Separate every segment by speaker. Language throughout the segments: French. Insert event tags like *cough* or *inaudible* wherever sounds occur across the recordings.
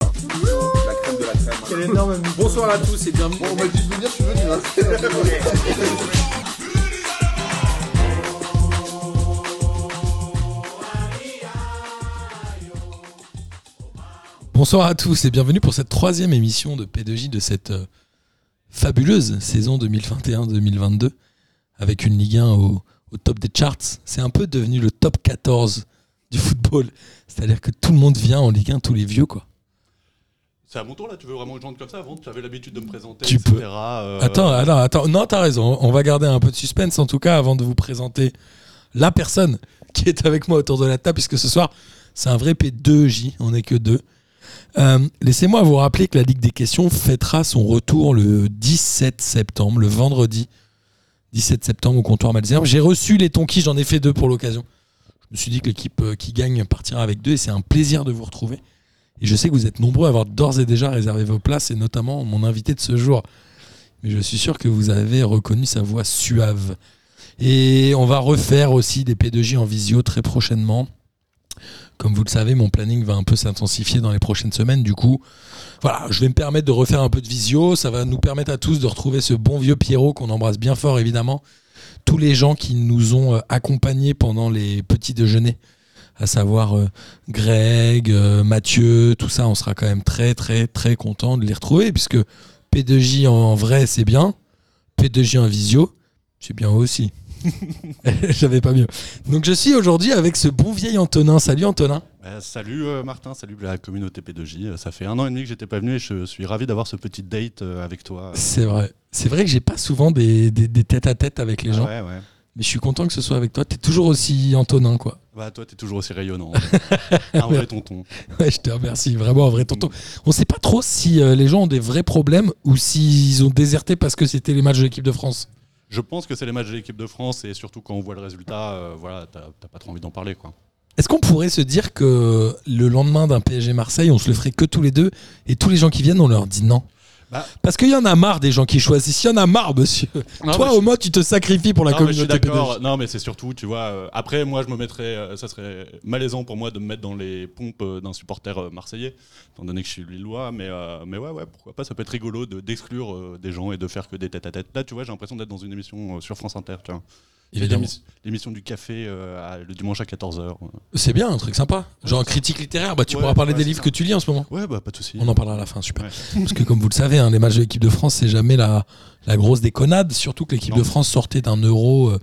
Speaker 1: La crème de la crème.
Speaker 2: Quelle énorme
Speaker 1: Bonsoir à tous et bienvenue.
Speaker 3: Bon, on m'a dit de venir, tu veux, tu vas.
Speaker 4: Bonsoir à tous et bienvenue pour cette troisième émission de P2J de cette euh, fabuleuse saison 2021-2022 avec une Ligue 1 au, au top des charts. C'est un peu devenu le top 14 du football. C'est-à-dire que tout le monde vient en Ligue 1, tous les vieux quoi.
Speaker 5: C'est à mon tour là, tu veux vraiment que je rentre comme ça Avant, tu avais l'habitude de me présenter,
Speaker 4: Tu
Speaker 5: etc.
Speaker 4: peux.
Speaker 5: euh,
Speaker 4: Attends, attends, attends. Non, t'as raison. On va garder un peu de suspense en tout cas avant de vous présenter la personne qui est avec moi autour de la table, puisque ce soir, c'est un vrai P2J. On n'est que deux. Euh, Laissez-moi vous rappeler que la Ligue des questions fêtera son retour le 17 septembre, le vendredi 17 septembre au comptoir Malzerbe. J'ai reçu les Tonki, j'en ai fait deux pour l'occasion. Je me suis dit que l'équipe euh, qui gagne partira avec deux et c'est un plaisir de vous retrouver. Et je sais que vous êtes nombreux à avoir d'ores et déjà réservé vos places et notamment mon invité de ce jour, mais je suis sûr que vous avez reconnu sa voix suave. Et on va refaire aussi des P2J en visio très prochainement. Comme vous le savez, mon planning va un peu s'intensifier dans les prochaines semaines. Du coup, voilà, je vais me permettre de refaire un peu de visio. Ça va nous permettre à tous de retrouver ce bon vieux Pierrot qu'on embrasse bien fort, évidemment. Tous les gens qui nous ont euh, accompagnés pendant les petits déjeuners, à savoir euh, Greg, euh, Mathieu, tout ça, on sera quand même très, très, très content de les retrouver puisque P2J en vrai, c'est bien. P2J en visio, c'est bien *laughs* aussi. J'avais pas mieux. Donc je suis aujourd'hui avec ce bon vieil Antonin. Salut Antonin.
Speaker 5: bah, salut euh, Martin, salut la communauté P2J. Euh, Ça fait un an et demi que j'étais pas venu et je suis ravi d'avoir ce petit date euh, avec toi.
Speaker 4: C'est vrai. Ah C'est vrai que j'ai pas souvent des, des, tête à tête avec les gens,
Speaker 5: Ouais, ouais.
Speaker 4: mais je suis content que ce soit avec toi. T'es toujours aussi Antonin, quoi. *laughs*
Speaker 5: Bah, toi, t'es toujours aussi rayonnant. un vrai tonton.
Speaker 4: Ouais, je te remercie. Vraiment un vrai tonton. On sait pas trop si euh, les gens ont des vrais problèmes ou s'ils ont déserté parce que c'était les matchs de l'équipe de France.
Speaker 5: Je pense que c'est les matchs de l'équipe de France et surtout quand on voit le résultat, euh, voilà, t'as t'as pas trop envie d'en parler. quoi.
Speaker 4: Est-ce qu'on pourrait se dire que le lendemain d'un PSG Marseille, on se le ferait que tous les deux et tous les gens qui viennent, on leur dit non
Speaker 5: Bah-
Speaker 4: Parce qu'il y en a marre des gens qui choisissent. Il y en a marre, monsieur.
Speaker 5: Non,
Speaker 4: Toi,
Speaker 5: mais je-
Speaker 4: au moins, tu te sacrifies pour la
Speaker 5: Non, mais je suis
Speaker 4: communauté
Speaker 5: d'accord.
Speaker 4: pédophiles.
Speaker 5: Non, mais c'est surtout, tu vois, euh, après, moi, je me mettrais, euh, ça serait malaisant pour moi de me mettre dans les pompes euh, d'un supporter euh, marseillais, étant donné que je suis lillois, mais, euh, mais ouais, ouais, pourquoi pas, ça peut être rigolo de- d'exclure euh, des gens et de faire que des têtes à tête. Là, tu vois, j'ai l'impression d'être dans une émission euh, sur France Inter, tu vois.
Speaker 4: Évidemment.
Speaker 5: L'émis- L'émission du café euh, à- le dimanche à euh. 14h.
Speaker 4: C'est bien, un truc sympa. Genre critique littéraire, bah, tu
Speaker 5: Ouais,
Speaker 4: pourras parler
Speaker 5: ouais,
Speaker 4: des
Speaker 5: c'est
Speaker 4: livres
Speaker 5: ça.
Speaker 4: que tu lis en ce moment.
Speaker 5: Ouais, bah, pas de souci.
Speaker 4: On en parlera à la fin, super.
Speaker 5: Ouais.
Speaker 4: Parce que comme vous le savez, hein, les matchs de l'équipe de France, c'est jamais la, la grosse déconnade, surtout que l'équipe
Speaker 5: Non.
Speaker 4: de France sortait d'un euro euh,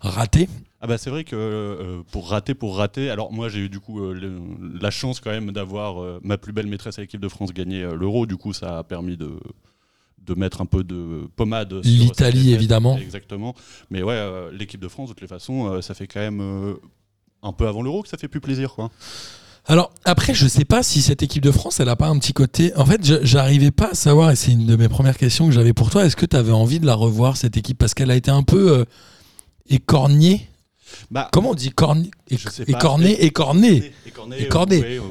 Speaker 4: raté.
Speaker 5: Ah bah c'est vrai que euh, pour rater, pour rater, alors moi j'ai eu du coup euh, le- la chance quand même d'avoir euh, ma plus belle maîtresse à l'équipe de France gagner euh, l'euro, du coup ça a permis de, de mettre un peu de pommade. sur cette
Speaker 4: L'Italie,
Speaker 5: défaite.
Speaker 4: évidemment.
Speaker 5: Exactement. Mais ouais, euh, l'équipe de France de toutes les façons, euh, ça fait quand même euh, un peu avant l'euro que ça fait plus plaisir quoi.
Speaker 4: Alors après, je sais pas si cette équipe de France, elle a pas un petit côté. En fait, je- j'arrivais pas à savoir, et c'est une de mes premières questions que j'avais pour toi. Est-ce que tu avais envie de la revoir cette équipe parce qu'elle a été un peu euh, écornée
Speaker 5: Bah,
Speaker 4: Comment on dit cornée
Speaker 5: Je sais pas.
Speaker 4: Écornée, écornée,
Speaker 5: écorné,
Speaker 4: et corné.
Speaker 5: ouais, ou-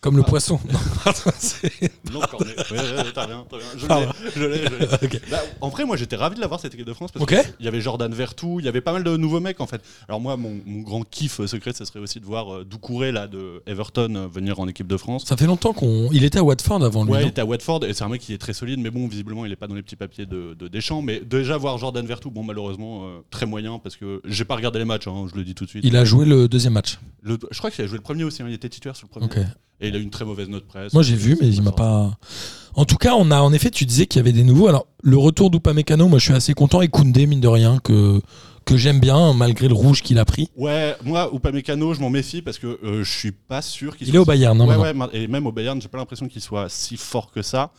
Speaker 4: comme le
Speaker 5: Ah.
Speaker 4: poisson.
Speaker 5: *laughs*
Speaker 4: Non, pardon, c'est- *laughs*
Speaker 5: Non, corné. Ouais, ouais, ouais, t'as rien, t'as rien. Je
Speaker 4: Pardon.
Speaker 5: l'ai, je l'ai, je l'ai.
Speaker 4: Ok.
Speaker 5: Bah, en vrai, moi j'étais ravi de l'avoir cette équipe de France parce
Speaker 4: Ok.
Speaker 5: qu'il y avait Jordan Vertou, il y avait pas mal de nouveaux mecs en fait. Alors moi, mon, mon grand kiff euh, secret, ce serait aussi de voir euh, Doucouré là de Everton euh, venir en équipe de France.
Speaker 4: Ça fait longtemps qu'on. Il était à Watford avant lui.
Speaker 5: Ouais, il
Speaker 4: non
Speaker 5: était à Watford et c'est un mec qui est très solide, mais bon, visiblement, il est pas dans les petits papiers de, de Deschamps. Mais déjà voir Jordan Vertu, bon, malheureusement, euh, très moyen parce que j'ai pas regardé les matchs, hein, je le dis tout de suite.
Speaker 4: Il a joué le deuxième match.
Speaker 5: Le- je crois qu'il a joué le premier aussi, hein, il était titulaire sur le premier.
Speaker 4: Ok.
Speaker 5: Et il a eu une très mauvaise note presse.
Speaker 4: Moi j'ai vu, mais il m'a pas. En tout cas, on a en effet, tu disais qu'il y avait des nouveaux. Alors le retour d'Upamecano, moi je suis assez content et Koundé mine de rien que que j'aime bien malgré le rouge qu'il a pris.
Speaker 5: Ouais, moi, Upamecano, je m'en méfie parce que euh, je suis pas sûr qu'il
Speaker 4: Il
Speaker 5: soit
Speaker 4: est au Bayern, hein, non
Speaker 5: Ouais, ouais, mar- et même au Bayern, j'ai pas l'impression qu'il soit si fort que ça.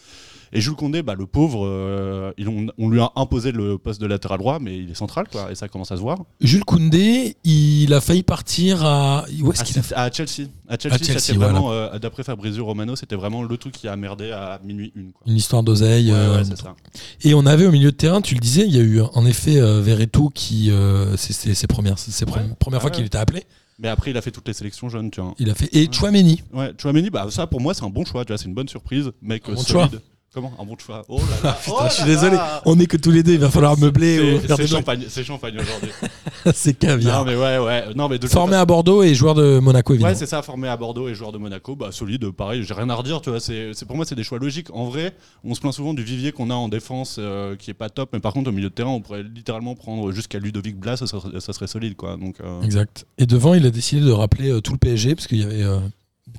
Speaker 5: Et Jules Condé, bah, le pauvre, euh, ils ont- on lui a imposé le poste de latéral droit, mais il est central, quoi, et ça commence à se voir.
Speaker 4: Jules Koundé, il a failli partir à. Où est-ce
Speaker 5: À,
Speaker 4: qu'il a fait
Speaker 5: Ah, à Chelsea. À Chelsea,
Speaker 4: À Chelsea,
Speaker 5: c'était vraiment, euh, d'après Fabrizio Romano, c'était vraiment le truc qui a merdé à minuit une. Quoi.
Speaker 4: Une histoire d'oseille.
Speaker 5: Ouais,
Speaker 4: euh,
Speaker 5: ouais, c'est ça.
Speaker 4: et on avait au milieu de terrain, tu le disais, il y a eu en effet euh, Verretou qui. euh, c'est c'est- c'est première, c'est- c'est première, première
Speaker 5: Ah
Speaker 4: fois
Speaker 5: ouais.
Speaker 4: qu'il était appelé.
Speaker 5: Mais après, il a fait toutes les sélections jeunes, tu vois.
Speaker 4: Il a fait. Et
Speaker 5: Ouais.
Speaker 4: Chouameni.
Speaker 5: Ouais, Chouameni, bah, ça, pour moi, c'est un bon choix, tu vois, c'est une bonne surprise, mec
Speaker 4: Un
Speaker 5: euh,
Speaker 4: bon
Speaker 5: solide. Comment Un bon choix. Oh là là.
Speaker 4: *laughs* Putain, Ah, je suis désolé, on est que tous les deux, il va falloir meubler ou
Speaker 5: ah. C'est
Speaker 4: faire
Speaker 5: c'est
Speaker 4: des blagues.
Speaker 5: champagne, c'est champagne aujourd'hui.
Speaker 4: *laughs* C'est
Speaker 5: non
Speaker 4: caviar.
Speaker 5: mais ouais ouais. Non mais de
Speaker 4: Formé à Bordeaux et joueur de Monaco, évidemment.
Speaker 5: Ouais, c'est ça, formé à Bordeaux et joueur de Monaco, bah, solide, pareil, j'ai rien à redire, tu vois, c'est, c'est- pour moi c'est des choix logiques. En vrai, on se plaint souvent du vivier qu'on a en défense euh, qui est pas top, mais par contre au milieu de terrain, on pourrait littéralement prendre jusqu'à Ludovic Blas, ça serait, ça serait solide quoi. Donc, euh,
Speaker 4: Exact. Et devant, il a décidé de rappeler euh, tout le PSG, parce qu'il y avait euh,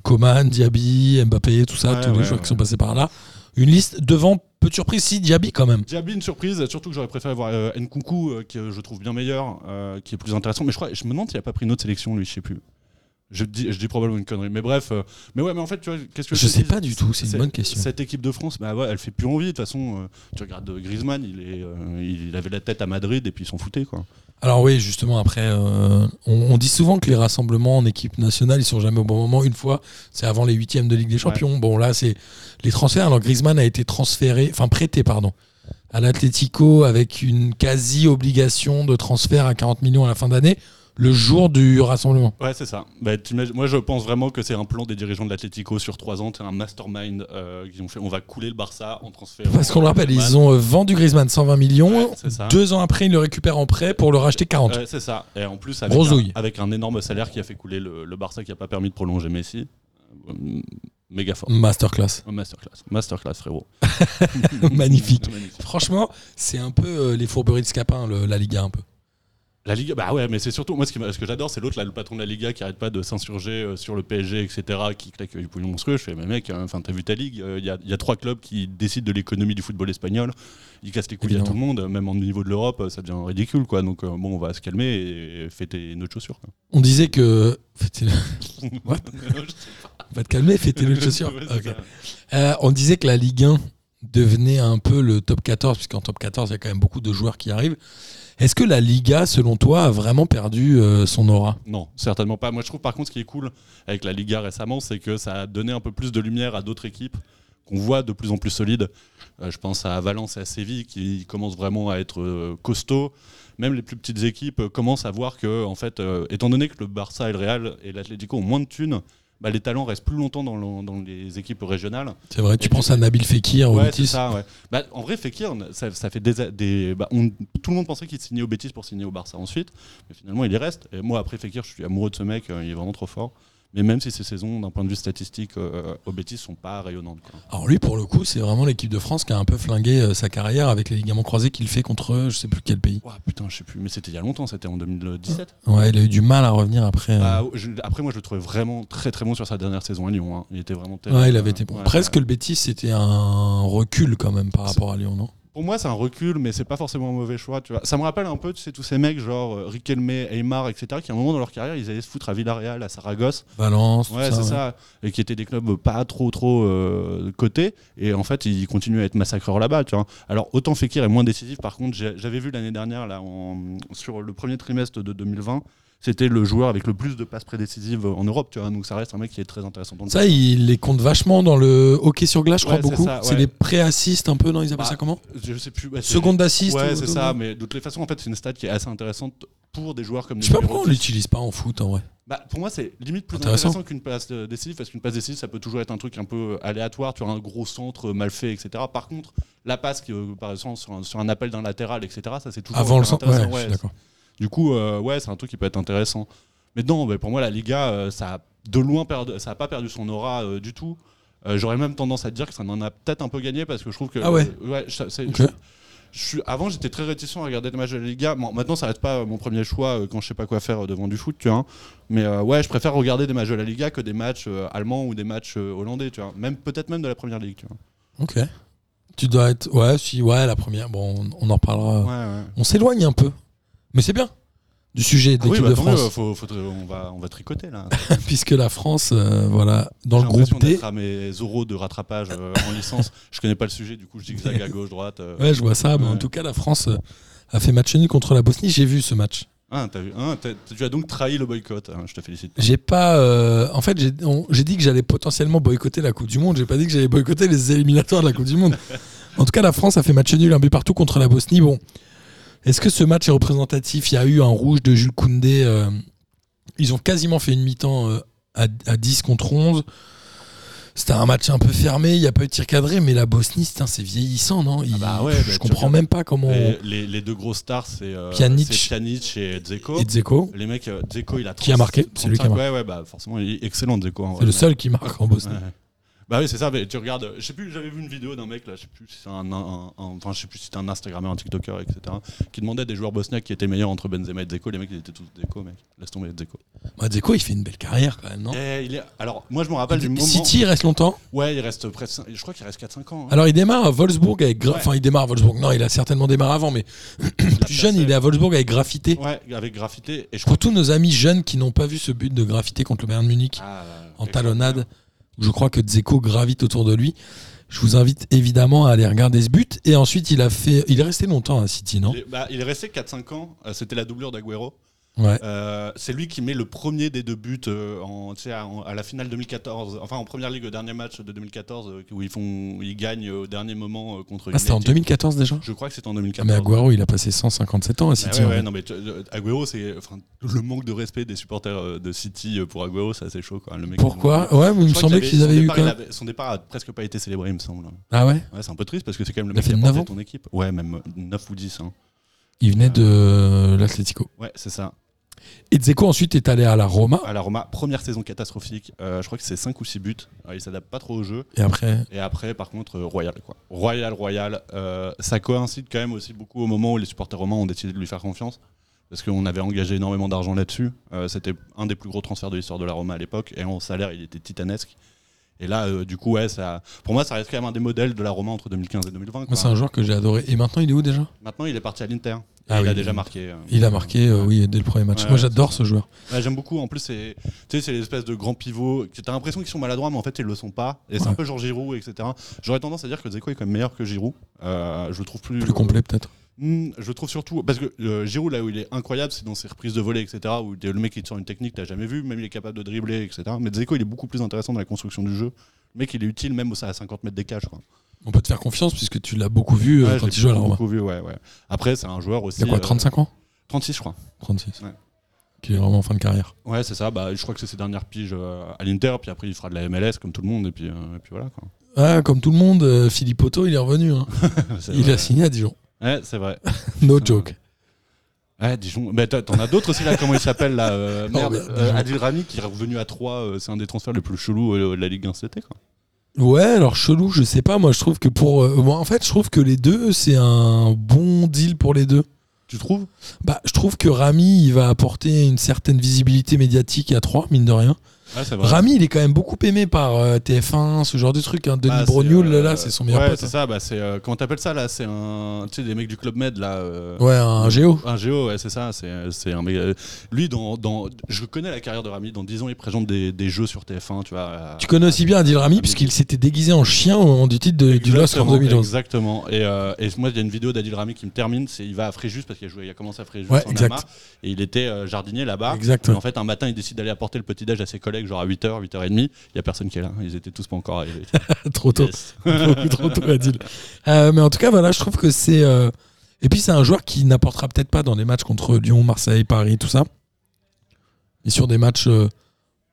Speaker 4: Coman, Diaby, Mbappé, tout ça,
Speaker 5: Ouais,
Speaker 4: tous les
Speaker 5: ouais,
Speaker 4: joueurs
Speaker 5: ouais.
Speaker 4: qui sont passés par là. Une liste devant, peu de surprise, si Diaby quand même.
Speaker 5: Diaby, une surprise, surtout que j'aurais préféré voir euh, Nkunku, euh, que je trouve bien meilleur, euh, qui est plus intéressant. Mais je crois, je me demande s'il a pas pris une autre sélection, lui, je sais plus. Je dis, je dis probablement une connerie, mais bref. euh, mais ouais, mais en fait, tu vois, qu'est-ce que
Speaker 4: Je
Speaker 5: te
Speaker 4: sais
Speaker 5: dis
Speaker 4: pas du tout, c'est une bonne question.
Speaker 5: Cette équipe de France, bah ouais, elle fait plus envie. De toute façon, euh, tu regardes euh, Griezmann, il, est, euh, il avait la tête à Madrid et puis ils s'en foutaient, quoi.
Speaker 4: Alors oui, justement, après, euh, on, on dit souvent que les rassemblements en équipe nationale, ils sont jamais au bon moment. Une fois, c'est avant les huitièmes de Ligue des Champions. Bon, là, c'est les transferts. Alors Griezmann a été transféré, enfin prêté, pardon, à l'Atlético avec une quasi-obligation de transfert à 40 millions à la fin d'année, le jour du rassemblement.
Speaker 5: Ouais, c'est ça. Bah, t'imagines- moi, je pense vraiment que c'est un plan des dirigeants de l'Atlético sur trois ans. C'est un mastermind euh, qu'ils ont fait. On va couler le Barça en transfert.
Speaker 4: Parce qu'on le rappelle, ils ont euh, vendu Griezmann 120 millions.
Speaker 5: Ouais, c'est ça.
Speaker 4: Deux ans après, ils le récupèrent en prêt pour le racheter 40.
Speaker 5: Ouais, c'est ça. Et en plus, avec un,
Speaker 4: Grosouille.
Speaker 5: avec un énorme salaire qui a fait couler le, le Barça, qui n'a pas permis de prolonger Messi. Euh, Méga fort.
Speaker 4: Mm. Masterclass.
Speaker 5: Masterclass. Masterclass, frérot.
Speaker 4: *laughs*
Speaker 5: *laughs*
Speaker 4: Magnifique.
Speaker 5: Magnifique.
Speaker 4: Franchement, c'est un peu euh, les fourberies de Scapin, le- la Liga, un peu.
Speaker 5: La Liga, bah ouais, mais c'est surtout, moi ce, qui m'a- ce que j'adore, c'est l'autre, là, le patron de la Liga qui arrête pas de s'insurger euh, sur le PSG, etc., qui claque du pognon monstrueux. Je fais, mais mec, euh, enfin, t'as vu ta ligue, euh, il y, a, il y a trois clubs qui décident de l'économie du football espagnol, ils cassent les couilles à
Speaker 4: Évidemment.
Speaker 5: tout le monde, même au niveau de l'Europe, euh, ça devient ridicule, quoi. Donc, euh, bon, on va se calmer et, et fêter notre chaussure,
Speaker 4: *laughs*
Speaker 5: quoi.
Speaker 4: On disait que. *laughs* Fêtez-le. What
Speaker 5: Je sais pas.
Speaker 4: Va te calmer, fêtez-le le chaussure.
Speaker 5: *laughs* Ouais,
Speaker 4: Ok.
Speaker 5: c'est ça.
Speaker 4: Euh, on disait que la Ligue 1 devenait un peu le top 14, puisqu'en top 14, il y a quand même beaucoup de joueurs qui arrivent. Est-ce que la Liga, selon toi, a vraiment perdu euh, son aura
Speaker 5: Non, certainement pas. Moi, je trouve par contre ce qui est cool avec la Liga récemment, c'est que ça a donné un peu plus de lumière à d'autres équipes qu'on voit de plus en plus solides. Euh, je pense à Valence et à Séville qui commencent vraiment à être euh, costauds. Même les plus petites équipes euh, commencent à voir que, en fait, euh, étant donné que le Barça et le Real et l'Atlético ont moins de thunes, bah, les talents restent plus longtemps dans, le- dans les équipes régionales.
Speaker 4: C'est vrai, tu
Speaker 5: Et
Speaker 4: penses
Speaker 5: puis-
Speaker 4: à Nabil Fekir au
Speaker 5: Ouais, c'est
Speaker 4: Betis
Speaker 5: ça, ouais. Bah, en vrai, Fekir, ça, ça fait des. des bah, on- tout le monde pensait qu'il signait au Betis pour signer au Barça ensuite, mais finalement, il y reste. Et moi, après Fekir, je suis amoureux de ce mec, euh, il est vraiment trop fort. Mais même si ces saisons, d'un point de vue statistique, euh, au Betis, sont pas rayonnantes. quoi.
Speaker 4: Alors lui, pour le coup, c'est vraiment l'équipe de France qui a un peu flingué euh, sa carrière avec les ligaments croisés qu'il fait contre euh, je sais plus quel pays.
Speaker 5: Ouah, putain, je sais plus, mais c'était il y a longtemps, c'était en 2017.
Speaker 4: Ouais, il a eu du mal à revenir après. euh,
Speaker 5: Bah, je- après, moi, je le trouvais vraiment très très bon sur sa dernière saison à Lyon. hein. Il était vraiment terrible.
Speaker 4: ouais, il avait été
Speaker 5: Ouais,
Speaker 4: presque le Betis, c'était un recul quand même par
Speaker 5: C'est-
Speaker 4: rapport à Lyon, non
Speaker 5: Pour moi, c'est un recul, mais c'est pas forcément un mauvais choix. Tu vois. Ça me rappelle un peu, tu sais, tous ces mecs, genre euh, Riquelme, Aymar, etc., qui à un moment dans leur carrière, ils allaient se foutre à Villarreal, à Saragosse.
Speaker 4: Valence, tout
Speaker 5: Ouais,
Speaker 4: ça,
Speaker 5: c'est
Speaker 4: ouais.
Speaker 5: ça. Et qui étaient des clubs pas trop, trop euh, cotés. Et en fait, ils continuent à être massacreurs là-bas. Tu vois. Alors, autant Fekir est moins décisif. Par contre, j'ai- j'avais vu l'année dernière, là, en- sur le premier trimestre de 2020, c'était le joueur avec le plus de passes prédécisives en Europe. Tu vois. Donc, ça reste un mec qui est très intéressant. dans le
Speaker 4: Ça, il les compte vachement dans le hockey sur glace, je crois
Speaker 5: Ouais, c'est
Speaker 4: beaucoup.
Speaker 5: ça,
Speaker 4: C'est
Speaker 5: ouais.
Speaker 4: des pré-assists un peu, non Ils appellent
Speaker 5: Bah,
Speaker 4: ça comment
Speaker 5: Je sais plus. ouais, c'est-
Speaker 4: Seconde d'assist
Speaker 5: Ouais,
Speaker 4: ou-
Speaker 5: c'est
Speaker 4: ou-
Speaker 5: ça. Mais de toutes les façons, en fait, c'est une stat qui est assez intéressante pour des joueurs comme
Speaker 4: Je sais pas
Speaker 5: numéro
Speaker 4: pourquoi on
Speaker 5: 10.
Speaker 4: l'utilise pas en foot en vrai.
Speaker 5: Bah, pour moi, c'est limite plus
Speaker 4: Intéressant.
Speaker 5: intéressant, qu'une passe euh, décisive, parce qu'une passe décisive, ça peut toujours être un truc un peu euh, aléatoire, tu as un gros centre euh, mal fait, etc. Par contre, la passe, qui, euh, par exemple, sur un, sur un appel d'un latéral, etc., ça c'est toujours
Speaker 4: Avant le
Speaker 5: hyper
Speaker 4: centre. Ouais,
Speaker 5: intéressant.
Speaker 4: je
Speaker 5: Ouais,
Speaker 4: suis d'accord.
Speaker 5: du coup, euh, ouais, c'est un truc qui peut être intéressant. Mais non, bah, pour moi, la Liga, euh, ça a de loin perdu, ça a pas perdu son aura euh, du tout. Euh, J'aurais même tendance à te dire que ça en a peut-être un peu gagné parce que je trouve que.
Speaker 4: Ah ouais.
Speaker 5: euh, je- c'est-
Speaker 4: Ok.
Speaker 5: je- je suis- avant, j'étais très réticent à regarder les matchs de la Liga. Bon, maintenant, ça reste pas euh, mon premier choix euh, quand je sais pas quoi faire euh, devant du foot, tu vois. hein. Mais euh, ouais, je préfère regarder des matchs de la Liga que des matchs euh, allemands ou des matchs euh, hollandais, tu vois. Même peut-être même de la première ligue, tu vois.
Speaker 4: Ok. Tu dois être. Ouais, si, ouais, la première. Bon, on, on en reparlera. euh,
Speaker 5: Ouais, ouais.
Speaker 4: On s'éloigne un peu. Mais c'est bien du sujet
Speaker 5: Ah oui,
Speaker 4: d'équipe
Speaker 5: bah,
Speaker 4: de
Speaker 5: tant
Speaker 4: France,
Speaker 5: mieux, faut- faut- on, va, on va tricoter là.
Speaker 4: *laughs* puisque la France, euh, voilà, dans
Speaker 5: J'ai
Speaker 4: le groupe
Speaker 5: l'impression
Speaker 4: D.
Speaker 5: d'être à mes euros de rattrapage euh, en
Speaker 4: *laughs*
Speaker 5: licence. Je connais pas le sujet, du coup je zigzague à gauche, droite. euh.
Speaker 4: Ouais, je vois ça. mais en
Speaker 5: Ouais.
Speaker 4: tout cas, la France euh, a fait match nul contre la Bosnie. J'ai vu ce match.
Speaker 5: Ah, t'as vu, hein, t'as- tu as donc trahi le boycott, hein, je te félicite.
Speaker 4: J'ai pas. euh, en fait, j'ai on- j'ai dit que j'allais potentiellement boycotter la Coupe du Monde. J'ai pas dit que j'allais boycotter les éliminatoires de la Coupe du
Speaker 5: *laughs*
Speaker 4: Monde. En tout cas, la France a fait match nul, un but partout contre la Bosnie. Bon, est-ce que ce match est représentatif Il y a eu un rouge de Jules Koundé. euh, ils ont quasiment fait une mi-temps euh, à, à 10 contre 11. C'était un match un peu fermé, il n'y a pas eu de tir cadré, mais la Bosnie, putain, c'est vieillissant, non Il-
Speaker 5: Ah bah ouais, bah,
Speaker 4: Je
Speaker 5: tu
Speaker 4: comprends
Speaker 5: regardes.
Speaker 4: même pas comment.
Speaker 5: Et les, les deux gros stars, c'est euh,
Speaker 4: Pjanic.
Speaker 5: c'est Pjanic et Dzeko.
Speaker 4: Et Dzeko,
Speaker 5: Les mecs, euh, Dzeko, il a
Speaker 4: Qui a
Speaker 5: 30,
Speaker 4: marqué, c'est lui qui a
Speaker 5: 35, Ouais, ouais, bah forcément, il est excellent Dzeko. en
Speaker 4: c'est
Speaker 5: vrai.
Speaker 4: le seul qui marque en Bosnie.
Speaker 5: Ouais. Bah oui, c'est ça. Mais tu regardes, euh, je sais plus, j'avais vu une vidéo d'un mec là, je sais plus si c'est un, un- un- enfin je sais plus si c'était un Instagrammeur, un TikToker, etc. qui demandait des joueurs bosniaques qui étaient meilleurs entre Benzema et Dzeko. Les mecs, ils étaient tous Dzeko, mec. Laisse tomber Dzeko.
Speaker 4: Bah, Dzeko, il fait une belle carrière quand même, non
Speaker 5: Eh, il est... Alors, moi, je me rappelle du moment.
Speaker 4: Hein City Ah, il reste longtemps.
Speaker 5: Ouais, il reste presque, cin- je crois qu'il reste 4-5 ans. hein.
Speaker 4: Alors il démarre à Wolfsburg avec Gra-
Speaker 5: Ouais.
Speaker 4: enfin il démarre à Wolfsburg. Non, il a certainement démarré avant mais plus jeune, il est à Wolfsburg avec Graffité.
Speaker 5: Ouais, avec Graffité. Et je crois
Speaker 4: Pour tous nos amis jeunes qui n'ont pas vu ce but de Graffité contre le Bayern de Munich
Speaker 5: Ah, euh,
Speaker 4: en talonnade, où je crois que Dzeko gravite autour de lui. Je vous invite évidemment à aller regarder ce but et ensuite il a fait il est resté longtemps à City, non
Speaker 5: Il est, bah, il est resté 4-5 ans. euh, C'était la doublure d'Aguero.
Speaker 4: Ouais.
Speaker 5: Euh, c'est lui qui met le premier des deux buts euh, en, tu sais, à, à la finale 2014, enfin en première ligue, au dernier match de 2014, euh, où ils, font, ils gagnent au dernier moment euh, contre
Speaker 4: Ah, c'était en
Speaker 5: United.
Speaker 4: 2014 déjà
Speaker 5: Je crois que c'était en
Speaker 4: Ah, mais
Speaker 5: 2014.
Speaker 4: Aguero, il a passé 157 ans à
Speaker 5: Ah
Speaker 4: City.
Speaker 5: ouais,
Speaker 4: hein. en
Speaker 5: ouais,
Speaker 4: fait.
Speaker 5: non, mais tu- euh, Agüero, c'est enfin, le manque de respect des supporters euh, de City euh, pour Agüero, c'est assez chaud. Quoi. Le mec,
Speaker 4: Pourquoi Ouais, mais il
Speaker 5: Je
Speaker 4: me
Speaker 5: crois
Speaker 4: semblait
Speaker 5: qu'il
Speaker 4: qu'ils avaient
Speaker 5: son
Speaker 4: eu
Speaker 5: départ,
Speaker 4: quand
Speaker 5: il
Speaker 4: même.
Speaker 5: avait- Son départ a presque pas été célébré, il me semble.
Speaker 4: Ah ouais
Speaker 5: Ouais, c'est un peu triste parce que c'est quand même le
Speaker 4: Il a
Speaker 5: mec qui
Speaker 4: fait
Speaker 5: a
Speaker 4: 9
Speaker 5: porté
Speaker 4: ans.
Speaker 5: ton équipe. Ouais, même 9 ou 10. hein.
Speaker 4: Il venait de l'Atlético.
Speaker 5: Ouais, c'est ça.
Speaker 4: Et Dzeko ensuite est allé à la Roma
Speaker 5: À la Roma, première saison catastrophique. Euh, je crois que c'est 5 ou 6 buts. Alors, il s'adapte pas trop au jeu.
Speaker 4: et après
Speaker 5: Et après, par contre, euh, Royal, quoi. Royal, Royal. euh, ça coïncide quand même aussi beaucoup au moment où les supporters romains ont décidé de lui faire confiance. Parce qu'on avait engagé énormément d'argent là-dessus. Euh, C'était un des plus gros transferts de l'histoire de la Roma à l'époque. Et en salaire, il était titanesque. Et là, euh, du coup, ouais, ça, pour moi, ça reste quand même un des modèles de la Roma entre 2015 et 2020. quoi.
Speaker 4: Moi, c'est un joueur que j'ai adoré. Et maintenant, il est où déjà
Speaker 5: Maintenant, il est parti à l'Inter. Et
Speaker 4: Ah
Speaker 5: il
Speaker 4: oui,
Speaker 5: a
Speaker 4: il-
Speaker 5: déjà marqué. euh,
Speaker 4: Il a marqué, euh, oui, dès le premier match.
Speaker 5: Ouais,
Speaker 4: Moi,
Speaker 5: ouais,
Speaker 4: j'adore ce joueur.
Speaker 5: Ouais, J'aime beaucoup. En plus, c'est tu sais, c'est l'espèce de grand pivot. que T'as l'impression qu'ils sont maladroits, mais en fait, ils le sont pas. Et c'est
Speaker 4: Ouais.
Speaker 5: un peu genre Giroud, etc. J'aurais tendance à dire que Zeko est quand même meilleur que Giroud. Euh, je le trouve plus.
Speaker 4: Plus complet, peut-être.
Speaker 5: Hmm, je le trouve surtout. Parce que euh, Giroud, là où il est incroyable, c'est dans ses reprises de volée, etc. Où t'es le mec, il te sort une technique que t'as jamais vue. Même il est capable de dribbler, etc. Mais Zeko, il est beaucoup plus intéressant dans la construction du jeu. Le mec, il est utile même au- à 50 mètres des cages. quoi.
Speaker 4: On peut te faire confiance puisque tu l'as beaucoup vu euh,
Speaker 5: Ouais, je
Speaker 4: quand
Speaker 5: l'ai
Speaker 4: il joue à la Roma.
Speaker 5: beaucoup vu, ouais, ouais. Après, c'est un joueur aussi.
Speaker 4: Il a quoi,
Speaker 5: euh,
Speaker 4: 35 ans
Speaker 5: 36, je crois.
Speaker 4: 36.
Speaker 5: Ouais.
Speaker 4: Qu'il est vraiment en fin de carrière.
Speaker 5: Ouais, c'est ça. Bah, je crois que c'est ses dernières piges euh, à l'Inter, puis après il fera de la MLS comme tout le monde, et puis, euh, et puis voilà. Quoi.
Speaker 4: *laughs* Ah, comme tout le monde, euh, Philippe Otto, il est revenu. hein.
Speaker 5: C'est
Speaker 4: Il
Speaker 5: vrai.
Speaker 4: a signé à Dijon.
Speaker 5: Ouais, c'est vrai.
Speaker 4: No
Speaker 5: Ah.
Speaker 4: joke.
Speaker 5: Ouais, Dijon. Mais t'as- t'en as d'autres aussi là. Comment il s'appelle là euh, Merde.
Speaker 4: *laughs* Oh, merde,
Speaker 5: euh,
Speaker 4: Dijon.
Speaker 5: Adil Rami qui est revenu à 3 c'est un des transferts les plus chelous euh, de la Ligue 1 cet été, quoi.
Speaker 4: Ouais, alors chelou, je sais pas. Moi, je trouve que pour. euh, moi, en fait, je trouve que les deux, c'est un bon deal pour les deux.
Speaker 5: Tu trouves
Speaker 4: Bah, je trouve que Rami, il va apporter une certaine visibilité médiatique à 3, mine de rien.
Speaker 5: Ouais, c'est vrai.
Speaker 4: Rami, il est quand même beaucoup aimé par euh, TF1, ce genre de truc. hein. Denis
Speaker 5: Ah, c'est,
Speaker 4: Brognoul,
Speaker 5: euh,
Speaker 4: là, c'est son meilleur
Speaker 5: ouais,
Speaker 4: pote.
Speaker 5: c'est
Speaker 4: hein.
Speaker 5: ça. Bah, c'est euh, comment t'appelles ça là C'est un, tu sais, des mecs du club Med là. euh,
Speaker 4: Ouais, un géo.
Speaker 5: Un géo, ouais, c'est ça. C'est, c'est un méga- Lui, dans, dans, je connais la carrière de Rami. Dans 10 ans, il présente des, des jeux sur TF1, tu vois. à-
Speaker 4: Tu connais aussi bien Adil Rami, puisqu'il s'était déguisé en chien au moment du titre de- du LOSC en
Speaker 5: Exactement,
Speaker 4: 2011.
Speaker 5: Exactement. Et, euh, et moi, il y a une vidéo d'Adil Rami qui me termine. C'est il va à Fréjus parce qu'il a, joué- il a commencé à Fréjus
Speaker 4: Ouais,
Speaker 5: en
Speaker 4: exact.
Speaker 5: Ama, et il était euh, jardinier là-bas.
Speaker 4: Exact.
Speaker 5: Et en fait, un matin, il décide d'aller apporter le petit déj à ses collègues, genre à 8h, 8h30. Il y a personne qui est là. Ils étaient tous pas encore
Speaker 4: *laughs*
Speaker 5: arrivés.
Speaker 4: Trop tôt.
Speaker 5: Yes.
Speaker 4: Beaucoup trop tôt,
Speaker 5: *laughs*
Speaker 4: Adil. Euh, mais en tout cas, voilà, je trouve que c'est. euh, Et puis, c'est un joueur qui n'apportera peut-être pas dans les matchs contre Lyon, Marseille, Paris, tout ça. Mais sur des matchs euh,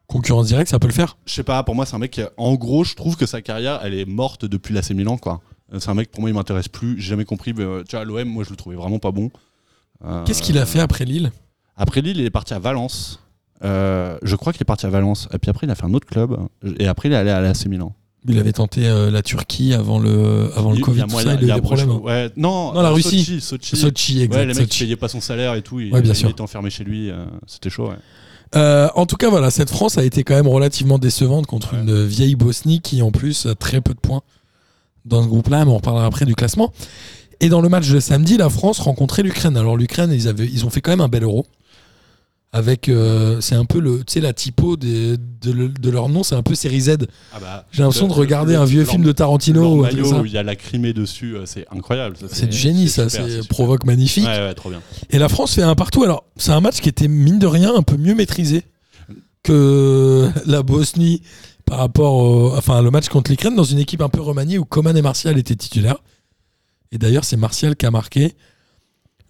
Speaker 4: concurrence directe, ça peut le faire.
Speaker 5: Je sais pas. Pour moi, c'est un mec. Qui, a- en gros, je trouve que sa carrière, elle est morte depuis l'AC Milan, quoi. Euh, C'est un mec pour moi, il m'intéresse plus. J'ai jamais compris. mais, euh, tu vois, à l'OM, moi, je le trouvais vraiment pas bon. Euh,
Speaker 4: Qu'est-ce qu'il a fait après Lille
Speaker 5: Après Lille, il est parti à Valence. Euh, je crois qu'il est parti à Valence. Et puis après, il a fait un autre club. Et après, il est allé à l'AC Milan.
Speaker 4: Il avait tenté euh, la Turquie avant le, euh, avant le
Speaker 5: Il-
Speaker 4: Covid,
Speaker 5: il y a
Speaker 4: tout
Speaker 5: moyen-
Speaker 4: ça, il
Speaker 5: il y
Speaker 4: a
Speaker 5: a
Speaker 4: eu des problèmes. hein.
Speaker 5: moyen- ouais, non,
Speaker 4: Non, la
Speaker 5: euh,
Speaker 4: Russie.
Speaker 5: Sochi, Sochi.
Speaker 4: Sochi,
Speaker 5: Ouais,
Speaker 4: exact.
Speaker 5: les mecs
Speaker 4: Sochi.
Speaker 5: qui payaient pas son salaire et tout. Il,
Speaker 4: Ouais, bien
Speaker 5: il
Speaker 4: sûr.
Speaker 5: était enfermé chez lui. euh, C'était chaud. ouais.
Speaker 4: Euh, en tout cas, voilà, cette France a été quand même relativement décevante contre
Speaker 5: Ouais.
Speaker 4: une vieille Bosnie qui, en plus, a très peu de points dans ce groupe-là, mais on reparlera après du classement. Et dans le match de samedi, la France rencontrait l'Ukraine. Alors, l'Ukraine, ils, avaient, ils ont fait quand même un bel euro. Avec, euh, c'est un peu le, tu sais, la typo des- de, le- de leur nom, c'est un peu série Z. J'ai l'impression de
Speaker 5: Ah bah, Le- le-
Speaker 4: regarder
Speaker 5: le-
Speaker 4: un vieux
Speaker 5: leur-
Speaker 4: film de Tarantino.
Speaker 5: Leur
Speaker 4: ou un truc
Speaker 5: maillot
Speaker 4: comme ça.
Speaker 5: où il y a la Crimée dessus, euh, c'est incroyable. ça,
Speaker 4: C'est du génie, ça.
Speaker 5: super,
Speaker 4: C'est
Speaker 5: super.
Speaker 4: provoque magnifique.
Speaker 5: Ouais, ouais, trop bien.
Speaker 4: Et la France fait un partout. Alors, c'est un match qui était, mine de rien, un peu mieux maîtrisé que *laughs* la Bosnie par rapport au, enfin, le match contre l'Ukraine dans une équipe un peu remaniée où Coman et Martial étaient titulaires. Et d'ailleurs, c'est Martial qui a marqué.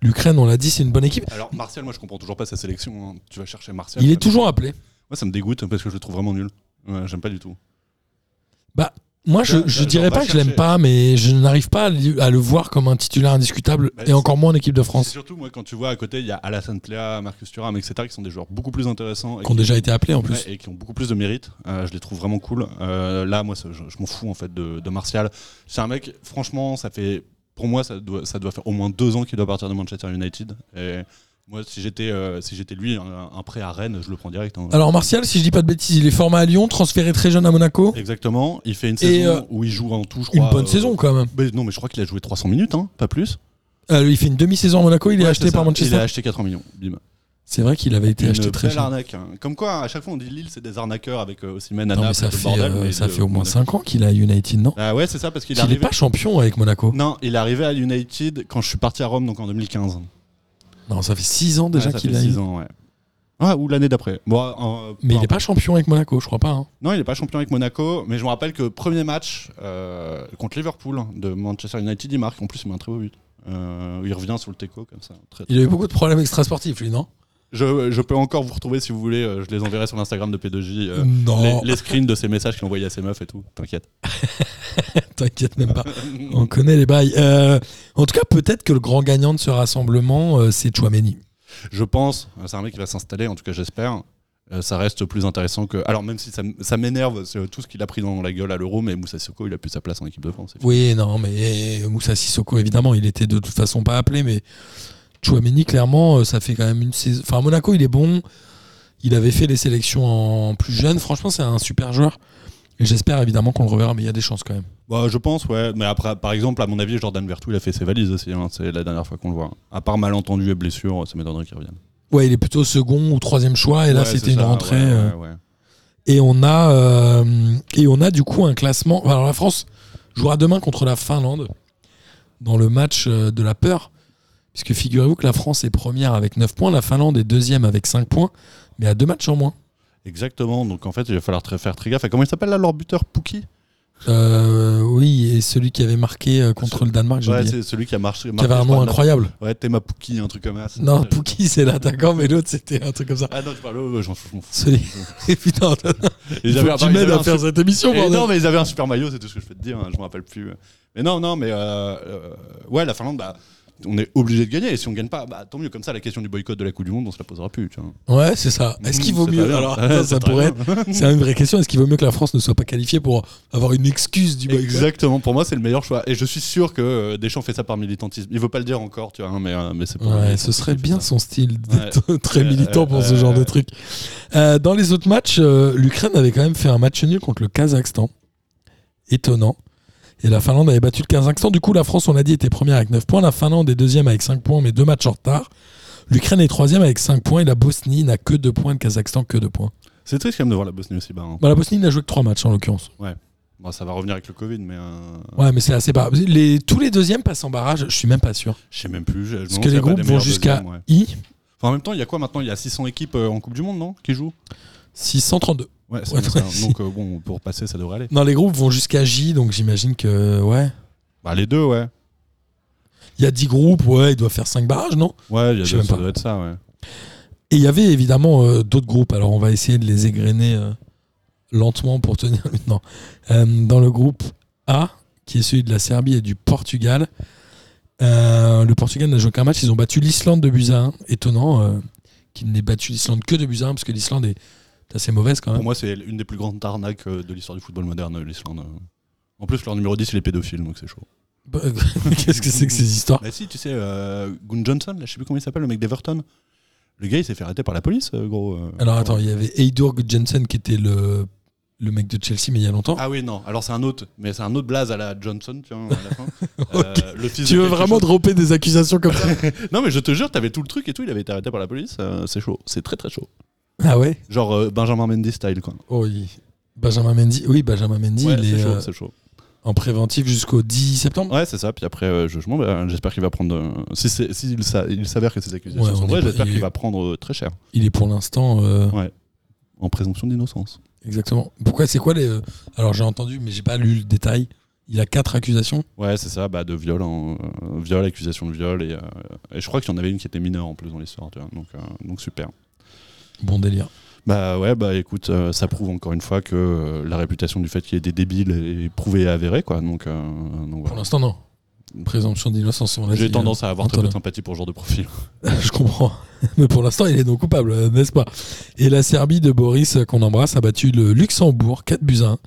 Speaker 4: L'Ukraine, on l'a dit, c'est une bonne équipe.
Speaker 5: Alors, Martial, moi, je comprends toujours pas sa sélection. hein. Tu vas chercher Martial.
Speaker 4: Il
Speaker 5: ça
Speaker 4: est
Speaker 5: me- hein,
Speaker 4: toujours appelé.
Speaker 5: Moi, ça me dégoûte parce que je le trouve vraiment nul. Ouais, J'aime pas du tout.
Speaker 4: Bah, moi, je,
Speaker 5: Putain,
Speaker 4: je
Speaker 5: genre,
Speaker 4: dirais
Speaker 5: va
Speaker 4: pas que je l'aime
Speaker 5: chercher.
Speaker 4: pas, mais je n'arrive pas à, li- à le voir comme un titulaire indiscutable,
Speaker 5: Bah,
Speaker 4: et
Speaker 5: c'est-
Speaker 4: encore moins en équipe de
Speaker 5: C'est
Speaker 4: France,
Speaker 5: Surtout, moi, quand tu vois à côté, il y a Alassane Plea, Marcus Thuram, etc., qui sont des joueurs beaucoup plus intéressants. et
Speaker 4: qui ont déjà été appelés en
Speaker 5: Ouais,
Speaker 4: plus.
Speaker 5: et qui ont beaucoup plus de mérite. Euh, je les trouve vraiment cool. Euh, là, moi, ça- je, je m'en fous en fait de, de Martial. C'est un mec, franchement, ça fait. Pour moi, ça doit, ça doit faire au moins deux ans qu'il doit partir de Manchester United. Et moi, si j'étais euh, si j'étais lui, un, un prêt à Rennes, je le prends direct. hein.
Speaker 4: Alors, Martial, si je dis pas de bêtises, il est formé à Lyon, transféré très jeune à Monaco.
Speaker 5: Exactement. Il fait une saison
Speaker 4: euh,
Speaker 5: où il joue en tout, je crois.
Speaker 4: Une bonne
Speaker 5: euh,
Speaker 4: saison quand même.
Speaker 5: mais non, mais je crois qu'il a joué 300 minutes, hein, pas plus.
Speaker 4: Euh, il fait une demi-saison à Monaco, il est
Speaker 5: Ouais,
Speaker 4: acheté
Speaker 5: c'est
Speaker 4: par
Speaker 5: ça. Il
Speaker 4: Manchester.
Speaker 5: a acheté 400 millions. Bim.
Speaker 4: C'est vrai qu'il avait été
Speaker 5: Une
Speaker 4: acheté très
Speaker 5: belle
Speaker 4: cher.
Speaker 5: arnaque. hein. Comme quoi, à chaque fois, on dit Lille, c'est des arnaqueurs avec euh, Osimhen,
Speaker 4: Non,
Speaker 5: Anna,
Speaker 4: mais ça
Speaker 5: le
Speaker 4: fait,
Speaker 5: bordel,
Speaker 4: euh,
Speaker 5: mais
Speaker 4: ça
Speaker 5: le-
Speaker 4: fait au moins
Speaker 5: Monaco.
Speaker 4: 5 ans qu'il a United, non
Speaker 5: Ah ouais, c'est ça, parce qu'il est
Speaker 4: Il n'est
Speaker 5: arrivé.
Speaker 4: pas champion avec Monaco.
Speaker 5: Non, il est arrivé à United quand je suis parti à Rome, donc en 2015.
Speaker 4: Non, ça fait 6 ans déjà
Speaker 5: Ouais, ça
Speaker 4: qu'il
Speaker 5: fait
Speaker 4: a.
Speaker 5: six ans, ouais. Ouais, ou l'année d'après. Bon, euh, peu
Speaker 4: Mais il n'est
Speaker 5: importe.
Speaker 4: pas champion avec Monaco, je crois pas. hein.
Speaker 5: Non, il n'est pas champion avec Monaco, mais je me rappelle que premier match euh, contre Liverpool de Manchester United, il marque. En plus, il met un très beau but. Euh, il revient sur le teco comme ça. Très-
Speaker 4: Il a eu beaucoup de problèmes extrasportifs, lui, non
Speaker 5: Je, je peux encore vous retrouver si vous voulez. euh, Je les enverrai sur l'Instagram de P2J. euh,
Speaker 4: Non,
Speaker 5: les, les screens de ses messages qu'il envoyait à ses meufs et tout. T'inquiète.
Speaker 4: t'inquiète même pas. On connaît les bails. Euh, en tout cas, peut-être que le grand gagnant de ce rassemblement, euh, c'est Chouameni.
Speaker 5: Je pense, euh, c'est un mec qui va s'installer, en tout cas j'espère. Euh, ça reste plus intéressant que. Alors, même si ça, m- ça m'énerve c'est, euh, tout ce qu'il a pris dans la gueule à l'Euro, mais Moussa Soko, il a plus sa place en équipe de France. c'est fini.
Speaker 4: Oui, non, mais eh, Moussa Sissoko, évidemment, il était de toute façon pas appelé, mais Chouameni, clairement, euh, ça fait quand même une saison. Enfin, Monaco, il est bon. Il avait fait les sélections en plus jeune. Franchement, c'est un super joueur. Et j'espère évidemment qu'on le reverra, mais il y a des chances quand même.
Speaker 5: Bah, je pense, ouais. Mais après, par exemple, à mon avis, Jordan Vertu, il a fait ses valises aussi. hein, C'est la dernière fois qu'on le voit. À part malentendu et blessure, euh, ça m'étonnerait qu'il revienne.
Speaker 4: Ouais, il est plutôt second ou troisième choix. Et là,
Speaker 5: Ouais, c'est
Speaker 4: c'était une
Speaker 5: ça,
Speaker 4: rentrée.
Speaker 5: ouais,
Speaker 4: euh,
Speaker 5: ouais, ouais.
Speaker 4: Et on a euh, et on a du coup un classement. Enfin, Alors la France jouera demain contre la Finlande dans le match euh, de la peur. Puisque figurez-vous que la France est première avec 9 points, la Finlande est deuxième avec 5 points, mais à deux matchs en moins.
Speaker 5: Exactement. Donc, en fait, il va falloir très- faire très gaffe. Et comment il s'appelle là, leur buteur Pouki
Speaker 4: Ah, Euh, oui, et celui qui avait marqué euh, contre le Danemark, j'ai
Speaker 5: Ouais,
Speaker 4: oublié,
Speaker 5: c'est celui qui a marché.
Speaker 4: qui avait un nom incroyable.
Speaker 5: Ouais, Théma Pouki, un truc comme ça.
Speaker 4: Non, Pouki, c'est l'attaquant, mais l'autre, c'était un truc comme ça.
Speaker 5: Ah non, je parle, ouais, ouais, j'en je m'en fous. *laughs*
Speaker 4: Celui... Et putain,
Speaker 5: Ils
Speaker 4: il
Speaker 5: avaient un-
Speaker 4: faut que tu
Speaker 5: ils
Speaker 4: m'aides
Speaker 5: avaient
Speaker 4: à
Speaker 5: un
Speaker 4: faire cette émission,
Speaker 5: Et
Speaker 4: bordel.
Speaker 5: non, mais ils avaient un super maillot, c'est tout ce que je peux te dire, hein, je me rappelle plus. Mais non, non, mais euh, euh, ouais, la Finlande, bah, on est obligé de gagner. Et si on gagne pas, bah, tant mieux. Comme ça, la question du boycott de la Coupe du Monde, on se la posera plus. tu vois. Hmm,
Speaker 4: Ouais, c'est ça. Est-ce qu'il vaut
Speaker 5: C'est pas
Speaker 4: mieux
Speaker 5: bien. *laughs*
Speaker 4: Alors, ça,
Speaker 5: C'est
Speaker 4: ça
Speaker 5: très
Speaker 4: pourrait
Speaker 5: bien.
Speaker 4: être- C'est une vraie question. Est-ce qu'il vaut mieux que la France ne soit pas qualifiée pour avoir une excuse du boycott
Speaker 5: Exactement, pour moi, c'est le meilleur choix. Et je suis sûr que euh, Deschamps fait ça par militantisme. Il veut pas le dire encore, tu vois, hein, mais, euh, mais c'est pour
Speaker 4: Ouais, ce serait bien son style d'être *laughs* très
Speaker 5: Euh,
Speaker 4: militant pour ce
Speaker 5: euh,
Speaker 4: genre de
Speaker 5: euh,
Speaker 4: truc. Euh, dans les autres matchs, euh, l'Ukraine avait quand même fait un match nul contre le Kazakhstan. Étonnant. Et la Finlande avait battu le Kazakhstan. Du coup, la France, on l'a dit, était première avec 9 points. La Finlande est deuxième avec 5 points, mais deux matchs en retard. L'Ukraine est troisième avec 5 points. Et la Bosnie n'a que 2 points. Le Kazakhstan, que 2 points.
Speaker 5: C'est triste quand même de voir la Bosnie aussi bas. hein.
Speaker 4: Bah, la Bosnie n'a joué que 3 matchs en l'occurrence.
Speaker 5: Bon, ça va revenir avec le Covid, mais euh,
Speaker 4: Ouais, mais c'est assez bas. Les, tous les deuxièmes passent en barrage. Je suis même pas sûr.
Speaker 5: je sais même plus. je- je me
Speaker 4: Parce
Speaker 5: demande s'il
Speaker 4: que
Speaker 5: y
Speaker 4: les
Speaker 5: a pas
Speaker 4: groupes
Speaker 5: des
Speaker 4: vont
Speaker 5: meilleurs
Speaker 4: jusqu'à
Speaker 5: deuxièmes, ouais.
Speaker 4: I
Speaker 5: Enfin, en même temps, il y a quoi maintenant Il y a 600 équipes euh, en Coupe du Monde, non Qui jouent
Speaker 4: 632.
Speaker 5: Ouais, c'est
Speaker 4: Ouais,
Speaker 5: ça.
Speaker 4: ouais, si.
Speaker 5: Donc, euh, bon, pour passer, ça devrait aller.
Speaker 4: Non, les groupes vont jusqu'à J, donc j'imagine que ouais.
Speaker 5: Bah, les deux, ouais.
Speaker 4: Il y a 10 groupes, ouais, il doit faire 5 barrages, non
Speaker 5: Ouais, il y a
Speaker 4: Je sais
Speaker 5: deux-
Speaker 4: même
Speaker 5: ça
Speaker 4: pas.
Speaker 5: doit être ça, ouais.
Speaker 4: Et il y avait évidemment euh, d'autres groupes, alors on va essayer de les égrener euh, lentement pour tenir maintenant. dans le groupe A, qui est celui de la Serbie et du Portugal, euh, le Portugal n'a joué qu'un match, ils ont battu l'Islande de buts à 1. Étonnant euh, qu'ils n'aient battu l'Islande que de buts à 1, parce que l'Islande est assez mauvaise quand
Speaker 5: Pour
Speaker 4: même.
Speaker 5: moi, c'est une des plus grandes arnaques euh, de l'histoire du football moderne, euh, l'Islande. euh. En plus, leur numéro 10, il est pédophile, donc c'est chaud.
Speaker 4: *laughs* Qu'est-ce que c'est que ces histoires
Speaker 5: Bah si, tu sais, euh, Gunn Johnson, là, je sais plus comment il s'appelle, le mec d'Everton. Le gars, il s'est fait arrêter par la police, euh, gros. euh.
Speaker 4: Alors attends, il y avait Eidur Jensen qui était le, le mec de Chelsea, mais il y a longtemps.
Speaker 5: Ah oui, non, alors c'est un autre, mais c'est un autre blaze à la Johnson, tu vois, à la
Speaker 4: *laughs*
Speaker 5: fin. Euh, le fils
Speaker 4: tu
Speaker 5: de
Speaker 4: veux
Speaker 5: quelque
Speaker 4: vraiment
Speaker 5: chose.
Speaker 4: dropper des accusations comme ça
Speaker 5: Non, mais je te jure, t'avais tout le truc et tout, il avait été arrêté par la police, euh, c'est chaud, c'est très très chaud.
Speaker 4: Ah ouais
Speaker 5: Genre euh, Benjamin Mendy style, quoi.
Speaker 4: Oh, il- Benjamin Mendy, oui, Benjamin Mendy,
Speaker 5: Ouais,
Speaker 4: il
Speaker 5: c'est
Speaker 4: est
Speaker 5: chaud,
Speaker 4: euh,
Speaker 5: c'est chaud.
Speaker 4: en préventif jusqu'au 10 septembre.
Speaker 5: Ouais, c'est ça, puis après, euh, jugement, bah, j'espère qu'il va prendre. euh, si c'est- si il s'a- il s'avère que ces accusations
Speaker 4: Ouais, on
Speaker 5: sont
Speaker 4: est
Speaker 5: vraies,
Speaker 4: pas-
Speaker 5: j'espère
Speaker 4: il-
Speaker 5: qu'il va prendre euh, très cher,
Speaker 4: Il est pour l'instant. euh,
Speaker 5: en présomption d'innocence.
Speaker 4: Exactement. Pourquoi C'est quoi les. euh, Alors j'ai entendu, mais j'ai pas lu le détail. Il a quatre accusations.
Speaker 5: Ouais, c'est ça, bah, de viol, hein, euh, viol, accusation de viol, et, euh, et je crois qu'il y en avait une qui était mineure en plus dans l'histoire, tu vois, donc, euh, donc super.
Speaker 4: Bon délire.
Speaker 5: Bah ouais, bah écoute, euh, ça prouve encore une fois que euh, la réputation du fait qu'il y ait des débiles est prouvée et avérée, quoi. Donc, euh, donc
Speaker 4: Pour
Speaker 5: voilà.
Speaker 4: l'instant, euh, non. Présomption d'innocence, on l'a
Speaker 5: J'ai
Speaker 4: dit,
Speaker 5: tendance à avoir très peu
Speaker 4: Antonin.
Speaker 5: de sympathie pour ce genre de profil.
Speaker 4: *laughs* Je comprends. Mais pour l'instant, il est non coupable, euh, n'est-ce pas Et la Serbie de Boris, euh, qu'on embrasse, a battu le Luxembourg 4 buts à 1.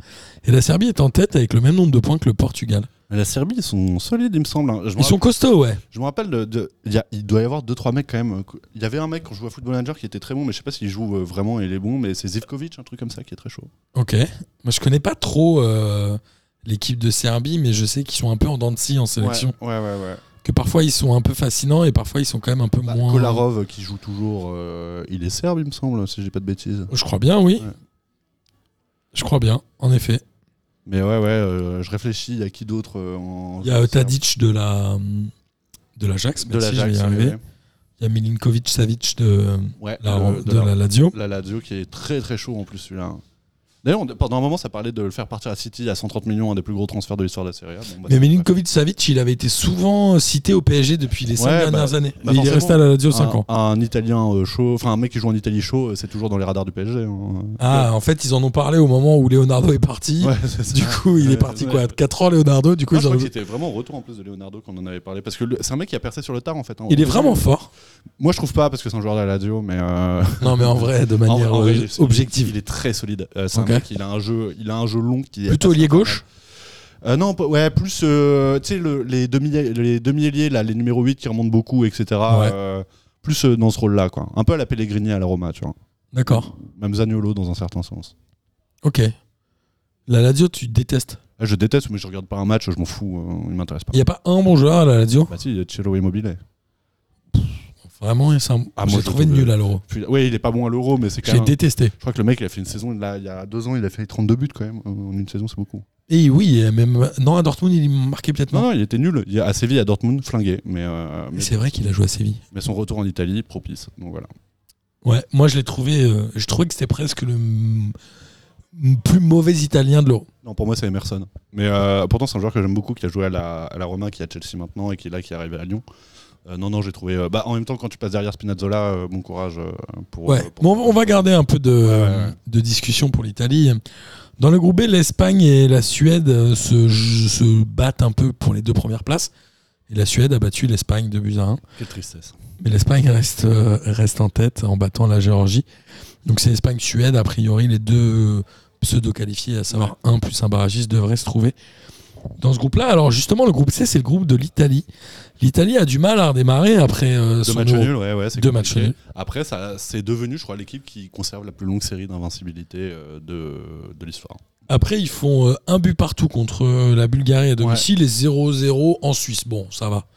Speaker 4: Et la Serbie est en tête avec le même nombre de points que le Portugal.
Speaker 5: La Serbie, ils sont solides, il me semble. hein. Je me
Speaker 4: Ils sont costauds, ouais.
Speaker 5: Je me rappelle, de, de- il y a- il doit y avoir 2-3 mecs quand même. euh, Il y avait un mec quand je jouais à Football Manager qui était très bon, mais je sais pas s'il joue euh, vraiment et il est bon, mais c'est Zivkovic, un truc comme ça qui est très chaud.
Speaker 4: Ok. Moi, je connais pas trop euh, l'équipe de Serbie, mais je sais qu'ils sont un peu en dents de scie en sélection.
Speaker 5: Ouais, ouais, ouais.
Speaker 4: Que parfois, ils sont un peu fascinants et parfois, ils sont quand même un peu
Speaker 5: Bah,
Speaker 4: moins.
Speaker 5: Kolarov euh, qui joue toujours, euh, il est serbe, il me semble, si j'ai pas de bêtises.
Speaker 4: Je crois bien, oui.
Speaker 5: Ouais.
Speaker 4: Je crois bien, en effet.
Speaker 5: Mais ouais, ouais, euh, je réfléchis, il y a qui d'autre euh, en.
Speaker 4: Il y a euh, Tadic de la de l'Ajax,
Speaker 5: de la
Speaker 4: merci, je vais y arriver.
Speaker 5: ouais.
Speaker 4: Il y a Milinkovic Savic de, euh,
Speaker 5: Ouais,
Speaker 4: la,
Speaker 5: le-
Speaker 4: de la Lazio.
Speaker 5: la Lazio qui est très très chaud en plus celui-là. hein. D'ailleurs, on- pendant un moment, ça parlait de le faire partir à City à 130 millions, un des plus gros transferts de l'histoire de la Serie A. Bon, bah,
Speaker 4: Mais
Speaker 5: c'est-
Speaker 4: Milinkovic Savic, il avait été souvent euh, cité au PSG depuis les 5
Speaker 5: Ouais, bah,
Speaker 4: dernières années.
Speaker 5: bah
Speaker 4: Mais il
Speaker 5: forcément,
Speaker 4: est
Speaker 5: Ah.
Speaker 4: resté à la Lazio 5
Speaker 5: un,
Speaker 4: ans.
Speaker 5: un Italien euh, chaud, enfin un mec qui joue en Italie chaud, euh, c'est toujours dans les radars du PSG. hein.
Speaker 4: Ah, en fait, ils en ont parlé au moment où Leonardo est parti.
Speaker 5: Ouais, c'est ça.
Speaker 4: *laughs* Du coup, il
Speaker 5: Ouais,
Speaker 4: est parti
Speaker 5: ouais.
Speaker 4: quoi 4 ans, Leonardo. Du coup,
Speaker 5: Moi, je
Speaker 4: ils en-
Speaker 5: crois que c'était vraiment en retour en plus de Leonardo qu'on en avait parlé parce que le- c'est un mec qui a percé sur le tard en fait. hein.
Speaker 4: il est vraiment fort.
Speaker 5: Moi je trouve pas parce que c'est un joueur de la Lazio mais euh,
Speaker 4: Non, mais en vrai, de
Speaker 5: en-
Speaker 4: manière
Speaker 5: en vrai,
Speaker 4: euh,
Speaker 5: il est solide.
Speaker 4: objective.
Speaker 5: Il est très solide. Euh, c'est
Speaker 4: Ok.
Speaker 5: un mec il a un jeu il a un jeu long qui est
Speaker 4: Plutôt
Speaker 5: assez
Speaker 4: lié gauche.
Speaker 5: Euh, non, p- ouais, plus euh, tu sais le- les demi les demi-ailiers là, les numéros 8 qui remontent beaucoup etc. euh, plus euh, dans ce rôle-là quoi. Un peu à la Pellegrini à la Roma, tu vois.
Speaker 4: D'accord.
Speaker 5: Même Zaniolo dans un certain sens.
Speaker 4: Ok. La Lazio, tu détestes.
Speaker 5: Ah, Je déteste, mais je regarde pas un match, je m'en fous, euh, il m'intéresse pas.
Speaker 4: Il n'y a pas un bon joueur à la Lazio.
Speaker 5: Bah si, il y a Cello Immobile.
Speaker 4: Vraiment, c'est un...
Speaker 5: Ah, moi,
Speaker 4: j'ai
Speaker 5: je
Speaker 4: trouvé
Speaker 5: trouve-
Speaker 4: nul à l'Euro.
Speaker 5: Puis, ouais, il est pas bon à l'euro, mais c'est quand
Speaker 4: J'ai
Speaker 5: même.
Speaker 4: détesté.
Speaker 5: Je crois que le mec, il a fait une saison, il a- il y a deux ans, il a fait 32 buts quand même. euh, En une saison, c'est beaucoup.
Speaker 4: Et oui, euh, même non à Dortmund, il marquait peut-être
Speaker 5: Non,
Speaker 4: non.
Speaker 5: non, il était nul. Il y a, à Séville, à Dortmund, flingué. Mais, euh, mais,
Speaker 4: C'est vrai qu'il a joué à Séville.
Speaker 5: mais son retour en Italie, propice. Donc voilà.
Speaker 4: Ouais, moi je l'ai trouvé. euh, je trouvais que c'était presque le m- m- plus mauvais Italien de l'Euro.
Speaker 5: Non, pour moi, c'est Emerson. Mais euh, pourtant, c'est un joueur que j'aime beaucoup, qui a joué à la, à la Roma, qui est à Chelsea maintenant et qui est là, qui est arrivé à Lyon. Euh, non, non, j'ai trouvé. euh, bah, en même temps, quand tu passes derrière Spinazzola, euh, bon courage euh, pour.
Speaker 4: Ouais.
Speaker 5: euh, pour-
Speaker 4: Bon, on va- on va garder un peu de,
Speaker 5: ouais, ouais.
Speaker 4: de discussion pour l'Italie. Dans le groupe B, l'Espagne et la Suède euh, se, se battent un peu pour les deux premières places. Et la Suède a battu l'Espagne de buts à 1.
Speaker 5: Quelle tristesse.
Speaker 4: Mais l'Espagne reste, euh, reste en tête en battant la Géorgie. Donc c'est Espagne-Suède, a priori, les deux pseudo-qualifiés, à savoir un plus un barragiste, devraient se trouver dans ce groupe-là. Alors justement, le groupe C, c'est le groupe de l'Italie. L'Italie a du mal à redémarrer après euh,
Speaker 5: Deux
Speaker 4: son
Speaker 5: matchs
Speaker 4: Euro.
Speaker 5: nuls, ouais, ouais, c'est
Speaker 4: Deux
Speaker 5: compliqué.
Speaker 4: matchs nuls.
Speaker 5: Après, ça, c'est devenu, je crois, l'équipe qui conserve la plus longue série d'invincibilité euh, de, de l'histoire.
Speaker 4: Après, ils font euh, un but partout contre euh, la Bulgarie à domicile et 0-0 en Suisse. Bon, ça va.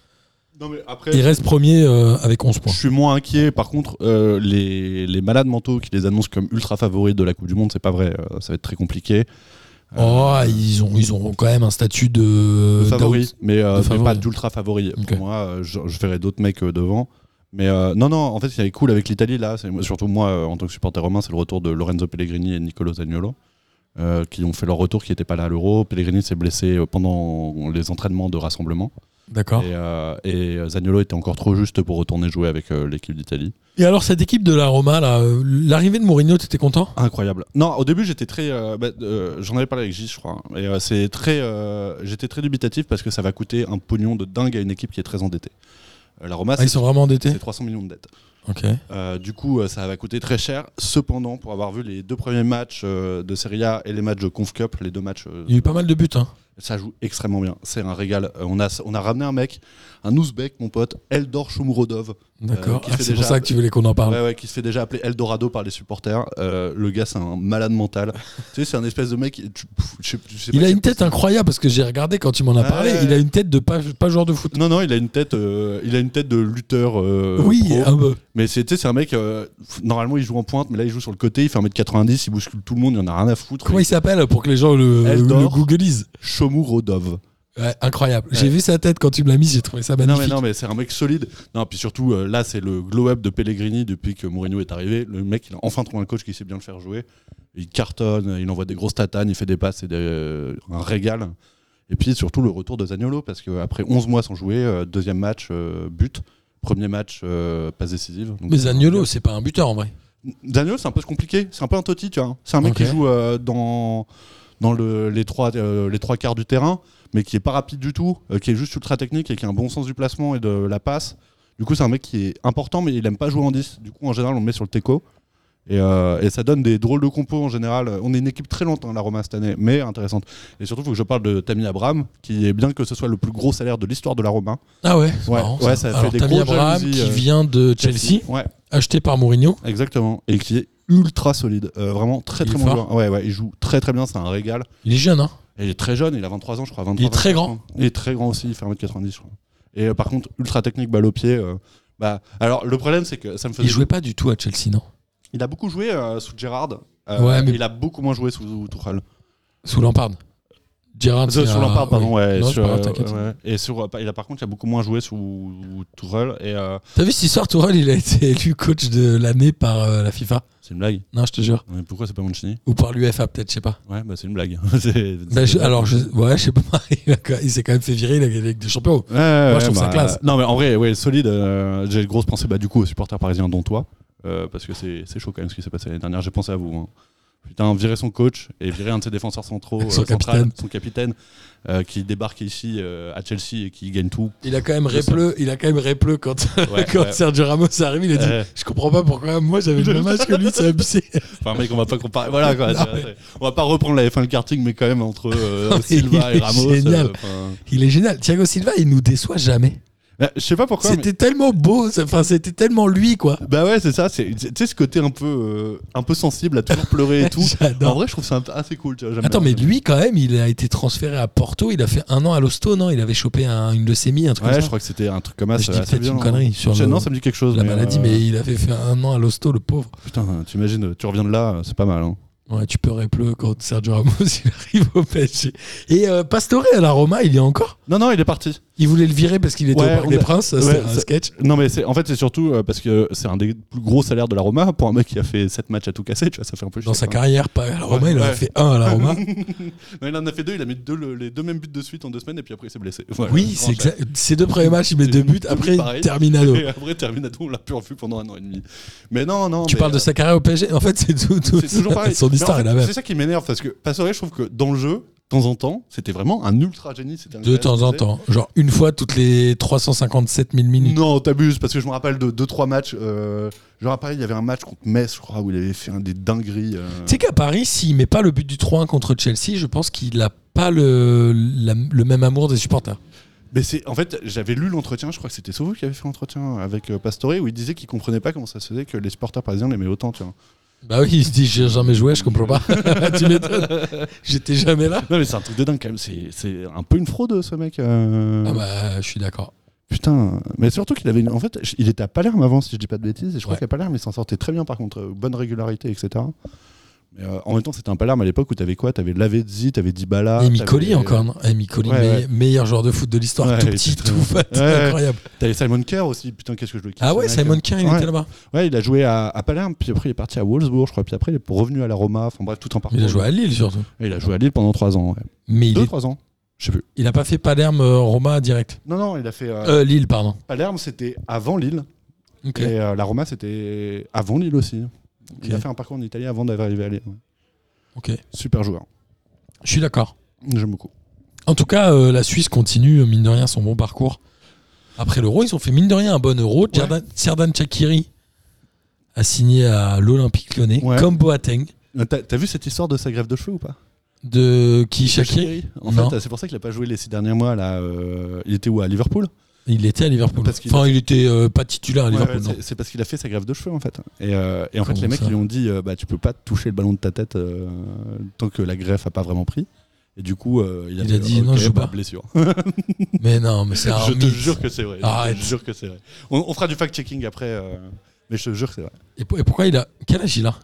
Speaker 5: Non, mais après,
Speaker 4: Ils restent premiers euh, avec 11
Speaker 5: je
Speaker 4: points.
Speaker 5: suis moins inquiet. Par contre, euh, les, les malades mentaux qui les annoncent comme ultra favoris de la Coupe du Monde, c'est pas vrai. Euh, ça va être très compliqué. Euh,
Speaker 4: Oh, ils ont, ils ont quand même un statut de,
Speaker 5: de favoris, mais, euh,
Speaker 4: de
Speaker 5: mais
Speaker 4: favoris.
Speaker 5: pas d'ultra favoris.
Speaker 4: Ok.
Speaker 5: Pour moi, euh, je, je verrais d'autres mecs euh, devant. Mais euh, non, non, en fait, ce qui est cool avec l'Italie, là, c'est moi- surtout moi, euh, en tant que supporter romain, c'est le retour de Lorenzo Pellegrini et Nicolo Zaniolo, euh, qui ont fait leur retour, qui n'étaient pas là à l'Euro. Pellegrini s'est blessé euh, pendant les entraînements de rassemblement.
Speaker 4: D'accord.
Speaker 5: Et, euh, et Zaniolo était encore trop juste pour retourner jouer avec euh, l'équipe d'Italie.
Speaker 4: Et alors, cette équipe de la Roma, là, euh, l'arrivée de Mourinho, t'étais content
Speaker 5: Ah, Incroyable. Non, au début, j'étais très. euh, bah, euh, J'en avais parlé avec Gis, je crois. hein. Et euh, c'est très. euh, j'étais très dubitatif parce que ça va coûter un pognon de dingue à une équipe qui est très endettée. Euh, la Roma,
Speaker 4: Ah, ils
Speaker 5: c'est
Speaker 4: sont vraiment endettés
Speaker 5: c'est 300 millions de dettes.
Speaker 4: Ok.
Speaker 5: Euh, du coup, euh, ça va coûter très cher. Cependant, pour avoir vu les deux premiers matchs euh, de Serie A et les matchs de Conf Cup, les deux matchs, euh,
Speaker 4: Il y a eu pas mal de buts. Hein.
Speaker 5: ça joue extrêmement bien. C'est un régal. Euh, on, a, on a ramené un mec, un Ouzbek, mon pote, Eldor Shomurodov.
Speaker 4: D'accord.
Speaker 5: Euh, qui
Speaker 4: Ah,
Speaker 5: fait
Speaker 4: c'est pour
Speaker 5: déjà-
Speaker 4: ça que tu voulais qu'on en parle.
Speaker 5: Ouais, ouais, qui se fait déjà appeler Eldorado par les supporters. Euh, le gars, c'est un malade
Speaker 4: *laughs*
Speaker 5: mental. tu sais, c'est un espèce de mec. tu- pff, je sais- je sais
Speaker 4: Il
Speaker 5: pas
Speaker 4: a
Speaker 5: si-
Speaker 4: une tête incroyable parce que j'ai regardé quand tu m'en as
Speaker 5: Ah,
Speaker 4: parlé.
Speaker 5: ouais.
Speaker 4: Il a une tête de pas, pas joueur de foot.
Speaker 5: Non, non, il a une tête, euh, il a une tête de lutteur. euh,
Speaker 4: oui, ah, bah,
Speaker 5: pro.
Speaker 4: un peu.
Speaker 5: Mais c'est tu sais, c'est un mec. euh, pff, normalement, il joue en pointe, mais là, il joue sur le côté. Il fait 1m90, il bouscule tout le monde, il en a rien à foutre.
Speaker 4: Comment il s'appelle pour que les gens le, le
Speaker 5: Eldor.
Speaker 4: googlisent
Speaker 5: Chomu Rodov.
Speaker 4: Ouais, Incroyable. J'ai
Speaker 5: Ouais.
Speaker 4: vu sa tête quand tu me l'as mise, j'ai trouvé ça
Speaker 5: Non
Speaker 4: magnifique.
Speaker 5: mais, non, mais c'est un mec solide. Non, puis surtout, euh, là, c'est le glow-up de Pellegrini depuis que Mourinho est arrivé. Le mec, il a enfin trouvé un coach qui sait bien le faire jouer. Il cartonne, il envoie des grosses tatanes, il fait des passes, c'est des- euh, un régal. Et puis surtout, le retour de Zaniolo, parce qu'après 11 mois sans jouer, euh, deuxième match, euh, but. Premier match, euh, passe décisive. Donc,
Speaker 4: Mais Zaniolo, c'est pas un buteur en vrai.
Speaker 5: Daniel, c'est un peu compliqué. C'est un peu un toti, tu vois. C'est un mec
Speaker 4: Ok.
Speaker 5: qui joue euh, dans, dans le- les, trois, euh, les trois quarts du terrain, mais qui est pas rapide du tout, euh, qui est juste ultra technique et qui a un bon sens du placement et de la passe. Du coup, c'est un mec qui est important, mais il aime pas jouer en 10. Du coup, en général, on le met sur le teco. Et, euh, et ça donne des drôles de compos en général. On est une équipe très lente, hein, la Roma, cette année, mais intéressante. Et surtout, il faut que je parle de Tammy Abraham, qui est bien que ce soit le plus gros salaire de l'histoire de la Roma.
Speaker 4: Ah ouais, c'est
Speaker 5: Ouais,
Speaker 4: marrant,
Speaker 5: ouais, ça fait
Speaker 4: Alors,
Speaker 5: des
Speaker 4: Tammy
Speaker 5: grosses
Speaker 4: Abraham
Speaker 5: jalousies,
Speaker 4: qui
Speaker 5: euh,
Speaker 4: vient de Chelsea,
Speaker 5: Ouais,
Speaker 4: acheté par Mourinho.
Speaker 5: exactement. Et qui est ultra solide. Euh, vraiment très,
Speaker 4: Il
Speaker 5: très
Speaker 4: est
Speaker 5: bon
Speaker 4: fort.
Speaker 5: joueur. Ouais, ouais, il joue très, très bien. C'est un régal.
Speaker 4: Il est jeune, hein
Speaker 5: Et il est très jeune, il a 23 ans, je crois. 23,
Speaker 4: Il est très
Speaker 5: 24 ans. Il est très grand aussi, il fait 1m90, je crois. Et euh, par contre, ultra technique, balle au pied. euh, bah, alors, le problème, c'est que ça me faisait.
Speaker 4: Il jouait pas du tout à Chelsea, non
Speaker 5: il a beaucoup joué euh, sous Gerrard. euh,
Speaker 4: Ouais, mais-
Speaker 5: Il a beaucoup moins joué sous Tuchel.
Speaker 4: Sous Lampard. Ah, Gerrard,
Speaker 5: Sur
Speaker 4: c'est un-
Speaker 5: Lampard, pardon.
Speaker 4: oui.
Speaker 5: ouais,
Speaker 4: Non, c'est
Speaker 5: sur,
Speaker 4: pas grave,
Speaker 5: euh,
Speaker 4: t'inquiète.
Speaker 5: ouais. Et sur, euh, il a, par contre, il a beaucoup moins joué sous Tuchel. Et euh,
Speaker 4: T'as vu cette histoire, Tourelle, il a été élu coach de l'année par euh, la FIFA.
Speaker 5: c'est une blague.
Speaker 4: Non, je te jure.
Speaker 5: Mais pourquoi c'est pas Mancini
Speaker 4: Ou par l'UFA, peut-être, je sais pas.
Speaker 5: Ouais, bah, c'est une blague. *laughs* C'est-
Speaker 4: Bah, je-
Speaker 5: c'est-
Speaker 4: alors, je, ouais, je sais pas. *laughs* Il, a quand- il s'est quand même fait virer, il a gagné avec des champions.
Speaker 5: Ouais, ouais, bah,
Speaker 4: je trouve ça classe.
Speaker 5: Non, mais en vrai, ouais, solide. euh, j'ai grosse pensée, bah, du coup, aux supporters parisiens, dont toi, euh, parce que c'est c'est chaud quand même ce qui s'est passé l'année dernière. J'ai pensé à vous. hein. Putain, virer son coach et virer un de ses défenseurs
Speaker 4: *laughs*
Speaker 5: centraux,
Speaker 4: Son
Speaker 5: euh, central,
Speaker 4: capitaine.
Speaker 5: son capitaine, euh, qui débarque ici euh, à Chelsea et qui gagne
Speaker 4: *laughs*
Speaker 5: tout.
Speaker 4: Il a quand même
Speaker 5: Je sais.
Speaker 4: répleu, il a quand même répleu quand, *laughs*
Speaker 5: Ouais,
Speaker 4: quand
Speaker 5: ouais.
Speaker 4: Sergio Ramos est arrivé, il a dit
Speaker 5: Ouais.
Speaker 4: Je comprends pas pourquoi moi j'avais le même âge que lui, c'est
Speaker 5: *laughs*
Speaker 4: abusé.
Speaker 5: Enfin, mec, on va pas comparer. Voilà, quoi.
Speaker 4: *laughs* Non,
Speaker 5: tu vois,
Speaker 4: mais-
Speaker 5: c'est- On va pas reprendre la F1 le karting, mais quand même, entre euh,
Speaker 4: *laughs* Non, mais
Speaker 5: Silva
Speaker 4: il
Speaker 5: et
Speaker 4: est
Speaker 5: Ramos. euh,
Speaker 4: génial.
Speaker 5: enfin,
Speaker 4: Il est génial. Thiago Silva, il nous déçoit jamais.
Speaker 5: bah, Je sais pas pourquoi. mais-
Speaker 4: C'était tellement beau, ça- enfin, c'était tellement lui, quoi.
Speaker 5: Bah ouais, c'est ça. c'est- Tu sais, ce côté un peu, euh, un peu sensible à toujours pleurer et
Speaker 4: *laughs*
Speaker 5: tout. En
Speaker 4: J'adore.
Speaker 5: vrai, je trouve ça un- assez cool. Tu vois, j'aime
Speaker 4: Attends,
Speaker 5: bien.
Speaker 4: mais lui, quand même, il a été transféré à Porto. Il a fait un an à l'hosto, non Il avait chopé un- une leucémie, un truc
Speaker 5: Ouais,
Speaker 4: comme
Speaker 5: je
Speaker 4: ça.
Speaker 5: crois que c'était un truc comme ça.
Speaker 4: Je dis
Speaker 5: assez
Speaker 4: peut-être
Speaker 5: violent.
Speaker 4: une connerie sur
Speaker 5: Je-
Speaker 4: le-
Speaker 5: hein. Non, ça me dit quelque chose.
Speaker 4: La
Speaker 5: mais,
Speaker 4: maladie,
Speaker 5: euh,
Speaker 4: mais il avait fait un an à l'hosto, le pauvre.
Speaker 5: Putain, t'imagines, tu reviens de là, euh, c'est pas mal. hein.
Speaker 4: Ouais, tu peux pleu quand Sergio Ramos *laughs* il arrive au PSG. Et euh, Pastore à la Roma, il y est encore.
Speaker 5: Non, non, il est parti.
Speaker 4: Il voulait le virer parce qu'il était
Speaker 5: Ouais,
Speaker 4: au Parc
Speaker 5: on
Speaker 4: des
Speaker 5: a-
Speaker 4: Princes.
Speaker 5: ouais,
Speaker 4: c'est un
Speaker 5: ça-
Speaker 4: sketch.
Speaker 5: Non, mais c'est- en fait, c'est surtout euh, parce que c'est un des plus gros salaires de la Roma pour un mec qui a fait 7 matchs à tout casser. Tu vois, ça fait un peu
Speaker 4: Dans
Speaker 5: chier,
Speaker 4: sa
Speaker 5: quoi.
Speaker 4: carrière, pas à la Roma,
Speaker 5: Ouais,
Speaker 4: il en a
Speaker 5: ouais.
Speaker 4: fait un
Speaker 5: *laughs*
Speaker 4: à la Roma.
Speaker 5: Non, il en a fait deux, il a mis deux, le- les deux mêmes buts de suite en deux semaines et puis après il s'est blessé. Voilà,
Speaker 4: oui,
Speaker 5: grand
Speaker 4: c'est
Speaker 5: chef.
Speaker 4: exact.
Speaker 5: *laughs*
Speaker 4: Ses deux premiers matchs, il met
Speaker 5: Il
Speaker 4: deux
Speaker 5: met
Speaker 4: buts.
Speaker 5: deux buts
Speaker 4: Après,
Speaker 5: pareil. *laughs*
Speaker 4: terminado.
Speaker 5: Et après, Terminado, on l'a plus revu pendant un an et demi. Mais non, non.
Speaker 4: Tu
Speaker 5: mais,
Speaker 4: parles de
Speaker 5: euh,
Speaker 4: sa carrière au PSG. En fait, c'est tout. tout
Speaker 5: C'est toujours pareil.
Speaker 4: *laughs* Son
Speaker 5: Mais en
Speaker 4: histoire
Speaker 5: fait,
Speaker 4: est la même.
Speaker 5: C'est ça qui m'énerve parce que Pastore, je trouve que dans le jeu, de temps en temps, c'était vraiment un ultra génie. c'était un
Speaker 4: De
Speaker 5: gars,
Speaker 4: temps en
Speaker 5: tu sais.
Speaker 4: temps. Genre une fois toutes les 357 000 minutes.
Speaker 5: Non, t'abuses, parce que je me rappelle de 2-3 matchs. euh, genre à Paris, il y avait un match contre Metz, je crois, où il avait fait un des dingueries. euh.
Speaker 4: Tu sais qu'à Paris, s'il met pas le but du 3-1 contre Chelsea, je pense qu'il n'a pas le, la- le même amour des supporters.
Speaker 5: Mais c'est, en fait, j'avais lu l'entretien, je crois que c'était Sauveau qui avait fait l'entretien avec euh, Pastore, où il disait qu'il comprenait pas comment ça se faisait que les supporters parisiens l'aimaient autant, tu vois.
Speaker 4: Bah oui, il se dit j'ai jamais joué, je comprends pas. *laughs* tu m'étonnes. J'étais jamais là.
Speaker 5: Non, mais c'est un truc de dingue quand même, c'est, c'est un peu une fraude ce mec. euh.
Speaker 4: Ah bah je suis d'accord.
Speaker 5: Putain, mais surtout qu'il avait une. En fait, j- il était à Palerme avant, si je dis pas de bêtises, et je crois
Speaker 4: Ouais.
Speaker 5: qu'à Palerme, il s'en sortait très bien par contre, euh, bonne régularité, etc. Mais euh, en même temps, c'était un Palerme à l'époque où t'avais quoi T'avais Lavezzi, t'avais Dybala.
Speaker 4: Amy Colli
Speaker 5: t'avais-
Speaker 4: encore, non Amy Colli,
Speaker 5: Ah, Ouais,
Speaker 4: me-
Speaker 5: ouais.
Speaker 4: meilleur joueur de foot de l'histoire,
Speaker 5: Ouais,
Speaker 4: tout
Speaker 5: il
Speaker 4: petit,
Speaker 5: était très
Speaker 4: tout
Speaker 5: bon.
Speaker 4: fat,
Speaker 5: Ouais.
Speaker 4: incroyable.
Speaker 5: T'avais Simon Kerr aussi, putain, qu'est-ce que je le kiffe.
Speaker 4: Ah
Speaker 5: ce
Speaker 4: ouais,
Speaker 5: mec. hein.
Speaker 4: Simon Kerr, il
Speaker 5: Ouais.
Speaker 4: était là-bas.
Speaker 5: Ouais, il a joué à, à Palerme, puis après il est parti à Wolfsburg, je crois, puis après il est revenu à la Roma, enfin bref, tout en parcours.
Speaker 4: Il a joué à Lille surtout.
Speaker 5: Et il a joué à Lille pendant 3 ans. Ouais.
Speaker 4: Mais il,
Speaker 5: 2
Speaker 4: est-
Speaker 5: 3 ans Je sais plus.
Speaker 4: il a pas fait Palerme euh, Roma direct.
Speaker 5: Non, non, il a fait. euh,
Speaker 4: Euh, Lille, pardon.
Speaker 5: Palerme, c'était avant Lille,
Speaker 4: Ok.
Speaker 5: et euh, la Roma, c'était avant Lille aussi. Il a
Speaker 4: Ok.
Speaker 5: fait un parcours en Italie avant d'arriver à Lille. ouais.
Speaker 4: Ok.
Speaker 5: Super joueur.
Speaker 4: Je suis d'accord.
Speaker 5: J'aime beaucoup.
Speaker 4: En tout cas, euh, la Suisse continue, euh, mine de rien, son bon parcours. Après l'euro, ils ont fait, mine de rien, un bon euro. Cerdan Serdan Chakiri a signé à l'Olympique lyonnais,
Speaker 5: Ouais.
Speaker 4: comme Boateng,
Speaker 5: Euh, T'as t'as vu cette histoire de sa grève de cheveux ou pas
Speaker 4: de qui Shaqiri
Speaker 5: Shaqiri. En
Speaker 4: Non.
Speaker 5: fait, c'est pour ça qu'il a pas joué les six derniers mois. Là, euh, il était où à Liverpool
Speaker 4: Il était à Liverpool.
Speaker 5: Parce qu'il
Speaker 4: enfin, il était euh, pas titulaire à Liverpool.
Speaker 5: Ouais,
Speaker 4: non.
Speaker 5: c'est- C'est parce qu'il a fait sa grève de cheveux en fait. Et, euh, et en fait,
Speaker 4: Comment
Speaker 5: les mecs
Speaker 4: ça
Speaker 5: ils lui ont dit euh, bah tu peux pas toucher le ballon de ta tête euh, tant que la greffe a pas vraiment pris. Et du coup, euh, il,
Speaker 4: Il a dit,
Speaker 5: ok,
Speaker 4: non, je joue
Speaker 5: bah,
Speaker 4: pas.
Speaker 5: Blessure.
Speaker 4: mais non, mais c'est un
Speaker 5: *laughs* je te
Speaker 4: mythe.
Speaker 5: jure que c'est vrai. Je
Speaker 4: Arrête.
Speaker 5: te jure que c'est vrai. On, on fera du fact-checking après, euh, mais je te jure que c'est vrai.
Speaker 4: Et, pour- et pourquoi il a. Quel âge il a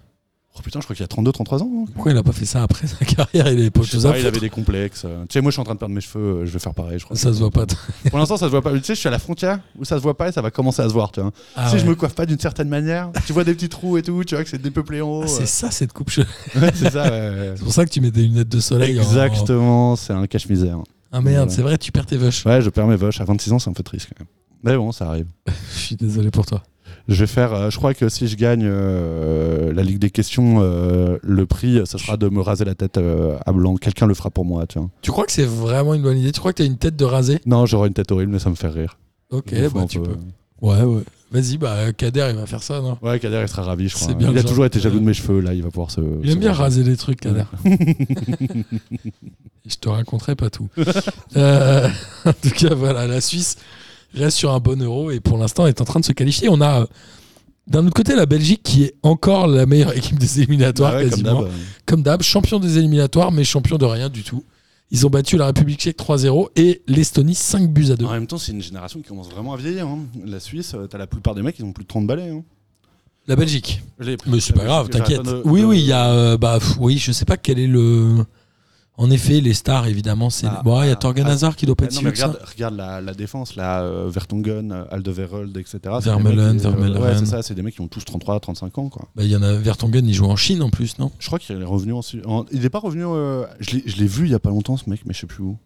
Speaker 5: Oh putain, je crois qu'il a 32, 33 ans. hein.
Speaker 4: Pourquoi il a pas fait ça après sa *laughs* carrière Il est pas
Speaker 5: Je sais
Speaker 4: chose à
Speaker 5: pas, il
Speaker 4: foutre.
Speaker 5: avait des complexes. euh. Tu sais, moi, je suis en train de perdre mes cheveux. euh, Je vais faire pareil, je crois.
Speaker 4: Ça se voit pas.
Speaker 5: Pour l'instant, ça se voit pas. Tu sais, je suis à la frontière où ça se voit pas et ça va commencer à se voir. Tu vois.
Speaker 4: Ah
Speaker 5: si je
Speaker 4: ouais.
Speaker 5: me coiffe pas d'une certaine manière, tu vois des petits trous et tout, tu vois que c'est dépeuplé en haut.
Speaker 4: Ah,
Speaker 5: euh.
Speaker 4: c'est ça cette coupe. *laughs* cheveux.
Speaker 5: Ouais, *laughs* c'est ça, ouais, ouais, ouais.
Speaker 4: C'est pour ça que tu mets des lunettes de
Speaker 5: hein.
Speaker 4: soleil. en-
Speaker 5: Exactement, c'est un cache-misère.
Speaker 4: Ah merde,
Speaker 5: Voilà.
Speaker 4: c'est vrai, tu perds tes vaches.
Speaker 5: Ouais, je perds mes vaches. À 26 ans, c'est un peu triste quand même. Mais bon, ça arrive.
Speaker 4: Je suis désolé pour toi.
Speaker 5: Je vais faire. euh, je crois que si je gagne euh, la Ligue des questions, euh, le prix, ça sera de me raser la tête euh, à blanc. Quelqu'un le fera pour moi, tiens.
Speaker 4: Tu crois que c'est vraiment une bonne idée Tu crois que t'as une tête de rasé
Speaker 5: Non, j'aurai une tête horrible, mais ça me fait rire.
Speaker 4: Ok,
Speaker 5: Des fois,
Speaker 4: bah
Speaker 5: on
Speaker 4: tu
Speaker 5: peut-
Speaker 4: peux. Ouais, ouais. Vas-y, bah euh, Kader, il va faire ça, non
Speaker 5: Ouais, Kader, il sera ravi, je crois.
Speaker 4: C'est bien
Speaker 5: il a
Speaker 4: le
Speaker 5: toujours
Speaker 4: genre.
Speaker 5: été jaloux de mes cheveux, là, il va pouvoir se.
Speaker 4: Il aime
Speaker 5: se
Speaker 4: bien
Speaker 5: venger.
Speaker 4: raser les trucs, Kader.
Speaker 5: *laughs*
Speaker 4: Et je te raconterai pas tout. *laughs* Euh, en tout cas, voilà, la Suisse reste sur un bon euro et pour l'instant est en train de se qualifier. On a euh, d'un autre côté la Belgique qui est encore la meilleure *laughs* équipe des éliminatoires,
Speaker 5: Ah ouais, comme
Speaker 4: quasiment.
Speaker 5: d'hab.
Speaker 4: Comme d'hab, champion des éliminatoires, mais champion de rien du tout. Ils ont battu la République tchèque 3-0 et l'Estonie 5 buts à 2.
Speaker 5: En même temps, c'est une génération qui commence vraiment à vieillir. hein. La Suisse, euh, t'as la plupart des mecs, ils ont plus de 30 balais. Hein.
Speaker 4: La Belgique.
Speaker 5: Les-
Speaker 4: Mais c'est pas
Speaker 5: la
Speaker 4: grave,
Speaker 5: Belgique,
Speaker 4: t'inquiète.
Speaker 5: enfin, Euh, de-
Speaker 4: Oui,
Speaker 5: de-
Speaker 4: oui, il y a. euh, bah, pff, oui, je sais pas quel est le. En effet, les stars, évidemment, c'est.
Speaker 5: Ah,
Speaker 4: bon, il y a
Speaker 5: ah,
Speaker 4: Torgan
Speaker 5: ah,
Speaker 4: Hazard qui doit
Speaker 5: Ah,
Speaker 4: pas être
Speaker 5: non,
Speaker 4: si
Speaker 5: mais
Speaker 4: vieux que ça.
Speaker 5: regarde, regarde la, la défense, là, euh, Vertonghen, euh, Alderweireld, etc. C'est des
Speaker 4: Vermeulen,
Speaker 5: mecs qui- euh,
Speaker 4: Vermeulen.
Speaker 5: Ouais, c'est ça, c'est des mecs qui ont tous 33, 35 ans, quoi.
Speaker 4: Bah, Il y en a. Vertonghen, il joue en Chine en plus, non
Speaker 5: Je crois qu'il est revenu en, Su- en- Il n'est pas revenu. euh, Je l'ai- je l'ai vu il y a pas longtemps, ce mec, mais je sais plus où.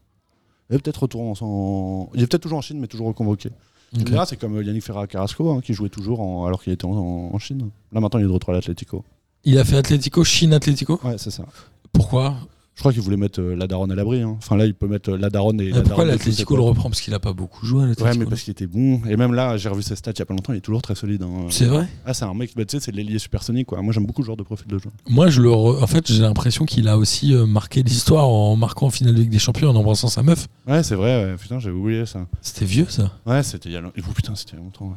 Speaker 5: Il est peut-être retourné en- en. Il est peut-être toujours en Chine, mais toujours reconvoqué. Tu me
Speaker 4: Ok.
Speaker 5: diras, c'est comme euh, Yannick Ferra Carrasco, hein, qui jouait toujours en- alors qu'il était en, en Chine. Là, maintenant, il est de retour à l'Atlético.
Speaker 4: Il a fait Atlético, Chine Atlético
Speaker 5: Ouais, c'est ça.
Speaker 4: Pourquoi
Speaker 5: Je crois qu'il voulait mettre euh, la daronne à l'abri. hein. Enfin, là, il peut mettre euh, la daronne et
Speaker 4: Ah,
Speaker 5: la
Speaker 4: Pourquoi
Speaker 5: daronne de
Speaker 4: l'Atlético le
Speaker 5: tous,
Speaker 4: reprend Parce qu'il a pas beaucoup joué à
Speaker 5: c'est pas- Ouais,
Speaker 4: l'Atlético.
Speaker 5: mais parce qu'il était bon. Et même là, j'ai revu ses stats il y a pas longtemps, il est toujours très solide. hein.
Speaker 4: C'est vrai
Speaker 5: Ah, c'est un mec, bah, tu sais, c'est l'ailier supersonique, quoi. Moi, j'aime beaucoup ce genre de profil de jeu.
Speaker 4: Moi, je le re- en fait, j'ai l'impression qu'il a aussi euh, marqué l'histoire en marquant en finale de Ligue des Champions, en embrassant sa meuf.
Speaker 5: Ouais, c'est vrai, ouais. putain, j'avais oublié ça.
Speaker 4: C'était vieux, ça.
Speaker 5: Ouais, c'était il y a longtemps. putain, c'était il y a longtemps, ouais.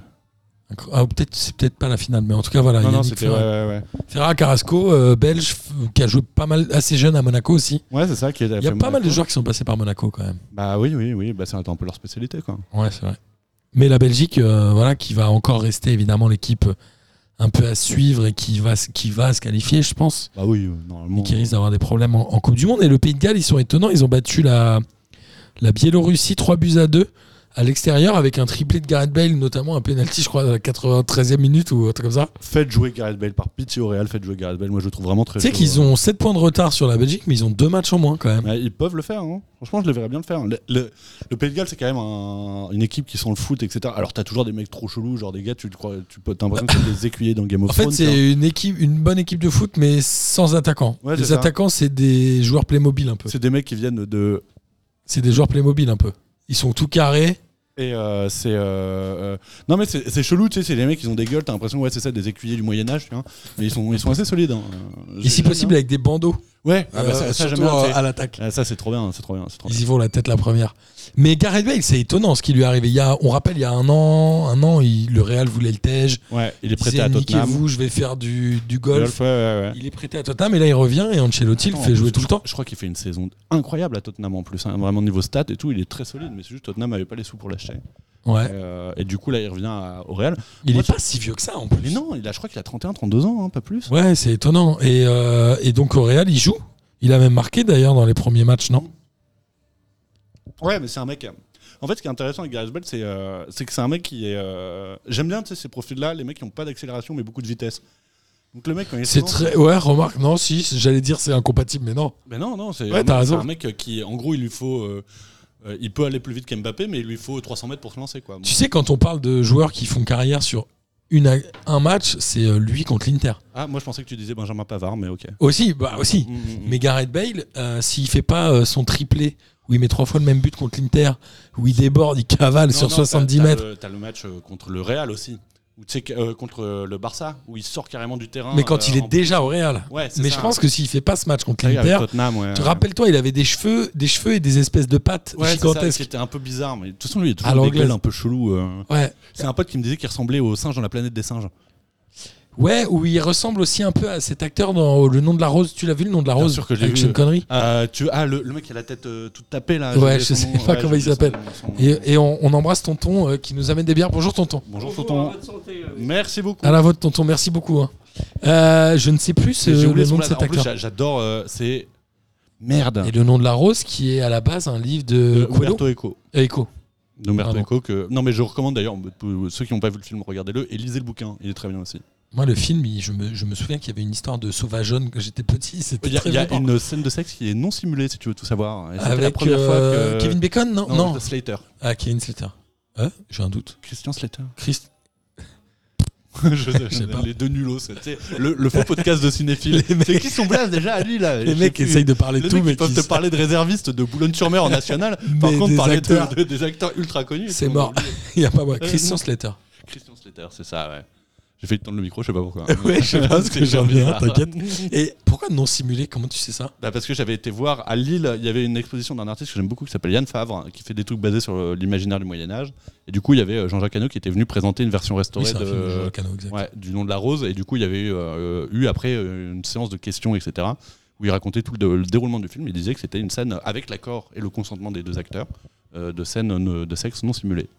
Speaker 4: Incro- Ah, peut-être, c'est peut-être pas la finale, mais en tout cas, voilà.
Speaker 5: non, non,
Speaker 4: Yannick
Speaker 5: c'était. Ouais,
Speaker 4: Ferrer.
Speaker 5: ouais, ouais.
Speaker 4: Ferra Carrasco, euh, belge, f- qui a joué pas mal, assez jeune à Monaco aussi.
Speaker 5: Ouais, c'est ça qui est.
Speaker 4: Il y a pas mal de joueurs qui sont passés par Monaco quand même.
Speaker 5: Bah oui, oui, oui, bah, c'est un peu leur spécialité, quoi.
Speaker 4: Ouais, c'est vrai. Mais la Belgique, euh, voilà, qui va encore rester évidemment l'équipe euh, un peu à suivre et qui va, se- qui va se qualifier, je pense,
Speaker 5: Bah oui, euh,
Speaker 4: et
Speaker 5: normalement.
Speaker 4: qui risque d'avoir des problèmes en, en Coupe du Monde. Et le Pays de Galles, ils sont étonnants. Ils ont battu la, la Biélorussie 3 buts à 2 à l'extérieur avec un triplé de Gareth Bale, notamment un penalty, je crois, à la 93e minute ou un truc comme ça.
Speaker 5: Faites jouer Gareth Bale par pitié au Real, faites jouer Gareth Bale. Moi, je le trouve vraiment très.
Speaker 4: Tu sais
Speaker 5: chaud,
Speaker 4: qu'ils
Speaker 5: euh.
Speaker 4: ont 7 points de retard sur la Belgique, mais ils ont deux matchs en moins quand même.
Speaker 5: Ouais, ils peuvent le faire. hein. Franchement, je les verrais bien le faire. Le, le- le Pays de Galles, c'est quand même un- une équipe qui sent le foot, etc. Alors, t'as toujours des mecs trop chelous, genre des gars, tu te crois, tu peux, t'as l'impression que c'est des écuyers dans Game of
Speaker 4: En fait,
Speaker 5: Thrones. tu vois.
Speaker 4: c'est une équipe, une bonne équipe de foot, mais sans attaquants.
Speaker 5: hein. Ouais, c'est
Speaker 4: les
Speaker 5: ça.
Speaker 4: attaquants, c'est des joueurs Playmobil un peu.
Speaker 5: C'est des mecs qui viennent de.
Speaker 4: C'est des joueurs Playmobil un peu. Ils sont tout carrés.
Speaker 5: Et euh, c'est. euh, euh, Non, mais c'est c'est chelou, tu sais, c'est des mecs qui ont des gueules, t'as l'impression, ouais, c'est ça, des écuyers du Moyen-Âge, tu vois. Mais ils sont, ils sont assez solides. hein. Euh,
Speaker 4: Et si
Speaker 5: j'aime
Speaker 4: possible
Speaker 5: bien.
Speaker 4: avec des bandeaux.
Speaker 5: Ouais, ah bah,
Speaker 4: Euh,
Speaker 5: ça, ça, j'aime
Speaker 4: surtout
Speaker 5: bien,
Speaker 4: euh,
Speaker 5: tu sais.
Speaker 4: à l'attaque.
Speaker 5: Ah, ça, c'est trop bien, c'est trop bien. c'est trop bien.
Speaker 4: Ils y vont la tête la première. Mais Gareth Bale, c'est étonnant ce qui lui est arrivé. Il y a, on rappelle, il y a un an, un an, il- le Real voulait le Tej.
Speaker 5: Ouais, il est
Speaker 4: Il
Speaker 5: prêté
Speaker 4: disait,
Speaker 5: à Tottenham.
Speaker 4: Niquez-vous, je vais faire du, du golf.
Speaker 5: Golf, Ah, ouais, ouais, ouais.
Speaker 4: Il est prêté à Tottenham et là il revient et Ancelotti le
Speaker 5: Attends,
Speaker 4: fait
Speaker 5: en
Speaker 4: jouer
Speaker 5: plus,
Speaker 4: tout le
Speaker 5: je crois-
Speaker 4: temps.
Speaker 5: Je crois qu'il fait une saison incroyable à Tottenham en plus. hein. Vraiment niveau stats et tout, il est très solide. Mais c'est juste Tottenham n'avait pas les sous pour l'acheter.
Speaker 4: Ouais.
Speaker 5: Euh, et du coup, là, il revient à- au Real.
Speaker 4: Il
Speaker 5: Moi,
Speaker 4: est
Speaker 5: je-
Speaker 4: pas si vieux que ça en
Speaker 5: Mais
Speaker 4: plus.
Speaker 5: non, il a, je crois qu'il a 31, 32 ans, hein, pas plus.
Speaker 4: Ouais, c'est étonnant. Et, euh, et donc au Real, il joue. Il a même marqué d'ailleurs dans les premiers matchs, non
Speaker 5: Ouais, mais c'est un mec. euh, En fait, ce qui est intéressant avec Gareth Bale, c'est euh, c'est que c'est un mec qui est. euh, J'aime bien tu sais, ces profils-là, les mecs qui n'ont pas d'accélération mais beaucoup de vitesse. Donc le mec, quand il se
Speaker 4: C'est
Speaker 5: lance-
Speaker 4: très. Ouais, remarque, non, si, j'allais dire c'est incompatible, mais non.
Speaker 5: Mais non, non, c'est
Speaker 4: Ouais, t'as
Speaker 5: c'est
Speaker 4: raison.
Speaker 5: un mec euh, qui, en gros, il lui faut. euh, euh, il peut aller plus vite qu'Mbappé, mais il lui faut 300 mètres pour se lancer. Quoi.
Speaker 4: Tu sais, quand on parle de joueurs qui font carrière sur une, a- un match, c'est euh, lui contre l'Inter.
Speaker 5: Ah, moi je pensais que tu disais Benjamin Pavard, mais ok.
Speaker 4: Aussi, bah aussi.
Speaker 5: Mm, mm, mm.
Speaker 4: Mais Gareth Bale, euh, s'il fait pas euh, son triplé, où il met trois fois le même but contre l'Inter, où il déborde, il cavale
Speaker 5: Non,
Speaker 4: sur
Speaker 5: non, t'as-
Speaker 4: 70
Speaker 5: t'as
Speaker 4: mètres.
Speaker 5: le- T'as le match euh, contre le Real aussi, ou tu sais que, euh, contre euh, le Barça, où il sort carrément du terrain.
Speaker 4: Mais quand
Speaker 5: euh,
Speaker 4: il est
Speaker 5: en-
Speaker 4: déjà au Real.
Speaker 5: Ouais, c'est
Speaker 4: Mais
Speaker 5: ça. Ah
Speaker 4: je pense que s'il fait pas ce match contre
Speaker 5: Avec
Speaker 4: l'Inter,
Speaker 5: Tottenham, ouais.
Speaker 4: tu rappelles-toi, il avait des cheveux, des cheveux et des espèces de pattes
Speaker 5: Ouais, c'est ça,
Speaker 4: gigantesques.
Speaker 5: c'était un peu bizarre, mais de toute façon, lui, il est
Speaker 4: À Ah.
Speaker 5: toujours des
Speaker 4: l'anglaise.
Speaker 5: gueules un peu chelou. euh.
Speaker 4: Ouais.
Speaker 5: C'est un pote qui me disait qu'il ressemblait au singe dans la planète des singes.
Speaker 4: ouais, où il ressemble aussi un peu à cet acteur dans Le nom de la rose. Tu l'as vu, Le nom de la
Speaker 5: Bien
Speaker 4: rose
Speaker 5: sûr que je l'ai
Speaker 4: Avec
Speaker 5: vu.
Speaker 4: Sean Connery.
Speaker 5: Euh, tu... Ah, le, le mec qui a la tête euh, toute tapée là. j'ai
Speaker 4: Ouais,
Speaker 5: oublié
Speaker 4: je
Speaker 5: son
Speaker 4: sais
Speaker 5: nom,
Speaker 4: pas comment
Speaker 5: j'ai
Speaker 4: il
Speaker 5: oublié
Speaker 4: s'appelle.
Speaker 5: son- son-
Speaker 4: Et, et on, on embrasse Tonton euh, qui nous amène des bières. Bonjour Tonton.
Speaker 5: Bonjour, tonton. Merci beaucoup.
Speaker 4: À la vôtre, Tonton. Merci beaucoup. hein. Euh, je ne sais plus ce-
Speaker 5: J'ai oublié
Speaker 4: le
Speaker 5: son
Speaker 4: nom de
Speaker 5: blaze.
Speaker 4: cet
Speaker 5: En plus,
Speaker 4: acteur.
Speaker 5: j'a- j'adore. euh, c'est. Merde.
Speaker 4: Et le nom de la rose qui est à la base un livre de
Speaker 5: Euh,
Speaker 4: Coelho.
Speaker 5: Umberto Eco.
Speaker 4: Euh, Eco.
Speaker 5: D'Umberto
Speaker 4: Pardon.
Speaker 5: Eco que non mais je recommande d'ailleurs pour ceux qui n'ont pas vu le film regardez-le et lisez le bouquin il est très bien aussi
Speaker 4: Moi, le film, il- je, me, je me souviens qu'il y avait une histoire de sauvageonne quand j'étais petit. C'était
Speaker 5: il y a,
Speaker 4: très
Speaker 5: il y a
Speaker 4: violent.
Speaker 5: une scène de sexe qui est non simulée si tu veux tout savoir Et c'était la
Speaker 4: Avec
Speaker 5: première
Speaker 4: euh,
Speaker 5: fois que
Speaker 4: Kevin Bacon Non, non.
Speaker 5: Slater
Speaker 4: Ah, Kevin Slater. Hein J'ai un doute.
Speaker 5: Christian Slater
Speaker 4: Christ. *laughs*
Speaker 5: je sais,
Speaker 4: sais pas.
Speaker 5: Les deux nulos, tu sais, le, le faux podcast de cinéphile. C'est qui son blaze déjà à lui là
Speaker 4: Les mecs essayent de parler de
Speaker 5: Les
Speaker 4: tout,
Speaker 5: mecs
Speaker 4: mais
Speaker 5: qui peuvent
Speaker 4: qui
Speaker 5: te parler de réservistes de Boulogne-sur-Mer en
Speaker 4: *laughs*
Speaker 5: national, par
Speaker 4: Mais
Speaker 5: contre
Speaker 4: des
Speaker 5: parler de-
Speaker 4: acteurs.
Speaker 5: de- des acteurs ultra connus.
Speaker 4: C'est
Speaker 5: on
Speaker 4: mort.
Speaker 5: oublie.
Speaker 4: *laughs* Il n'y a pas moi.
Speaker 5: Euh,
Speaker 4: Christian
Speaker 5: non.
Speaker 4: Slater.
Speaker 5: Christian Slater, c'est ça, ouais. J'ai fait tendre le micro, je sais pas pourquoi.
Speaker 4: *laughs* Ouais, je sais pas ce
Speaker 5: C'est
Speaker 4: que j'en
Speaker 5: genre
Speaker 4: viens,
Speaker 5: bizarre.
Speaker 4: t'inquiète. Et pourquoi non simulé Comment tu sais ça
Speaker 5: Bah, parce que j'avais été voir à Lille, il y avait une exposition d'un artiste que j'aime beaucoup qui s'appelle Yann Favre, hein, qui fait des trucs basés sur euh, l'imaginaire du Moyen-Âge. Et du coup, il y avait euh, Jean-Jacques Hano qui était venu présenter une version
Speaker 4: Oui,
Speaker 5: restaurée
Speaker 4: c'est un
Speaker 5: de-
Speaker 4: film de Joël Cano, exact.
Speaker 5: Ouais, du nom de la rose. Et du coup, il y avait eu, euh, eu après euh, une séance de questions, etc., où il racontait tout le, dé- le déroulement du film. Il disait que c'était une scène avec l'accord et le consentement des deux acteurs euh, de scène euh, de sexe non simulé.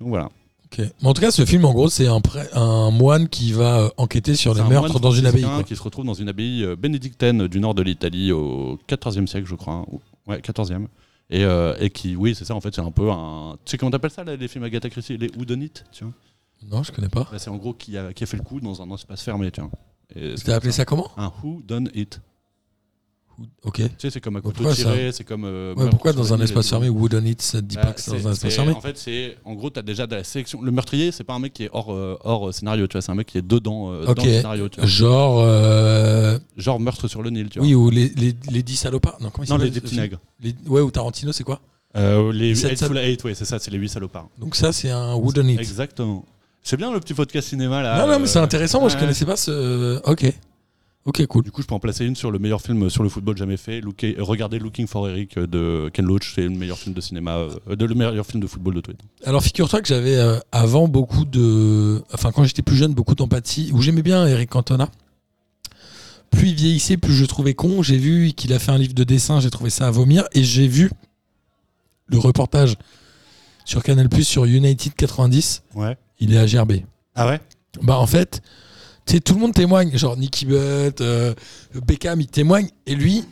Speaker 5: Donc voilà.
Speaker 4: Ok. Mais en tout cas, ce film, en gros, c'est un, prê- un moine qui va euh, enquêter sur les
Speaker 5: C'est un
Speaker 4: meurtres
Speaker 5: moine
Speaker 4: dans une abbaye.
Speaker 5: franciscain
Speaker 4: quoi.
Speaker 5: Qui se retrouve dans une abbaye euh, bénédictaine du nord de l'Italie au 14e siècle, je crois. hein. Ou- Ouais, 14e. Et, euh, et qui, oui, c'est ça, en fait, c'est un peu un. Tu sais comment t'appelles ça, là, les films Agatha Christie Les Houdonites, tu vois
Speaker 4: Non, je connais pas.
Speaker 5: Bah, C'est en gros qui a, qui a fait le coup dans un espace fermé, tu vois. Et
Speaker 4: T'as appelé ça comment
Speaker 5: Un Who Done It.
Speaker 4: Ok.
Speaker 5: Tu sais, c'est comme à
Speaker 4: Pourquoi
Speaker 5: couteau
Speaker 4: ça
Speaker 5: tiré, c'est comme. euh,
Speaker 4: Ouais,
Speaker 5: meurtre
Speaker 4: pourquoi
Speaker 5: sur
Speaker 4: dans
Speaker 5: la
Speaker 4: un
Speaker 5: Nile et
Speaker 4: espace
Speaker 5: tout.
Speaker 4: fermé Wooden Hit, ça te dit
Speaker 5: Bah,
Speaker 4: pas que c'est
Speaker 5: c'est-
Speaker 4: dans un espace
Speaker 5: c'est-
Speaker 4: fermé
Speaker 5: En fait, c'est en gros, t'as déjà de la sélection. Le meurtrier, c'est pas un mec qui est hors, euh, hors euh, scénario, tu vois. C'est un mec qui est dedans euh,
Speaker 4: Ok.
Speaker 5: dans le scénario, tu vois.
Speaker 4: Genre. euh,
Speaker 5: Genre meurtre sur le Nil, tu vois.
Speaker 4: Oui, ou les, les, les 10 salopards. Non, comment ils
Speaker 5: non, les
Speaker 4: s'appellent,
Speaker 5: des
Speaker 4: ce
Speaker 5: petits
Speaker 4: film
Speaker 5: nègres.
Speaker 4: Les- Ouais, ou Tarantino, c'est quoi
Speaker 5: Euh, les
Speaker 4: Sept
Speaker 5: 8
Speaker 4: sal-
Speaker 5: ouais, c'est ça, c'est les 8 salopards.
Speaker 4: Donc, ça, c'est un Wooden Hit.
Speaker 5: Exactement. C'est bien le petit podcast cinéma là.
Speaker 4: Non, non, mais
Speaker 5: euh,
Speaker 4: c'est intéressant. Moi, je
Speaker 5: ouais.
Speaker 4: connaissais pas ce. Ok. Ok, cool.
Speaker 5: Du coup, je peux en placer une sur le meilleur film sur le football jamais fait. Looke- euh, regardez Looking for Eric euh, de Ken Loach, c'est le meilleur film de cinéma, euh, de le meilleur film de football de tout.
Speaker 4: Alors figure-toi que j'avais euh, avant beaucoup de... Enfin quand j'étais plus jeune, beaucoup d'empathie, où j'aimais bien Eric Cantona. Plus il vieillissait, plus je le trouvais con. J'ai vu qu'il a fait un livre de dessin, j'ai trouvé ça à vomir. Et j'ai vu le reportage sur Canal Plus sur United 90.
Speaker 5: Ouais.
Speaker 4: Il est à Gerbé.
Speaker 5: Ah ouais.
Speaker 4: Bah en fait, tu sais, tout le monde témoigne. Genre Nicky Butt, euh, Beckham, il témoigne. Et lui,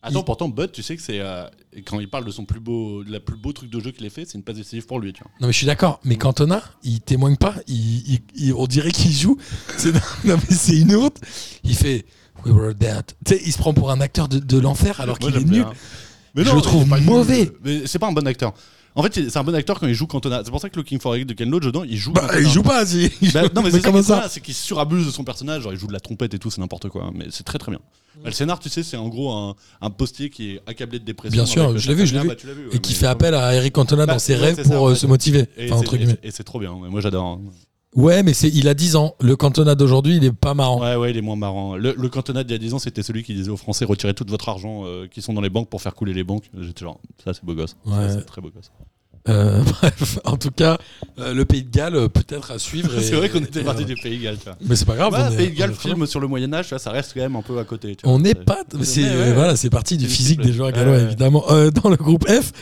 Speaker 5: Attends,
Speaker 4: Il-
Speaker 5: pourtant Bud, tu sais que c'est euh, quand il parle de son plus beau, de la plus beau truc de jeu qu'il ait fait, c'est une passe décisive pour lui, tu vois.
Speaker 4: Non mais je suis d'accord, mais Cantona, il témoigne pas, il, il- il- on dirait qu'il joue. C'est *laughs* non mais c'est une honte. Il fait We were dead. Tu sais, il se prend pour un acteur de, de l'enfer alors
Speaker 5: Moi,
Speaker 4: qu'il est
Speaker 5: j'aime
Speaker 4: nul.
Speaker 5: bien.
Speaker 4: Je le trouve
Speaker 5: il est pas nul.
Speaker 4: mauvais.
Speaker 5: Mais c'est pas un bon acteur. En fait, c'est un bon acteur quand il joue Cantona. C'est pour ça que Looking for Eric de Ken Loach dedans, il joue.
Speaker 4: Bah,
Speaker 5: Cantona.
Speaker 4: il joue pas, si. Il
Speaker 5: Bah,
Speaker 4: joue- *laughs*
Speaker 5: non, mais, c'est ça, qui
Speaker 4: comment
Speaker 5: est
Speaker 4: ça
Speaker 5: bien, C'est qu'il surabuse de son personnage. Genre, il joue de la trompette et tout, c'est n'importe quoi. hein, Mais c'est très très bien. Bah, le scénar, tu sais, c'est en gros un, un postier qui est accablé de dépression.
Speaker 4: Bien sûr,
Speaker 5: avec-
Speaker 4: je l'ai vu, je l'ai
Speaker 5: Ah,
Speaker 4: vu.
Speaker 5: bah, tu l'as vu. ouais,
Speaker 4: Et qui
Speaker 5: mais-
Speaker 4: fait appel à Eric Cantona
Speaker 5: Bah,
Speaker 4: dans ses
Speaker 5: ouais,
Speaker 4: rêves
Speaker 5: c'est ça,
Speaker 4: pour
Speaker 5: en
Speaker 4: euh,
Speaker 5: fait.
Speaker 4: se motiver.
Speaker 5: Et
Speaker 4: Enfin,
Speaker 5: c'est-
Speaker 4: entre
Speaker 5: et
Speaker 4: guillemets.
Speaker 5: c'est- Et c'est trop bien. ouais, Moi, j'adore. hein.
Speaker 4: Ouais, mais c'est, il a 10 ans. Le Cantona d'aujourd'hui, il est pas marrant.
Speaker 5: Ouais, ouais, il est moins marrant. Le, le cantonat d'il y a 10 ans, c'était celui qui disait aux Français retirez tout votre argent euh, qui sont dans les banques pour faire couler les banques. J'étais genre, ça, c'est beau gosse. Ça,
Speaker 4: Ouais.
Speaker 5: c'est très beau gosse.
Speaker 4: Euh, *laughs* bref, en tout cas, euh, le Pays de Galles euh, peut-être à suivre.
Speaker 5: *laughs*
Speaker 4: et-
Speaker 5: c'est vrai qu'on était
Speaker 4: et, Ah,
Speaker 5: parti
Speaker 4: euh,
Speaker 5: du Pays Galles. tu vois.
Speaker 4: Mais c'est pas grave.
Speaker 5: Voilà,
Speaker 4: on est-
Speaker 5: Pays de
Speaker 4: on
Speaker 5: Galles,
Speaker 4: est très
Speaker 5: film sur le Moyen-Âge, ça reste quand même un peu à côté. tu
Speaker 4: On
Speaker 5: vois.
Speaker 4: n'est
Speaker 5: C'est-
Speaker 4: pas. mais C'est
Speaker 5: Ouais, ouais,
Speaker 4: euh,
Speaker 5: ouais.
Speaker 4: voilà, c'est parti du
Speaker 5: C'est
Speaker 4: physique
Speaker 5: simple.
Speaker 4: des joueurs
Speaker 5: Ouais,
Speaker 4: gallois
Speaker 5: ouais.
Speaker 4: évidemment. Euh, dans le groupe F,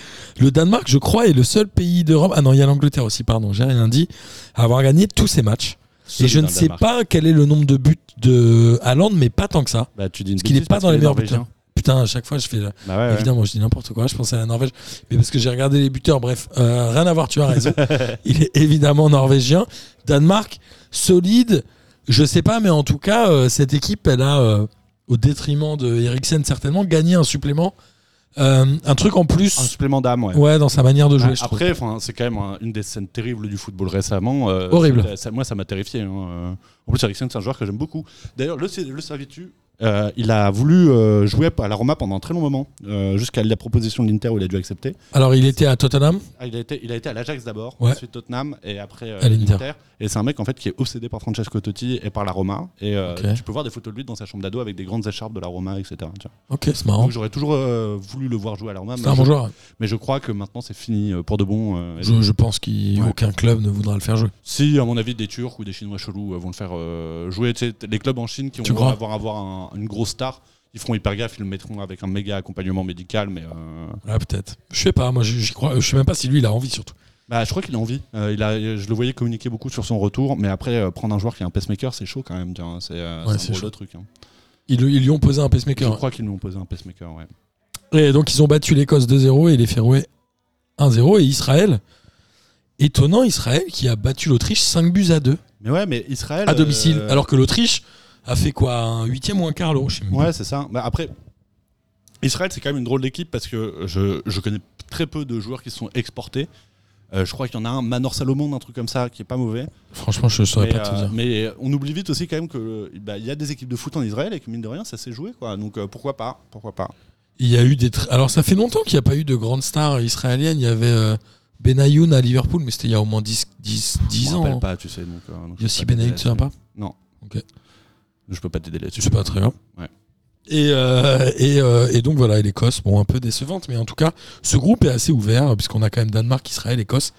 Speaker 4: le Danemark, je crois, est le seul pays d'Europe. Ah non, il y a l'Angleterre aussi, pardon, j'ai rien dit. À avoir gagné tous ces matchs. Et
Speaker 5: Solide
Speaker 4: je ne
Speaker 5: dans le
Speaker 4: sais
Speaker 5: Danemark.
Speaker 4: pas quel est le nombre de buts de Haaland, mais pas tant que ça.
Speaker 5: Bah, tu dis une
Speaker 4: Parce qu'il est
Speaker 5: bêtise,
Speaker 4: pas dans
Speaker 5: qu'il
Speaker 4: les
Speaker 5: est
Speaker 4: meilleurs
Speaker 5: norvégien.
Speaker 4: Putain, à chaque fois, je fais. euh,
Speaker 5: Bah ouais, ouais.
Speaker 4: Évidemment, je dis n'importe quoi. Je pense à la Norvège, mais parce que j'ai regardé les buteurs. Bref, euh, rien à voir. Tu
Speaker 5: *laughs*
Speaker 4: as raison. il est évidemment norvégien. Danemark, solide. Je sais pas, mais en tout cas, euh, cette équipe, elle a, euh, au détriment de Eriksen certainement, gagné un supplément, euh, un truc en
Speaker 5: Un
Speaker 4: plus.
Speaker 5: supplément d'âme, ouais.
Speaker 4: Ouais, dans sa manière de jouer. je trouve.
Speaker 5: Ah, Après, enfin, c'est quand même un- une des scènes terribles du football récemment. euh,
Speaker 4: Horrible.
Speaker 5: ça- ça- moi, ça m'a terrifié. hein, euh. En plus, Eriksen, c'est un joueur que j'aime beaucoup. D'ailleurs, le, le Servitu, euh, il a voulu euh, jouer à la Roma pendant un très long moment, euh, jusqu'à la proposition de l'Inter où il a dû accepter.
Speaker 4: Alors, il était à Tottenham.
Speaker 5: Ah, il, a été, il a été à l'Ajax d'abord,
Speaker 4: Ouais.
Speaker 5: ensuite Tottenham et après euh,
Speaker 4: À l'Inter.
Speaker 5: l'Inter. Et c'est un mec en fait qui est obsédé par Francesco Totti et par la Roma. Et euh,
Speaker 4: Ok.
Speaker 5: tu peux voir des photos de lui dans sa chambre d'ado avec des grandes écharpes de la Roma, etc. tu vois.
Speaker 4: Ok, c'est marrant.
Speaker 5: Donc j'aurais toujours euh, voulu le voir jouer à la Roma, mais
Speaker 4: C'est un bon
Speaker 5: je,
Speaker 4: joueur.
Speaker 5: mais je crois que maintenant c'est fini euh, pour de bon. euh, et
Speaker 4: Je, je pense qu'aucun club ne voudra le faire jouer.
Speaker 5: Si, à mon avis, des Turcs ou des Chinois chelous euh, vont le faire euh, jouer. Tu sais, t- les clubs en Chine qui
Speaker 4: Tu
Speaker 5: vont
Speaker 4: crois
Speaker 5: avoir, avoir un- une grosse star, ils feront hyper gaffe, ils le mettront avec un méga accompagnement médical. Mais euh,
Speaker 4: Ouais, peut-être. Je sais pas. Moi, j'y crois. Je sais même pas si lui, il a envie surtout.
Speaker 5: bah, je crois qu'il a envie. Euh, il a, je le voyais communiquer beaucoup sur son retour, mais après, euh, prendre un joueur qui est un pacemaker, c'est chaud quand même. tu vois, C'est euh,
Speaker 4: Ouais,
Speaker 5: c'est
Speaker 4: c'est
Speaker 5: un gros
Speaker 4: chaud.
Speaker 5: lot de truc. hein.
Speaker 4: Ils, ils lui ont posé un
Speaker 5: Je
Speaker 4: pacemaker.
Speaker 5: crois qu'ils lui ont posé un pacemaker. Ouais.
Speaker 4: Et donc ils ont battu l'Écosse 2-0 et les Féroé 1-0 et Israël. Étonnant Israël qui a battu l'Autriche 5 buts à 2
Speaker 5: Mais ouais, mais Israël.
Speaker 4: à domicile.
Speaker 5: euh,
Speaker 4: Alors que l'Autriche a fait quoi Un huitième ou un quart l'euro je sais même
Speaker 5: Ouais, c'est ça. Bah, après, Israël, c'est quand même une drôle d'équipe parce que je, je connais très peu de joueurs qui se sont exportés. Euh, je crois qu'il y en a un, Manor Salomon, un truc comme ça, qui est pas mauvais.
Speaker 4: Franchement, je saurais
Speaker 5: Mais,
Speaker 4: pas te
Speaker 5: euh,
Speaker 4: dire.
Speaker 5: mais on oublie vite aussi quand même que euh, bah, il y a des équipes de foot en Israël et que mine de rien ça s'est joué quoi. Donc euh, pourquoi pas Pourquoi pas
Speaker 4: Il y a eu des. tr- Alors, ça fait longtemps qu'il n'y a pas eu de grande star israélienne. Il y avait euh, Benayoun à Liverpool, mais c'était il y a au moins 10, 10, 10
Speaker 5: Je me rappelle
Speaker 4: ans. hein.
Speaker 5: pas, tu sais. Donc, euh, donc je
Speaker 4: Yossi
Speaker 5: peux pas
Speaker 4: Benayoun,
Speaker 5: t'aider
Speaker 4: Ben tu sais pas
Speaker 5: là-dessus. Non.
Speaker 4: Ok.
Speaker 5: Je peux pas t'aider là-dessus.
Speaker 4: C'est pas très grave.
Speaker 5: Ouais.
Speaker 4: Et, euh, et, euh, et donc voilà, et l'Écosse, bon, un peu décevante, mais en tout cas, ce groupe est assez ouvert, hein, puisqu'on a quand même Danemark, Israël, Écosse,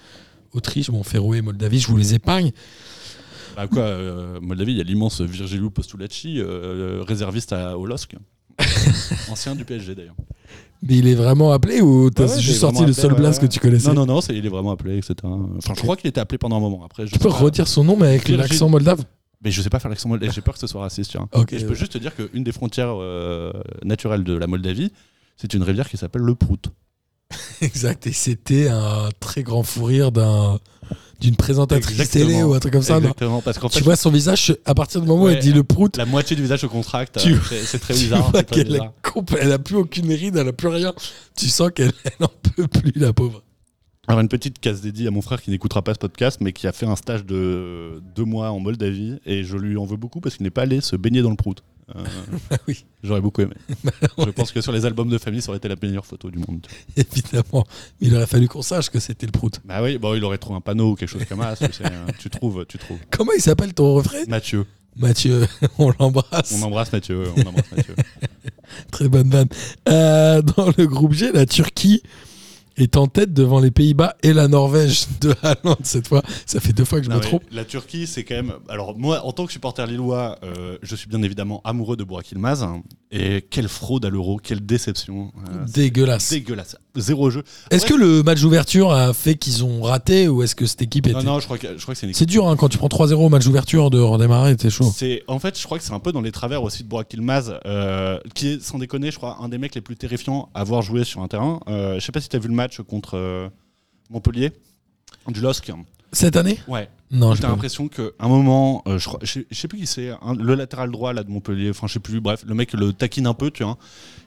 Speaker 4: Autriche, bon, Féroé, Moldavie, je vous les épargne.
Speaker 5: Bah quoi, euh, Moldavie, il y a l'immense Virgilou Postulacci, euh, réserviste à, au
Speaker 4: *laughs*
Speaker 5: LOSC. Ancien du PSG d'ailleurs.
Speaker 4: Mais il est vraiment appelé ou t'as
Speaker 5: Ouais, ouais,
Speaker 4: juste
Speaker 5: j'ai
Speaker 4: sorti
Speaker 5: vraiment
Speaker 4: le
Speaker 5: appelé,
Speaker 4: seul
Speaker 5: ouais,
Speaker 4: blast
Speaker 5: ouais.
Speaker 4: que tu connaissais
Speaker 5: Non, non, non, c'est- il est vraiment appelé, etc. Enfin, je crois qu'il était appelé pendant un moment. Après, je
Speaker 4: Tu peux
Speaker 5: sais pas-
Speaker 4: redire son nom, mais avec
Speaker 5: Virgile.
Speaker 4: l'accent moldave
Speaker 5: Mais je sais pas faire l'accent moldave, j'ai peur que ce soit raciste. tu vois.
Speaker 4: Ok.
Speaker 5: Et je peux juste te dire qu'une des frontières euh, naturelles de la Moldavie, c'est une rivière qui s'appelle le Prout.
Speaker 4: Exact, et c'était un très grand fou rire d'un- d'une présentatrice
Speaker 5: Exactement.
Speaker 4: télé ou un truc comme ça. non
Speaker 5: Exactement, parce qu'en
Speaker 4: tu
Speaker 5: fait,
Speaker 4: vois son visage, à partir du moment où
Speaker 5: Ouais.
Speaker 4: elle dit le prout,
Speaker 5: la moitié du visage se contracte,
Speaker 4: Tu-
Speaker 5: euh, c'est c'est très
Speaker 4: tu
Speaker 5: bizarre.
Speaker 4: vois
Speaker 5: c'est très
Speaker 4: qu'elle
Speaker 5: bizarre.
Speaker 4: a, comp- elle a plus aucune ride, elle a plus rien. Tu sens qu'elle *laughs* elle en peut plus, la pauvre.
Speaker 5: Alors une petite case dédiée à mon frère qui n'écoutera pas ce podcast, mais qui a fait un stage de deux mois en Moldavie, et je lui en veux beaucoup parce qu'il n'est pas allé se baigner dans le prout. *laughs* Euh,
Speaker 4: oui.
Speaker 5: J'aurais beaucoup aimé. Je pense que sur les albums de famille, ça aurait été la meilleure photo du monde.
Speaker 4: Évidemment. Mais il aurait fallu qu'on sache que c'était le prout.
Speaker 5: Bah oui, bon, il aurait trouvé un panneau ou quelque chose comme ça. tu sais, hein. tu trouves, tu trouves.
Speaker 4: Comment il s'appelle ton refrain
Speaker 5: Mathieu,
Speaker 4: Mathieu, *laughs* on l'embrasse.
Speaker 5: on embrasse Mathieu, on embrasse Mathieu.
Speaker 4: Très bonne vanne. Euh, dans le groupe G, la Turquie est en tête devant les Pays-Bas et la Norvège de Hollande cette fois. Ça fait deux fois que je
Speaker 5: Non,
Speaker 4: me
Speaker 5: mais
Speaker 4: trompe.
Speaker 5: La Turquie, c'est quand même. Alors, moi, en tant que supporter lillois, euh, je suis bien évidemment amoureux de Burak Yılmaz. hein. Et quelle fraude à l'euro, quelle déception. Euh, c'est
Speaker 4: Dégueulasse.
Speaker 5: dégueulasse. Zéro jeu.
Speaker 4: Est-ce que le match d'ouverture a fait qu'ils ont raté ou est-ce que cette équipe était.
Speaker 5: Non, non, je crois que, je crois que c'est une
Speaker 4: C'est dur hein, quand tu prends 3-0 au match d'ouverture de redémarrer, t'es chaud.
Speaker 5: C'est en fait, je crois que c'est un peu dans les travers aussi de Burak Yılmaz, euh, qui est sans déconner, je crois, un des mecs les plus terrifiants à voir jouer sur un terrain. Euh, je sais pas si tu as vu le match contre euh, Montpellier du LOSC.
Speaker 4: Cette année
Speaker 5: Ouais.
Speaker 4: Non, je
Speaker 5: J'ai l'impression qu'à un moment, euh, je, crois- je sais- je sais plus qui c'est, un- le latéral droit là de Montpellier, enfin je sais plus, bref, le mec le taquine un peu, tu vois.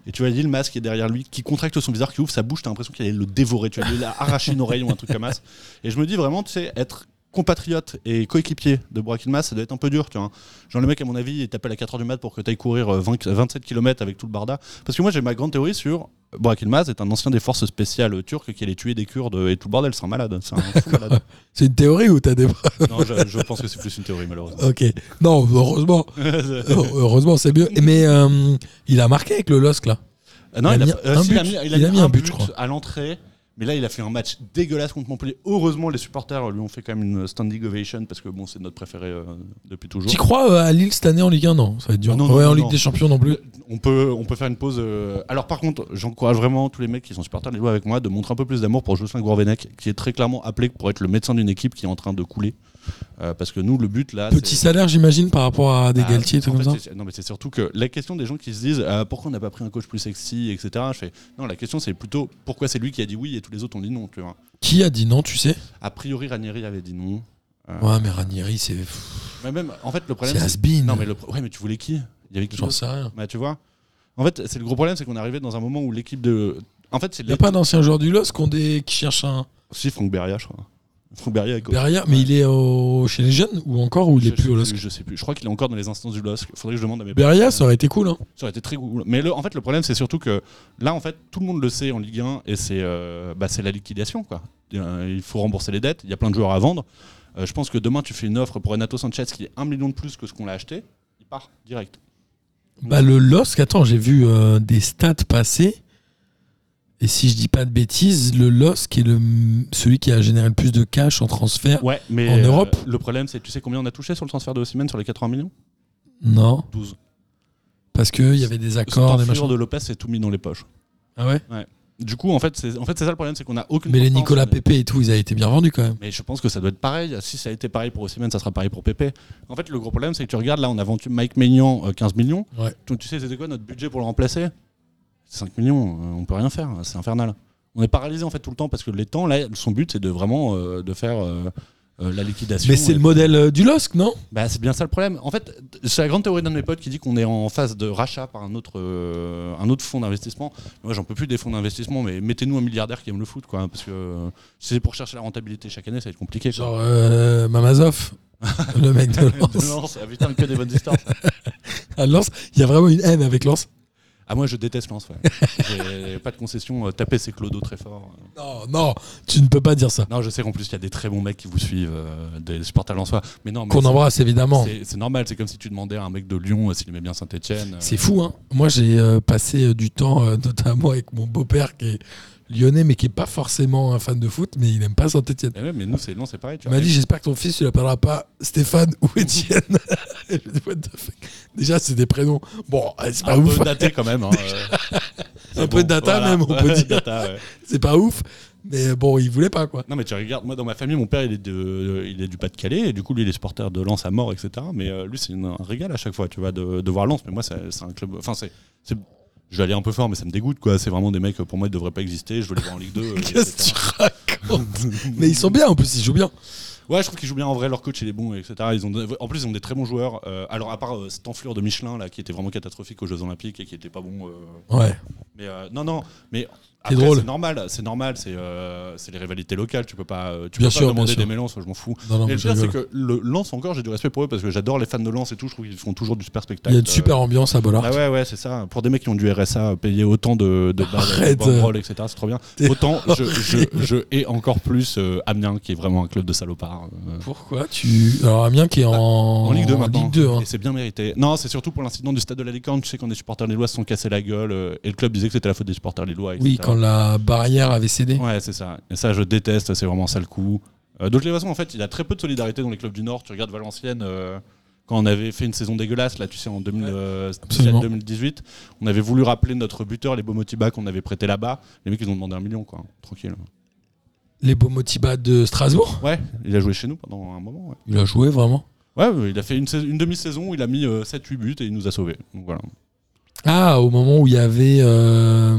Speaker 5: Et tu vois le masque qui est derrière lui, qui contracte son visage, qui ouvre sa bouche, t'as l'impression qu'il allait le dévorer, tu allais arracher une oreille ou un truc comme ça. Et je me dis vraiment, tu sais, être compatriote et coéquipier de Burak Yılmaz, ça doit être un peu dur, tu vois. hein. Genre le mec, à mon avis, il t'appelle à 4h du mat pour que t'ailles courir euh, 20 27 km avec tout le barda. Parce que moi, j'ai ma grande théorie sur Burak Yılmaz est un ancien des forces spéciales turques qui allait tuer des Kurdes et tout le bordel, c'est un malade, c'est un fou malade.
Speaker 4: C'est une théorie ou t'as des. *laughs*
Speaker 5: Non, je, je pense que c'est plus une théorie, malheureusement. Euh,
Speaker 4: ok. Non,
Speaker 5: *laughs*
Speaker 4: heureusement. heureusement, c'est mieux. Mais euh, il a marqué avec le LOSC là.
Speaker 5: Euh, non, il
Speaker 4: Il a
Speaker 5: a,
Speaker 4: mis
Speaker 5: euh,
Speaker 4: un
Speaker 5: si,
Speaker 4: but.
Speaker 5: il a mis, il a mis un but, je crois. à l'entrée. Mais là, il a fait un match dégueulasse contre Montpellier. Heureusement, les supporters lui ont fait quand même une standing ovation parce que bon, c'est notre préféré euh, depuis toujours.
Speaker 4: Tu crois euh, à Lille cette année en Ligue 1 Non, ça va être dur.
Speaker 5: Ah, non, non,
Speaker 4: ouais, en
Speaker 5: non,
Speaker 4: Ligue
Speaker 5: non. Ah,
Speaker 4: des Champions non plus.
Speaker 5: On peut, on peut faire une pause. euh, Alors, par contre, j'encourage vraiment tous les mecs qui sont supporters, les joueurs avec moi, de montrer un peu plus d'amour pour Jocelyn Gourvenec, qui est très clairement appelé pour être le médecin d'une équipe qui est en train de couler. Euh, parce que nous, le but là.
Speaker 4: Petit
Speaker 5: c'est-
Speaker 4: salaire, j'imagine, par rapport à des
Speaker 5: Ah,
Speaker 4: Galtier, tout
Speaker 5: en
Speaker 4: comme
Speaker 5: fait,
Speaker 4: ça.
Speaker 5: c'est- Non, mais c'est surtout que la question des gens qui se disent Ah, pourquoi on n'a pas pris un coach plus sexy, etc. Je fais non, la question c'est plutôt pourquoi c'est lui qui a dit oui et tous les autres ont dit non. Tu vois.
Speaker 4: Qui a dit non, tu sais
Speaker 5: A priori, Ranieri avait dit non. Euh,
Speaker 4: Ouais, mais Ranieri, c'est
Speaker 5: Mais même, en fait, le
Speaker 4: c'est
Speaker 5: problème. c'est-
Speaker 4: has-been.
Speaker 5: Non, mais le pro- ouais, mais tu voulais qui Il y avait qui
Speaker 4: J'en sais rien.
Speaker 5: Bah, tu vois. En fait, c'est le gros problème, c'est qu'on est arrivé dans un moment où l'équipe de. En fait, c'est
Speaker 4: Il n'y a pas d'anciens joueurs du LOSC qu'on dé- qui cherchent un
Speaker 5: Si Franck Beria, je crois. Franck Beria est coach.
Speaker 4: derrière, mais
Speaker 5: Ouais.
Speaker 4: il est au- chez les jeunes ou encore ou il
Speaker 5: Je-
Speaker 4: est
Speaker 5: je
Speaker 4: plus au
Speaker 5: sais
Speaker 4: LOSC
Speaker 5: plus, Je sais plus. Je crois qu'il est encore dans les instances du LOSC. Faudrait que je demande à mes
Speaker 4: Beria,
Speaker 5: potes.
Speaker 4: ça aurait été cool. Hein.
Speaker 5: Ça aurait été très cool. Mais le, en fait, le problème, c'est surtout que là, en fait, tout le monde le sait en Ligue 1 et c'est euh, bah, c'est la liquidation. Quoi. Euh, Il faut rembourser les dettes. Il y a plein de joueurs à vendre. Euh, je pense que demain, tu fais une offre pour Renato Sanchez qui est 1 million de plus que ce qu'on l'a acheté. Il part direct.
Speaker 4: Bah, le LOSC, attends, j'ai vu euh, des stats passer. Et si je dis pas de bêtises, le LOSC est le, celui qui a généré le plus de cash en transfert.
Speaker 5: Ah, Ouais, mais
Speaker 4: En Europe
Speaker 5: Euh, Le problème, c'est tu sais combien on a touché sur le transfert de Osimhen sur les 80 millions
Speaker 4: Non,
Speaker 5: 12.
Speaker 4: parce qu'il y avait des
Speaker 5: Ce
Speaker 4: accords, des
Speaker 5: temps
Speaker 4: machins.
Speaker 5: fort de Lopez, c'est tout mis dans les poches.
Speaker 4: Ah ouais
Speaker 5: Du coup, en fait, c'est en fait, c'est ça le problème, c'est qu'on a aucune.
Speaker 4: Mais les
Speaker 5: constance.
Speaker 4: Nicolas Pépé et tout, ils avaient été bien vendus quand même.
Speaker 5: Mais je pense que ça doit être pareil. Si ça a été pareil pour Osimhen, ça sera pareil pour Pépé. En fait, le gros problème, c'est que tu regardes, là, on a vendu Mike Maignan euh, 15 millions.
Speaker 4: Ouais.
Speaker 5: Tu, tu sais, c'était quoi notre budget pour le remplacer 5 millions, euh, on peut rien faire, c'est infernal. On est paralysé en fait tout le temps parce que les temps, là, son but, c'est de vraiment euh, de faire euh, euh, la liquidation.
Speaker 4: Mais c'est le
Speaker 5: Et-
Speaker 4: modèle euh, du LOSC, non
Speaker 5: Bah, c'est bien ça le problème. En fait, c'est la grande théorie d'un de mes potes qui dit qu'on est en phase de rachat par un autre, euh, un autre fonds d'investissement. Moi, j'en peux plus des fonds d'investissement, mais mettez-nous un milliardaire qui aime le foot, quoi. Parce que euh, si c'est pour chercher la rentabilité chaque année, ça va être compliqué. quoi.
Speaker 4: Genre euh, Mamazov, le mec de
Speaker 5: De
Speaker 4: Lens.
Speaker 5: Lens, ah, putain, que des bonnes histoires. ça.
Speaker 4: À Lens, il y a vraiment une haine avec Lens.
Speaker 5: Ah, moi, je déteste Lens, ouais. J'ai pas de concession. euh, taper ses clodos très fort.
Speaker 4: Non, non, tu ne peux pas dire ça.
Speaker 5: Non, je sais qu'en plus, il y a des très bons mecs qui vous suivent, euh, des supporters lensois. Mais non, mais
Speaker 4: Qu'on
Speaker 5: c'est-
Speaker 4: embrasse, évidemment.
Speaker 5: c'est- C'est normal, c'est comme si tu demandais à un mec de Lyon euh, s'il aimait bien Saint-Etienne.
Speaker 4: C'est fou, hein. Moi, j'ai euh, passé euh, du temps, euh, *laughs* notamment avec mon beau-père qui est lyonnais, mais qui est pas forcément un fan de foot, mais il n'aime pas Saint-Etienne.
Speaker 5: Et Eh ouais, mais nous, c'est Lyon, c'est pareil. Tu
Speaker 4: Il
Speaker 5: vois.
Speaker 4: m'a dit J'espère que ton fils, tu l'appelleras pas Stéphane
Speaker 5: *laughs*
Speaker 4: ou Étienne. *laughs* J'ai dit, What the fuck Déjà, c'est des prénoms. Bon, euh, c'est pas
Speaker 5: un
Speaker 4: ouf.
Speaker 5: peu daté quand même. hein, euh.
Speaker 4: Un
Speaker 5: C'est
Speaker 4: peu de data même, on peut
Speaker 5: Ouais,
Speaker 4: dire.
Speaker 5: data, ouais.
Speaker 4: *laughs* C'est pas ouf. Mais euh, bon, il voulait
Speaker 5: *laughs*
Speaker 4: pas, quoi.
Speaker 5: Non mais tu regardes, moi dans ma famille, mon père il est, de, il est du Pas-de-Calais, et du coup lui il est supporter de Lens à mort, etc. Mais euh, lui c'est une- un régal à chaque fois, tu vois, de, de voir Lens. Mais moi c'est c'est un club, enfin c'est, c'est- je vais aller un peu fort, mais ça me dégoûte quoi. C'est vraiment des mecs, pour moi ils devraient pas exister. Je veux les voir en
Speaker 4: *laughs*
Speaker 5: Ligue 2. euh,
Speaker 4: Qu'est-ce que
Speaker 5: etc.
Speaker 4: tu racontes Mais ils sont bien, en plus, ils jouent bien.
Speaker 5: Ouais, je trouve qu'ils jouent bien en vrai, leur coach il est bon, etc. Ils ont, en plus, ils ont des très bons joueurs. Euh, alors, à part euh, cette enflure de Michelin, là, qui était vraiment catastrophique aux Jeux Olympiques et qui était pas bon. euh,
Speaker 4: Ouais.
Speaker 5: mais euh, non, non, mais après,
Speaker 4: drôle.
Speaker 5: c'est normal, c'est normal, c'est euh, c'est les rivalités locales. Tu peux pas, euh, tu
Speaker 4: Bien
Speaker 5: peux
Speaker 4: sûr,
Speaker 5: pas
Speaker 4: bien
Speaker 5: demander
Speaker 4: sûr.
Speaker 5: des mélanges, je m'en fous.
Speaker 4: Non, non,
Speaker 5: Mais
Speaker 4: mais
Speaker 5: le
Speaker 4: je
Speaker 5: pire, c'est
Speaker 4: rigole.
Speaker 5: que le Lens encore, j'ai du respect pour eux parce que j'adore les fans de Lens et tout. Je trouve qu'ils font toujours du super spectacle.
Speaker 4: Il y a une
Speaker 5: Euh,
Speaker 4: super ambiance à Bollard.
Speaker 5: ah ouais, ouais, c'est ça. Pour des mecs qui ont du RSA, euh, payer autant de, de barres, de
Speaker 4: Arrête.
Speaker 5: banderoles, etc., c'est trop bien.
Speaker 4: T'es *laughs*
Speaker 5: Autant je, je, je hais encore plus euh, Amiens, qui est vraiment un club de salopards. euh,
Speaker 4: Pourquoi tu. Alors, Amiens qui est en,
Speaker 5: en Ligue 2 maintenant.
Speaker 4: Ligue 2, hein.
Speaker 5: Et c'est bien mérité. Non, c'est surtout pour l'incident du stade de la Licorne. Tu sais quand des supporters lillois se sont cassés la gueule euh, et le club disait que c'était la faute des supporters lillois.
Speaker 4: Oui,
Speaker 5: etc..
Speaker 4: quand la barrière avait cédé.
Speaker 5: Ouais, c'est ça. Et ça, je déteste. C'est vraiment ça le coup. Euh, de toutes les façons, en fait, il y a très peu de solidarité dans les clubs du Nord. Tu regardes Valenciennes. euh, quand on avait fait une saison dégueulasse, là, tu sais, en euh, 2017
Speaker 4: absolument.
Speaker 5: 2018, on avait voulu rappeler notre buteur, les Bomotiba, qu'on avait prêté là-bas. Les mecs, ils ont demandé un million, quoi. Tranquille.
Speaker 4: Les beaux motivas de Strasbourg
Speaker 5: Ouais, il a joué chez nous pendant un moment. Ouais,
Speaker 4: Il a joué vraiment
Speaker 5: Ouais, ouais, il a fait une, sais- une demi-saison où il a mis 7-8 buts et il nous a sauvés. Donc voilà.
Speaker 4: Ah, au moment où il y avait. euh,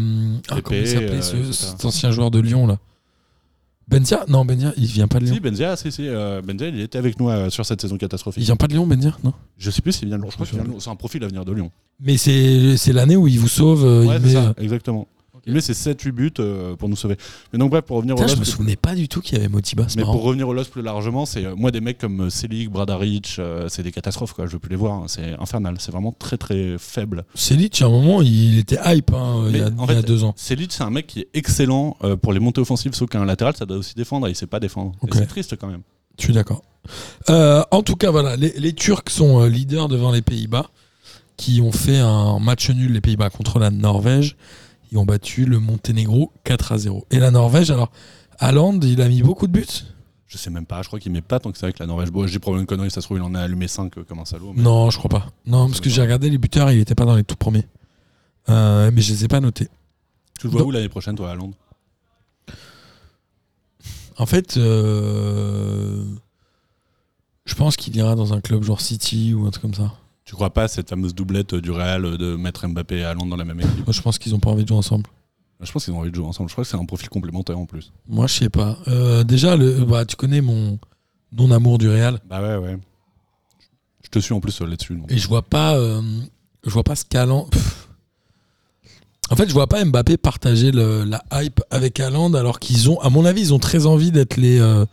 Speaker 4: ah,
Speaker 5: Pépé,
Speaker 4: comment il s'appelait
Speaker 5: euh,
Speaker 4: ce-
Speaker 5: etc.
Speaker 4: cet ancien joueur de Lyon là Benzia Non, Benzia, il vient pas de Lyon.
Speaker 5: Si, Benzia, si, si, euh, Benzia, il était avec nous euh, sur cette saison
Speaker 4: Il
Speaker 5: catastrophique.
Speaker 4: vient pas de Lyon, Benzia Non
Speaker 5: Je sais plus s'il vient de Lyon. Je crois
Speaker 4: Je
Speaker 5: qu'il vient de
Speaker 4: sais
Speaker 5: Lyon. C'est un profil à venir de Lyon.
Speaker 4: Mais c'est c'est l'année où il vous sauve. euh,
Speaker 5: ouais,
Speaker 4: il
Speaker 5: c'est
Speaker 4: met,
Speaker 5: ça,
Speaker 4: euh,
Speaker 5: exactement. Il met ses 7-8 buts euh, pour nous sauver. Mais donc, bref, pour revenir
Speaker 4: Putain,
Speaker 5: au
Speaker 4: je me
Speaker 5: LOSC.
Speaker 4: souvenais pas du tout qu'il y avait Motiba. c'est
Speaker 5: Mais
Speaker 4: marrant.
Speaker 5: pour revenir au LOSC plus largement, c'est euh, moi des mecs comme euh, Selig, Bradaric, euh, c'est des catastrophes quoi. Je veux plus les voir, hein. c'est infernal, c'est vraiment très très faible.
Speaker 4: Selic, à un moment, il était hype hein, il, y a,
Speaker 5: Mais en
Speaker 4: il y a
Speaker 5: fait,
Speaker 4: deux ans.
Speaker 5: Selig, c'est un mec qui est excellent euh, pour les montées offensives, sauf qu'un latéral ça doit aussi défendre et il sait pas défendre. Et
Speaker 4: Ok.
Speaker 5: C'est triste quand même.
Speaker 4: Je suis d'accord. Euh, en tout cas, voilà, les, les Turcs sont euh, leaders devant les Pays-Bas, qui ont fait un match nul, les Pays-Bas contre la Norvège. Ils ont battu le Monténégro 4 à 0. Et la Norvège, alors, Haaland, il a mis beaucoup de buts
Speaker 5: Je sais même pas, je crois qu'il met pas tant que ça avec la Norvège. Bon, j'ai probablement une connerie, ça se trouve il en a allumé 5 comme un salaud. mais-
Speaker 4: Non, je crois pas. Non, parce que j'ai regardé les buteurs, il n'était pas dans les tout premiers. Euh, mais je les ai pas notés.
Speaker 5: Tu le vois
Speaker 4: Non.
Speaker 5: où l'année prochaine toi à Londres
Speaker 4: En fait, euh, je pense qu'il ira dans un club genre City ou un truc comme ça.
Speaker 5: Tu crois pas à cette fameuse doublette euh, du Real euh, de mettre Mbappé et Haaland dans la même équipe
Speaker 4: Moi, je pense qu'ils ont pas envie de jouer ensemble.
Speaker 5: Je pense qu'ils ont envie de jouer ensemble. Je crois que c'est un profil complémentaire en plus.
Speaker 4: Moi, je sais pas. Euh, déjà, le, bah, tu connais mon non-amour du Real.
Speaker 5: Bah ouais, ouais. Je te suis en plus euh, là-dessus. donc.
Speaker 4: Et je vois pas, euh, je vois pas ce qu'Haaland- Pff. En fait, je vois pas Mbappé partager le- la hype avec Haaland alors qu'ils ont, à mon avis, ils ont très envie d'être les euh,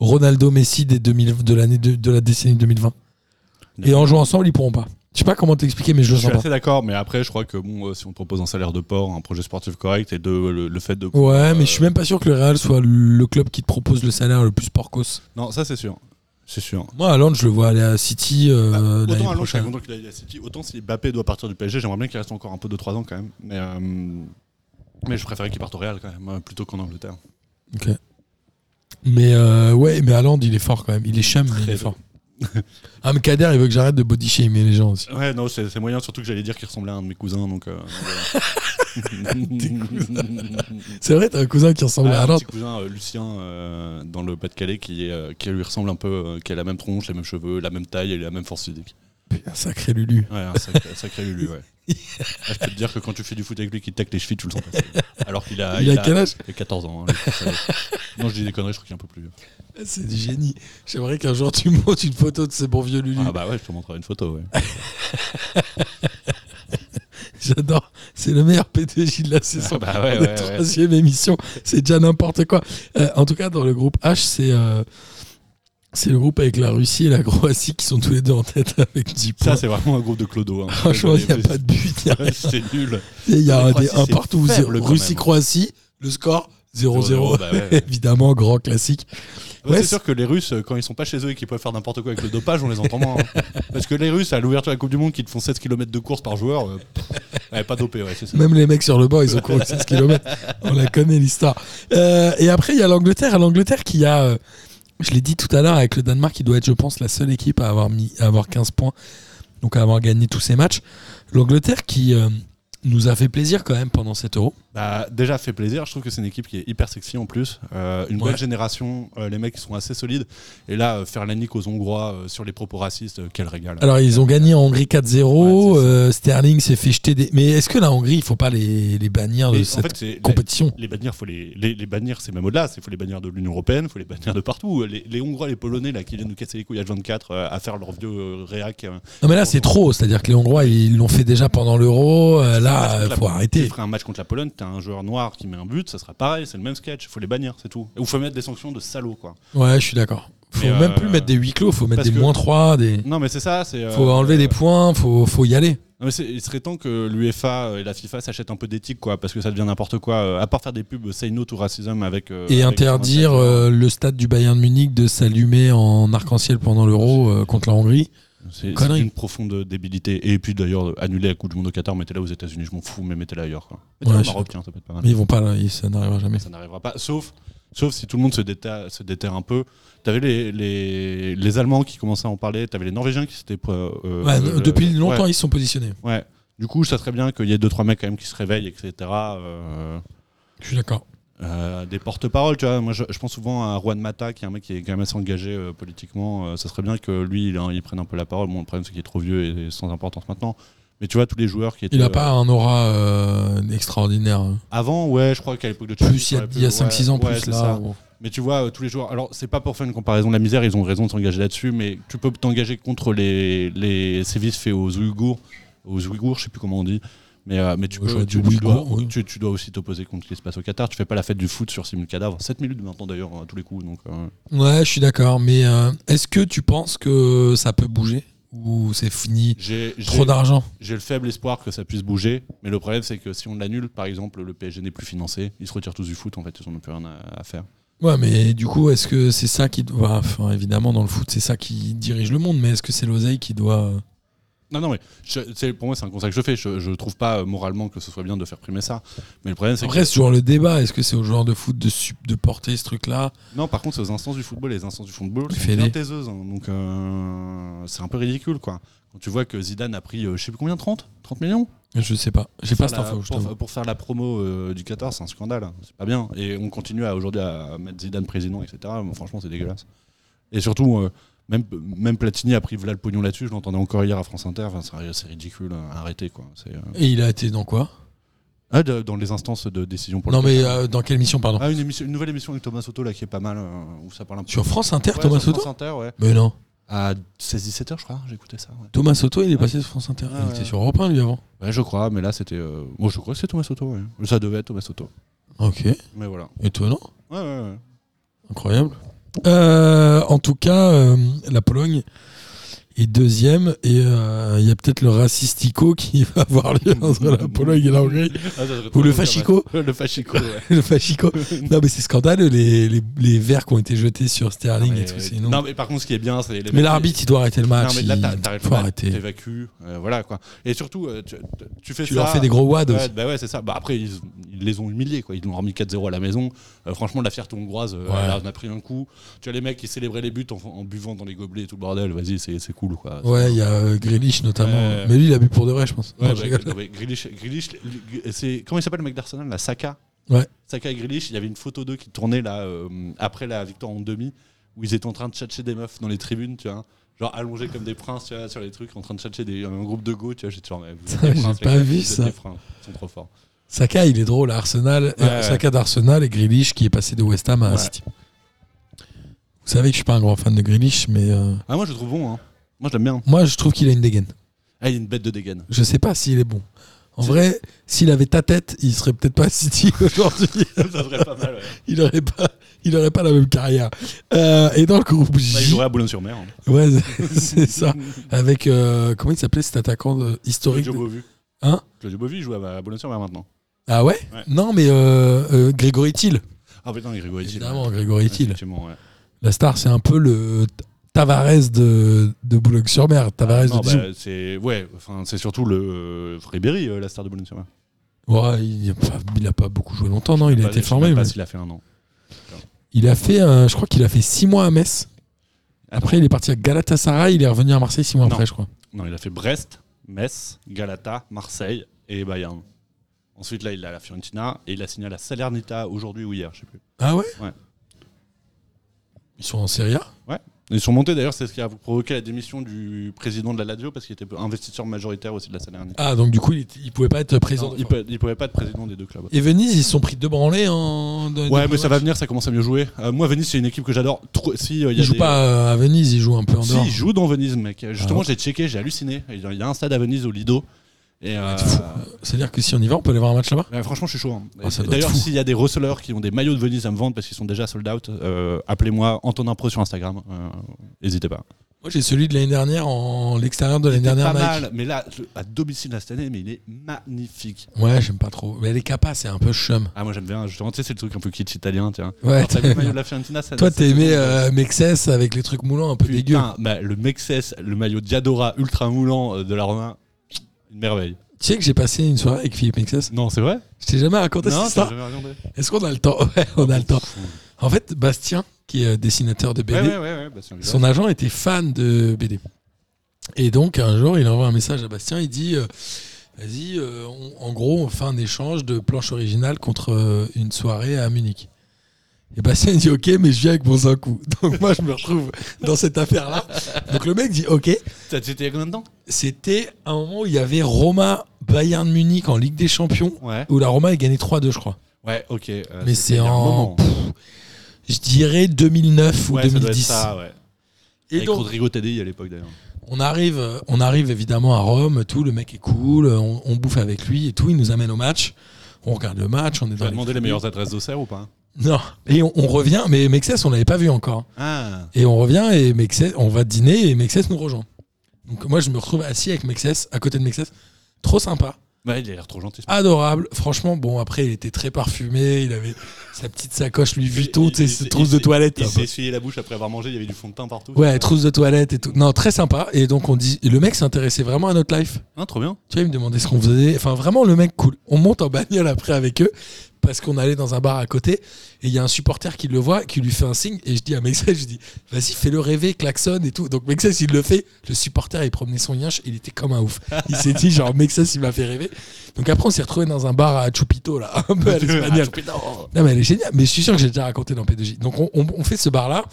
Speaker 4: Ronaldo Messi des 2000, de l'année de, de la décennie 2020. Et en jouant ensemble, ils pourront pas. Je sais pas comment t'expliquer, mais je
Speaker 5: Je
Speaker 4: le
Speaker 5: suis
Speaker 4: sens pas.
Speaker 5: assez d'accord, mais après, je crois que bon, euh, si on te propose un salaire de port, un projet sportif correct et de, le, le fait de.
Speaker 4: Ouais, mais je
Speaker 5: Euh,
Speaker 4: suis même pas sûr que le Real soit le club qui te propose le salaire le plus porcos.
Speaker 5: Non, ça c'est sûr. C'est sûr.
Speaker 4: Moi, Haaland, je le vois aller à City euh, l'année
Speaker 5: Bah, autant à Londres, je suis
Speaker 4: prochaine.
Speaker 5: content qu'il aille à City. Autant si Mbappé doit partir du PSG, j'aimerais bien qu'il reste encore un peu de 3 ans quand même. Mais, euh, mais je préférais qu'il parte au Real quand même, euh, plutôt qu'en Angleterre.
Speaker 4: Ok. Mais euh, ouais, mais Haaland, il est fort quand même. Il est chum, mais il est
Speaker 5: Très
Speaker 4: fort. Ah, mais Kader, il veut que j'arrête de body shamer les gens aussi.
Speaker 5: Ouais, non, c'est c'est moyen, surtout que j'allais dire qu'il ressemblait à un de mes cousins. Donc,
Speaker 4: *laughs*
Speaker 5: euh, voilà.
Speaker 4: C'est vrai, t'as un cousin qui ressemble à
Speaker 5: Ah, un
Speaker 4: Haaland.
Speaker 5: petit cousin euh, Lucien euh, dans le Pas-de-Calais qui, est, euh, qui lui ressemble un peu, euh, qui a la même tronche, les mêmes cheveux, la même taille et la même force physique.
Speaker 4: Putain, sacré Lulu.
Speaker 5: Ouais, un sacré, sacré Lulu,
Speaker 4: *laughs*
Speaker 5: ouais. Ah, je peux te dire que quand tu fais du foot avec lui, qu'il tacle les chevilles, tu le sens
Speaker 4: *laughs*
Speaker 5: passer. Alors qu'il a,
Speaker 4: Il a quel âge
Speaker 5: il a 14 ans. hein, lui, ça va. non, je dis des conneries, je crois qu'il est un peu plus vieux.
Speaker 4: C'est du génie. J'aimerais qu'un jour tu montes une photo de ces bons vieux Lulu.
Speaker 5: Ah bah ouais, je te montrerai une photo, ouais.
Speaker 4: Ah, J'adore. C'est le meilleur PDJ de la saison.
Speaker 5: *laughs* bah ouais,
Speaker 4: On est
Speaker 5: ouais, ouais.
Speaker 4: troisième émission. C'est déjà n'importe quoi. Euh, en tout cas, dans le groupe H, c'est euh, c'est le groupe avec la Russie et la Croatie qui sont tous les deux en tête avec 10 points.
Speaker 5: Ça, c'est vraiment un groupe de clodo. Hein.
Speaker 4: Franchement, il n'y a pas de but. y a rien.
Speaker 5: Ouais, C'est *laughs* nul.
Speaker 4: Il y a
Speaker 5: La
Speaker 4: un,
Speaker 5: Croatie,
Speaker 4: des- un
Speaker 5: c'est
Speaker 4: partout.
Speaker 5: faible,
Speaker 4: zéro-
Speaker 5: quand même.
Speaker 4: Russie-Croatie, le score 0-0.
Speaker 5: 0-0, bah ouais.
Speaker 4: *laughs* Évidemment, grand classique. Ouais,
Speaker 5: c'est
Speaker 4: c'est-
Speaker 5: sûr que les Russes, euh, quand ils sont pas chez eux et qu'ils peuvent faire n'importe quoi avec le dopage, on les entend moins. hein. Parce que les Russes, à l'ouverture de la Coupe du Monde, qui te font 16 km de course par joueur, euh, pff, ouais, pas dopé, ouais, c'est ça.
Speaker 4: Même les mecs sur le banc, ils ont couru 16 km. On la connaît l'histoire. Euh, et après, il y a l'Angleterre. L'Angleterre qui a, euh, je l'ai dit tout à l'heure, avec le Danemark, qui doit être, je pense, la seule équipe à avoir, mis, à avoir 15 points, donc à avoir gagné tous ses matchs. L'Angleterre qui euh, nous a fait plaisir quand même pendant cet euro.
Speaker 5: Bah, déjà fait plaisir, je trouve que c'est une équipe qui est hyper sexy en plus, Euh, une
Speaker 4: Ouais.
Speaker 5: belle génération, euh, les mecs qui sont assez solides, et là euh, faire la nique aux Hongrois euh, sur les propos racistes, euh, quel régal.
Speaker 4: Alors, ils ont gagné en Hongrie 4-0.
Speaker 5: Ouais, c'est ça.
Speaker 4: Euh, Sterling s'est fait jeter des. Mais est-ce que la Hongrie, il faut pas les, les bannir
Speaker 5: Et
Speaker 4: de
Speaker 5: en
Speaker 4: cette
Speaker 5: fait, c'est-
Speaker 4: compétition
Speaker 5: les bannir, faut les, les, les bannir, c'est même au-delà. Il faut les bannir de l'Union européenne, il faut les bannir de partout. Les, les Hongrois, les Polonais, là, qui viennent nous casser les couilles à 24 euh, à faire leur vieux euh, réac. euh,
Speaker 4: Non, mais là, c'est trop. C'est-à-dire que les Hongrois, ils l'ont fait déjà pendant l'euro. Euh, là,
Speaker 5: Parce que
Speaker 4: euh,
Speaker 5: la-
Speaker 4: faut
Speaker 5: Tu
Speaker 4: arrêter.
Speaker 5: ferais un match contre la Pologne, t'as un joueur noir qui met un but, ça sera pareil, c'est le même sketch. Faut les bannir, c'est tout. Ou faut mettre des sanctions de salaud, quoi.
Speaker 4: Ouais, je suis d'accord. Faut
Speaker 5: Mais,
Speaker 4: même
Speaker 5: euh,
Speaker 4: plus mettre des huis clos, faut mettre
Speaker 5: parce
Speaker 4: des
Speaker 5: que-
Speaker 4: moins 3, des.
Speaker 5: Non, mais c'est ça. C'est. euh,
Speaker 4: Faut enlever des points, faut, faut y aller.
Speaker 5: Non, mais c'est- il serait temps que l'UEFA et la FIFA s'achètent un peu d'éthique, quoi, parce que ça devient n'importe quoi. Euh, À part faire des pubs Say No to Racism avec. euh,
Speaker 4: Et
Speaker 5: avec-
Speaker 4: interdire euh, le stade du Bayern de Munich de s'allumer en arc-en-ciel pendant l'euro euh, contre la Hongrie.
Speaker 5: C'est c'est
Speaker 4: Connerie.
Speaker 5: une profonde débilité. Et puis d'ailleurs, annuler la Coupe du Monde au Qatar, mettez-la aux États-Unis, je m'en fous, mais mettez-la ailleurs. Quoi. Mettez-la
Speaker 4: Ouais,
Speaker 5: au
Speaker 4: je-
Speaker 5: Maroc, tiens, ça peut être pas mal.
Speaker 4: Mais ils vont pas là, ils- ça n'arrivera jamais.
Speaker 5: Ça n'arrivera pas, sauf, sauf si tout le monde se, déta- se déterre un peu. T'avais les, les, les Allemands qui commençaient à en parler, t'avais les Norvégiens qui s'étaient. euh, euh,
Speaker 4: Ouais,
Speaker 5: euh,
Speaker 4: depuis
Speaker 5: ouais,
Speaker 4: longtemps, ils se sont positionnés.
Speaker 5: Ouais, Du coup, ça serait bien qu'il y ait deux trois mecs quand même qui se réveillent, etc. euh,
Speaker 4: Je suis d'accord.
Speaker 5: euh, des porte-paroles, tu vois. Moi, je, je pense souvent à Juan Mata, qui est un mec qui est quand même assez engagé euh, politiquement. Euh, ça serait bien que lui, il, en- il prenne un peu la parole. Bon, le problème, c'est qu'il est trop vieux et, sans importance maintenant. Mais tu vois, tous les joueurs qui étaient.
Speaker 4: Il n'a
Speaker 5: euh,
Speaker 4: pas un aura euh, extraordinaire.
Speaker 5: Avant, ouais, je crois qu'à l'époque de Chelsea,
Speaker 4: Plus il y a,
Speaker 5: aurait pu-
Speaker 4: il y a 5-6 ans,
Speaker 5: ouais, ouais,
Speaker 4: plus
Speaker 5: c'est
Speaker 4: là.
Speaker 5: ça.
Speaker 4: bon.
Speaker 5: Mais tu vois, euh, tous les joueurs. Alors, c'est pas pour faire une comparaison de la misère, ils ont raison de s'engager là-dessus, mais tu peux t'engager contre les, les sévices faits aux Ouïghours, aux Ouïghours, je sais plus comment on dit. Mais, euh, mais tu,
Speaker 4: Ouais,
Speaker 5: peux,
Speaker 4: j'aurais
Speaker 5: tu,
Speaker 4: dit
Speaker 5: tu dois,
Speaker 4: Ouïghours, oui.
Speaker 5: tu, tu dois aussi t'opposer contre ce qui se passe au Qatar. Tu fais pas la fête du foot sur 6000 cadavres. 7 minutes maintenant d'ailleurs, à tous les coups. Donc, euh,
Speaker 4: Ouais, je suis d'accord. Mais euh, est-ce que tu penses que ça peut bouger Ou c'est fini
Speaker 5: j'ai j'ai-
Speaker 4: Trop d'argent
Speaker 5: j'ai le faible espoir que ça puisse bouger. Mais le problème, c'est que si on l'annule, par exemple, le PSG n'est plus financé. Ils se retirent tous du foot, en fait. Ils n'ont plus rien à, à faire.
Speaker 4: Ouais, mais du coup, est-ce que c'est ça qui doit. bah, Enfin, évidemment, dans le foot, c'est ça qui dirige le monde, mais est-ce que c'est l'oseille qui doit. euh,
Speaker 5: Non, non, mais je- c'est- pour moi, c'est un constat que je fais. Je, je trouve pas euh, moralement que ce soit bien de faire primer ça. Mais le problème, c'est que.
Speaker 4: Après, c'est toujours le débat. Est-ce que c'est au joueur de foot de, su- de porter ce truc-là
Speaker 5: Non, par contre, c'est aux instances du football. Les instances du football,
Speaker 4: Les
Speaker 5: c'est
Speaker 4: fédés.
Speaker 5: bien taiseuses. hein. donc, euh, c'est un peu ridicule, quoi. Quand tu vois que Zidane a pris, euh, je sais plus combien, 30 30 millions
Speaker 4: Je sais pas. J'ai pas
Speaker 5: Pour
Speaker 4: cette
Speaker 5: la-
Speaker 4: info. je t'avoue.
Speaker 5: pour, pour faire la promo euh, du Qatar, c'est un scandale. C'est pas bien. Et on continue à- aujourd'hui à mettre Zidane président, etc. Bon, franchement, c'est dégueulasse. Et surtout, euh, même, même Platini a pris Vlad le pognon là-dessus. Je l'entendais encore hier à France Inter. Enfin, c'est- c'est ridicule. hein. Arrêtez, quoi. C'est, euh,
Speaker 4: Et il a été dans quoi
Speaker 5: ah, de- dans les instances de décision pour
Speaker 4: Non,
Speaker 5: le
Speaker 4: mais
Speaker 5: Qatar.
Speaker 4: euh, dans quelle mission, pardon
Speaker 5: Ah, une, émission- une nouvelle émission avec Thomas Soto là qui est pas mal euh, où ça parle un peu
Speaker 4: Sur France Inter,
Speaker 5: Ouais,
Speaker 4: Thomas
Speaker 5: sur
Speaker 4: Soto
Speaker 5: France Inter, ouais.
Speaker 4: Mais non.
Speaker 5: À 16-17h, je crois, j'écoutais ça. Ouais.
Speaker 4: Thomas Soto, il est passé sur France Inter.
Speaker 5: Ah,
Speaker 4: il
Speaker 5: ouais.
Speaker 4: était sur Europe 1, lui, avant.
Speaker 5: Ouais, je crois, mais là c'était. euh, Bon, je crois que c'est Thomas Soto, ouais. Ça devait être Thomas Soto.
Speaker 4: Ok.
Speaker 5: Mais voilà.
Speaker 4: Étonnant.
Speaker 5: Ouais, ouais, ouais.
Speaker 4: Incroyable. Euh, en tout cas, euh, la Pologne est deuxième et euh, il y a peut-être le racistico *laughs* qui va avoir lieu entre la Pologne et la Hongrie.
Speaker 5: *laughs* Ah, ça serait
Speaker 4: Ou
Speaker 5: trop
Speaker 4: le
Speaker 5: drôle,
Speaker 4: fascico.
Speaker 5: ça, ouais. *laughs* Le fascico, ouais. *laughs*
Speaker 4: Le fascico. Non, mais c'est scandaleux, les, les, les verres qui ont été jetés sur Sterling et tout. c'est
Speaker 5: mais, euh,
Speaker 4: énorme.
Speaker 5: non, mais par contre, ce qui est bien, c'est. les
Speaker 4: mais
Speaker 5: mecs-
Speaker 4: l'arbitre, il doit arrêter le
Speaker 5: Non,
Speaker 4: match.
Speaker 5: mais là,
Speaker 4: il-
Speaker 5: t'as- t'arrêtes le
Speaker 4: faut
Speaker 5: match,
Speaker 4: arrêter.
Speaker 5: t'évacues, euh, voilà quoi. Et surtout, euh, tu, tu fais
Speaker 4: Tu
Speaker 5: ça.
Speaker 4: leur fais des gros wads
Speaker 5: Ouais,
Speaker 4: aussi.
Speaker 5: bah ouais, c'est ça. Bah après, ils, ils les ont humiliés, quoi. Ils l'ont remis 4-0 à la maison. Euh, franchement, la fierté hongroise, euh,
Speaker 4: Ouais.
Speaker 5: elle en a pris un coup. Tu as les mecs qui célébraient les buts en, en buvant dans les gobelets et tout le bordel. Vas-y, c'est c'est cool, quoi.
Speaker 4: Ouais, il y a euh, Grealish notamment.
Speaker 5: Ouais.
Speaker 4: Mais lui, il a bu pour de vrai, je pense.
Speaker 5: Ouais,
Speaker 4: Non,
Speaker 5: bah,
Speaker 4: je rigole.
Speaker 5: non, mais Grealish, Grealish, le- le- c'est comment il s'appelle le mec d'Arsenal, la Saka.
Speaker 4: Ouais.
Speaker 5: Saka et Grealish, il y avait une photo d'eux qui tournait là euh, après la victoire en demi où ils étaient en train de tchatcher des meufs dans les tribunes, tu vois. genre allongés comme des princes tu vois, sur les trucs, en train de chercher des, un groupe de go, tu vois, j'étais genre, mais vous êtes
Speaker 4: Putain,
Speaker 5: des princes,
Speaker 4: j'ai
Speaker 5: les
Speaker 4: pas
Speaker 5: gars,
Speaker 4: vu
Speaker 5: vous êtes
Speaker 4: ça.
Speaker 5: des princes, Ils sont trop forts.
Speaker 4: Saka, il est drôle à Arsenal. euh,
Speaker 5: Ouais, ouais.
Speaker 4: Saka d'Arsenal et Grealish qui est passé de West Ham à
Speaker 5: Ouais.
Speaker 4: City. Vous savez que je suis pas un grand fan de Grealish, mais euh,
Speaker 5: Ah, moi je le trouve bon, hein. Moi je l'aime bien.
Speaker 4: moi je trouve qu'il a une dégaine.
Speaker 5: Ah, il est une bête de dégaine.
Speaker 4: Je sais pas s'il est bon. En vrai, s'il avait ta tête, il serait peut-être pas à City *laughs* *laughs* aujourd'hui.
Speaker 5: *laughs* ça serait pas
Speaker 4: *laughs*
Speaker 5: mal, ouais.
Speaker 4: Il aurait pas, il aurait pas la même carrière. Euh, et dans le groupe
Speaker 5: Bah, il
Speaker 4: J,
Speaker 5: jouerait à Boulogne-sur-Mer. Hein.
Speaker 4: ouais, c'est- *laughs* c'est ça. Avec euh, comment il s'appelait cet attaquant de- historique
Speaker 5: Claudio
Speaker 4: de-
Speaker 5: Bovu.
Speaker 4: Hein
Speaker 5: Claudio Bovu, il joue à Boulogne-sur-Mer maintenant.
Speaker 4: Ah ouais,
Speaker 5: Ouais.
Speaker 4: Non, mais euh, euh, Grégory Thiel.
Speaker 5: Ah, putain, il rigole.
Speaker 4: Évidemment, Grégory Thiel.
Speaker 5: Effectivement, ouais.
Speaker 4: La star, c'est un peu le Tavares de, de Boulogne-sur-Mer, Tavares
Speaker 5: Non,
Speaker 4: de Dijon.
Speaker 5: bah, c'est ouais, enfin c'est surtout le euh, Ribéry, euh, la star de Boulogne-sur-Mer.
Speaker 4: Ouais, il n'a pas, il a pas beaucoup joué longtemps, non, il a
Speaker 5: Bah, je
Speaker 4: été
Speaker 5: sais
Speaker 4: formé.
Speaker 5: même Pas
Speaker 4: mais-
Speaker 5: s'il a fait un an.
Speaker 4: Il a fait, un- je crois qu'il a fait six mois à Metz. Après, il est parti à Galatasaray, il est revenu à Marseille six mois
Speaker 5: Ah Non.
Speaker 4: après, je crois.
Speaker 5: Non, il a fait Brest, Metz, Galata, Marseille et Bayern. Ensuite, là, il est à la Fiorentina et il a signé à la Salernita aujourd'hui ou hier, je sais plus.
Speaker 4: Ah ouais
Speaker 5: Ouais.
Speaker 4: Ils sont en Serie A
Speaker 5: Ils sont montés d'ailleurs, c'est ce qui a provoqué la démission du président de la Lazio parce qu'il était investisseur majoritaire aussi de la Salernita.
Speaker 4: Ah, donc du coup, il ne pouvait pas être présent.
Speaker 5: Non, il, peut- il pouvait pas être président des deux clubs.
Speaker 4: Et Venise, ils se sont pris deux branlés en. dans les
Speaker 5: Ouais,
Speaker 4: deux
Speaker 5: mais ça va
Speaker 4: premiers matchs.
Speaker 5: venir, ça commence à mieux jouer. Euh, moi, Venise, c'est une équipe que j'adore. Trop- Si, euh, il y a
Speaker 4: Ils jouent
Speaker 5: des-
Speaker 4: pas euh, à Venise, ils jouent un peu en
Speaker 5: Si,
Speaker 4: dehors.
Speaker 5: il joue dans Venise, mec. Justement,
Speaker 4: Ah.
Speaker 5: j'ai checké, j'ai halluciné. Il y a un stade à Venise au Lido. Et euh,
Speaker 4: fou. C'est-à-dire que si on y va, on peut aller voir un match là-bas
Speaker 5: ouais, franchement, je suis chaud. hein.
Speaker 4: Ah, ça doit
Speaker 5: D'ailleurs,
Speaker 4: être fou.
Speaker 5: s'il y a des receleurs qui ont des maillots de Venise à me vendre parce qu'ils sont déjà sold out, euh, appelez-moi Antonin Pro sur Instagram. Euh, N'hésitez pas.
Speaker 4: Moi, j'ai celui de l'année dernière, en l'extérieur de l'année
Speaker 5: C'est
Speaker 4: dernière.
Speaker 5: pas
Speaker 4: Nike.
Speaker 5: mal, mais là, je- à domicile là, cette année, mais il est magnifique.
Speaker 4: Ouais, j'aime pas trop. Mais les capas, c'est un peu chum.
Speaker 5: Ah, moi j'aime bien, justement, tu sais, c'est le truc un peu kitsch italien, tiens.
Speaker 4: Ouais,
Speaker 5: Alors, t'as vu le
Speaker 4: t'aimes
Speaker 5: maillot
Speaker 4: bien.
Speaker 5: de la Fiorentina ça-
Speaker 4: *laughs* Toi,
Speaker 5: ça-
Speaker 4: t'as
Speaker 5: ça-
Speaker 4: aimé
Speaker 5: ça-
Speaker 4: euh, Mexès avec les trucs moulants un peu dégueux.
Speaker 5: Putain, bah, le Mexès, le maillot Diadora ultra moulant euh, de la Roma, une merveille.
Speaker 4: Tu sais que j'ai passé une soirée avec Philippe Mexès
Speaker 5: Non, c'est vrai
Speaker 4: Je t'ai jamais raconté cette
Speaker 5: Non, t'as
Speaker 4: histoire.
Speaker 5: jamais regardé.
Speaker 4: Est-ce qu'on a le temps *laughs* Ouais, on a le temps. En fait, Bastien, qui est euh, dessinateur de BD,
Speaker 5: Ouais, ouais, ouais, ouais, bah, c'est un
Speaker 4: son agent était fan de BD. Et donc, un jour, il envoie un message à Bastien. Il dit euh, Vas-y, euh, on- en gros, on fait un échange de planches originales contre euh, une soirée à Munich. Et Bastien il dit Ok, mais je viens avec mon Zankou. *laughs* Donc, moi, je me retrouve dans cette affaire-là. Donc, le mec dit Ok.
Speaker 5: T'as- T'étais il y a combien de temps
Speaker 4: C'était un moment où il y avait Roma Bayern Munich en Ligue des Champions,
Speaker 5: Ouais.
Speaker 4: où la Roma a gagné 3-2, je crois.
Speaker 5: Ouais, ok. euh, c'était
Speaker 4: Mais c'est
Speaker 5: il y a un
Speaker 4: en.
Speaker 5: moment.
Speaker 4: pff, je dirais 2009 ou
Speaker 5: Ouais, ça doit être
Speaker 4: 2010.
Speaker 5: ça, ouais.
Speaker 4: Et
Speaker 5: Avec
Speaker 4: donc,
Speaker 5: Rodrigo Tedei à l'époque d'ailleurs.
Speaker 4: on arrive, euh, on arrive évidemment à Rome, tout, le mec est cool, euh, on, on bouffe avec lui et tout, il nous amène au match. On regarde le match, on est
Speaker 5: Tu
Speaker 4: dans
Speaker 5: vas
Speaker 4: les-
Speaker 5: demander les meilleures adresses d'Auxerre ou pas
Speaker 4: Non, et on, on revient, mais Mexès, on l'avait pas vu encore.
Speaker 5: Ah
Speaker 4: Et on revient et Mexès, on va dîner et Mexès nous rejoint. Donc moi, je me retrouve assis avec Mexès, à côté de Mexès. Trop sympa.
Speaker 5: Ouais, il a l'air trop gentil.
Speaker 4: Ah,
Speaker 5: ce mec.
Speaker 4: adorable. Franchement, bon, après, il était très parfumé. Il avait sa petite sacoche Louis Vuitton,
Speaker 5: Il-
Speaker 4: tu sais,
Speaker 5: il-
Speaker 4: ses
Speaker 5: il-
Speaker 4: trousses
Speaker 5: il
Speaker 4: de
Speaker 5: s'est-
Speaker 4: toilette.
Speaker 5: Il
Speaker 4: un
Speaker 5: s'est
Speaker 4: peu.
Speaker 5: essuyé la bouche après avoir mangé, il y avait du fond de teint partout.
Speaker 4: Ouais, trousses de toilette et tout. Non, très sympa. Et donc, on dit, et le mec s'intéressait vraiment à notre life.
Speaker 5: Hein, trop bien.
Speaker 4: Tu vois, il me demandait ce qu'on faisait. Enfin, vraiment, le mec cool. On monte en bagnole après avec eux parce qu'on allait dans un bar à côté. Et il y a un supporter qui le voit, qui lui fait un signe. Et je dis à Mexès, je dis, vas-y, fais-le rêver, klaxonne et tout. Donc Mexès, il le fait. Le supporter, il promenait son yinche. Il était comme un ouf. Il s'est dit, genre, Mexès, il m'a fait rêver. Donc après, on s'est retrouvé dans un bar à Chupito, là, *laughs* un
Speaker 5: *laughs*
Speaker 4: peu à
Speaker 5: Ah,
Speaker 4: l'espagnol. Non, mais elle est géniale. Mais je suis sûr que j'ai déjà raconté dans P2J. Donc on, on- on fait ce bar-là,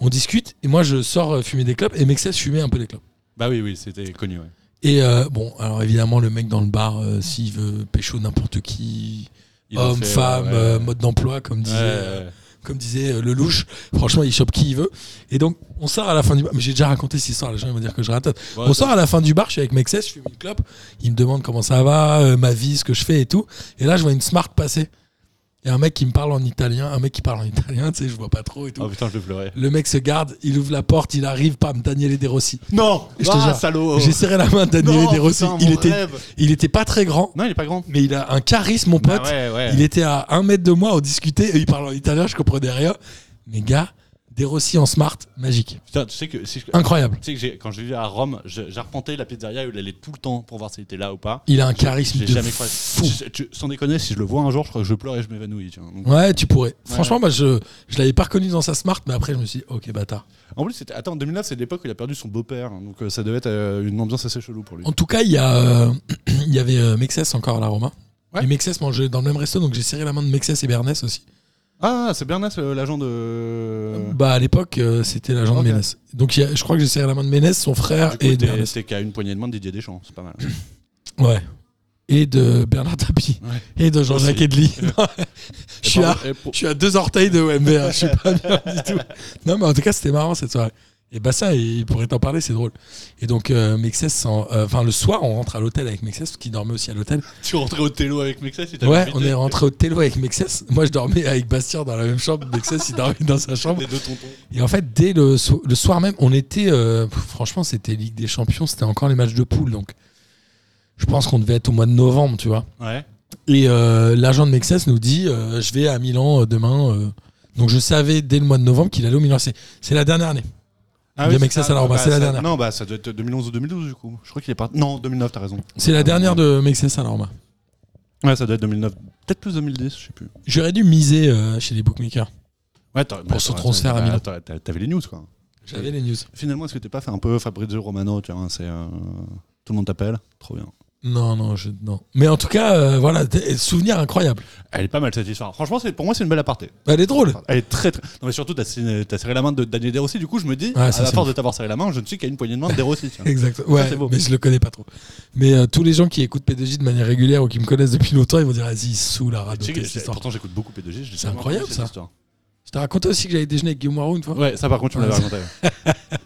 Speaker 4: on discute. Et moi, je sors euh, fumer des clopes. Et Mexès fumait un peu des clopes.
Speaker 5: Bah oui, oui, c'était connu. Ouais.
Speaker 4: Et euh, bon, alors évidemment, le mec dans le bar, euh, s'il veut pécho n'importe qui,
Speaker 5: Il en
Speaker 4: homme,
Speaker 5: fait,
Speaker 4: femme,
Speaker 5: ouais, ouais.
Speaker 4: euh, mode d'emploi, comme
Speaker 5: Ouais,
Speaker 4: disait, euh,
Speaker 5: ouais, ouais.
Speaker 4: comme disait euh, le louche, franchement, il chope qui il veut. Et donc, on sort à la fin du bar. Mais j'ai déjà raconté cette histoire, les gens ils vont dire que je raconte.
Speaker 5: Bon,
Speaker 4: on sort à la fin du bar, je suis avec Mexès, je fume une clope, il me demande comment ça va, euh, ma vie, ce que je fais et tout. Et là, je vois une smart passer. Et un mec qui me parle en italien, un mec qui parle en italien, tu sais, je vois pas trop et tout.
Speaker 5: Oh putain, je vais pleurer.
Speaker 4: Le mec se garde, il ouvre la porte, il arrive, pam, Daniele De Rossi.
Speaker 5: Non
Speaker 4: Je te
Speaker 5: Ah,
Speaker 4: jure,
Speaker 5: salaud
Speaker 4: J'ai serré la main de Daniele
Speaker 5: Non,
Speaker 4: De Rossi.
Speaker 5: putain, mon
Speaker 4: il, était,
Speaker 5: rêve.
Speaker 4: il était pas très grand,
Speaker 5: Non, il est pas grand.
Speaker 4: mais il a un charisme, mon pote.
Speaker 5: Bah ouais, ouais.
Speaker 4: Il était à un mètre de moi, on discutait, et il parlait en italien, je comprenais rien. Mais gars, des Rossi en smart, magique.
Speaker 5: Putain, tu sais que si je-
Speaker 4: Incroyable.
Speaker 5: Tu sais que j'ai- quand je vivais à Rome, je- j'arpentais la pizzeria où il allait tout le temps pour voir s'il était là ou pas.
Speaker 4: Il a un
Speaker 5: J'ai-
Speaker 4: charisme
Speaker 5: j'ai
Speaker 4: de
Speaker 5: jamais croisé.
Speaker 4: fou.
Speaker 5: Je- tu- sans déconner, si je le vois un jour, je crois que je pleure et je m'évanouis. tu vois. Donc-
Speaker 4: Ouais, tu pourrais. Franchement, moi, je, je l'avais pas reconnu dans sa smart, mais après, je me suis dit, ok, bâtard.
Speaker 5: En plus, c'était- attends, en 2009, c'est l'époque où il a perdu son beau-père. hein, Donc euh, ça devait être euh, une ambiance assez chelou pour lui.
Speaker 4: En tout cas, il y, a, euh, *clears throat* il y avait euh, Mexès encore à la Roma.
Speaker 5: Ouais.
Speaker 4: Et Mexès mangeait dans le même resto, donc j'ai serré la main de Mexès et Bernès aussi.
Speaker 5: Ah, c'est Bernas, euh, l'agent de.
Speaker 4: Bah à l'époque, euh, c'était l'agent
Speaker 5: Ok.
Speaker 4: de Ménès. Donc il y a- je crois que j'ai serré la main de Ménès, son frère
Speaker 5: Du coup,
Speaker 4: Bah, et de
Speaker 5: t'es-
Speaker 4: Bernard.
Speaker 5: t'es qu'à une poignée de main de Didier Deschamps, c'est pas mal.
Speaker 4: Ouais. Et de Bernard Tapie.
Speaker 5: Ouais.
Speaker 4: Et de Jean-Jacques
Speaker 5: Aussi.
Speaker 4: Edli. Non, je, suis à,
Speaker 5: Pardon, et pour-
Speaker 4: je suis à deux orteils de OMB. hein, Je suis pas bien du tout. Non, mais en tout cas, c'était marrant cette soirée. Et bah ça, il pourrait t'en parler, c'est drôle. Et donc, euh, Mexès, s'en- euh, enfin le soir, on rentre à l'hôtel avec Mexès, qui dormait aussi à l'hôtel.
Speaker 5: Tu rentrais au télo avec Mexès si t'avais
Speaker 4: Ouais,
Speaker 5: invité
Speaker 4: on est rentré au télo avec Mexès. Moi, je dormais avec Bastien dans la même chambre. Mexès, il dormait dans sa chambre.
Speaker 5: Les deux tontons.
Speaker 4: Et en fait, dès le, so- le soir même, on était. euh, pff, franchement, c'était Ligue des Champions, c'était encore les matchs de poule. Donc, je pense qu'on devait être au mois de novembre, tu vois.
Speaker 5: Ouais.
Speaker 4: Et euh, l'agent de Mexès nous dit euh, Je vais à Milan euh, demain. euh. donc, je savais dès le mois de novembre qu'il allait au Milan. C'est c'est la dernière année.
Speaker 5: Ah
Speaker 4: De
Speaker 5: c'est
Speaker 4: Mexès à la Roma,
Speaker 5: Bah,
Speaker 4: c'est la
Speaker 5: ça-
Speaker 4: dernière.
Speaker 5: Non, bah ça doit être 2011 ou 2012 du coup. Je crois qu'il est parti. Non, 2009, t'as raison.
Speaker 4: C'est la dernière de Mexès à la Roma.
Speaker 5: Ouais, ça doit être 2009. Peut-être plus 2010, je sais plus.
Speaker 4: J'aurais dû miser euh, chez les bookmakers.
Speaker 5: Ouais, pour
Speaker 4: son transfert à Milan.
Speaker 5: T'avais les news quoi.
Speaker 4: J'avais les news.
Speaker 5: Finalement, est-ce que t'es pas fait un peu Fabrizio Romano Tu vois, c'est. euh, Tout le monde t'appelle. Trop bien.
Speaker 4: Non, non, je, non. Mais en tout cas, euh, voilà, t- souvenir incroyable.
Speaker 5: Elle est pas mal cette histoire. Franchement, c'est- pour moi, c'est une belle aparté.
Speaker 4: Elle est drôle.
Speaker 5: Elle est très très. Non, mais surtout, t'as serré t'as serré la main de Daniel Derossi. Du coup, je me dis,
Speaker 4: Ouais, ça,
Speaker 5: à la
Speaker 4: c'est
Speaker 5: force de t'avoir serré la main, je ne suis qu'à une poignée de main de Derossi.
Speaker 4: *laughs*
Speaker 5: tu vois.
Speaker 4: Exactement. Ouais,
Speaker 5: c'est beau.
Speaker 4: mais je le connais pas trop. Mais euh, tous les gens qui écoutent P2J de manière régulière ou qui me connaissent depuis longtemps, ils vont dire ah, vas-y, il saoule à
Speaker 5: Tu sais
Speaker 4: radoter
Speaker 5: que-
Speaker 4: cette histoire.
Speaker 5: Pourtant, j'écoute beaucoup P2J. je l'ai
Speaker 4: C'est
Speaker 5: jamais
Speaker 4: incroyable,
Speaker 5: entendu,
Speaker 4: ça.
Speaker 5: cette histoire.
Speaker 4: Je t'ai raconté aussi que j'avais déjeuné avec Guillaume Moirou une fois.
Speaker 5: Ouais, ça par contre, tu me l'avais
Speaker 4: Ouais,
Speaker 5: raconté.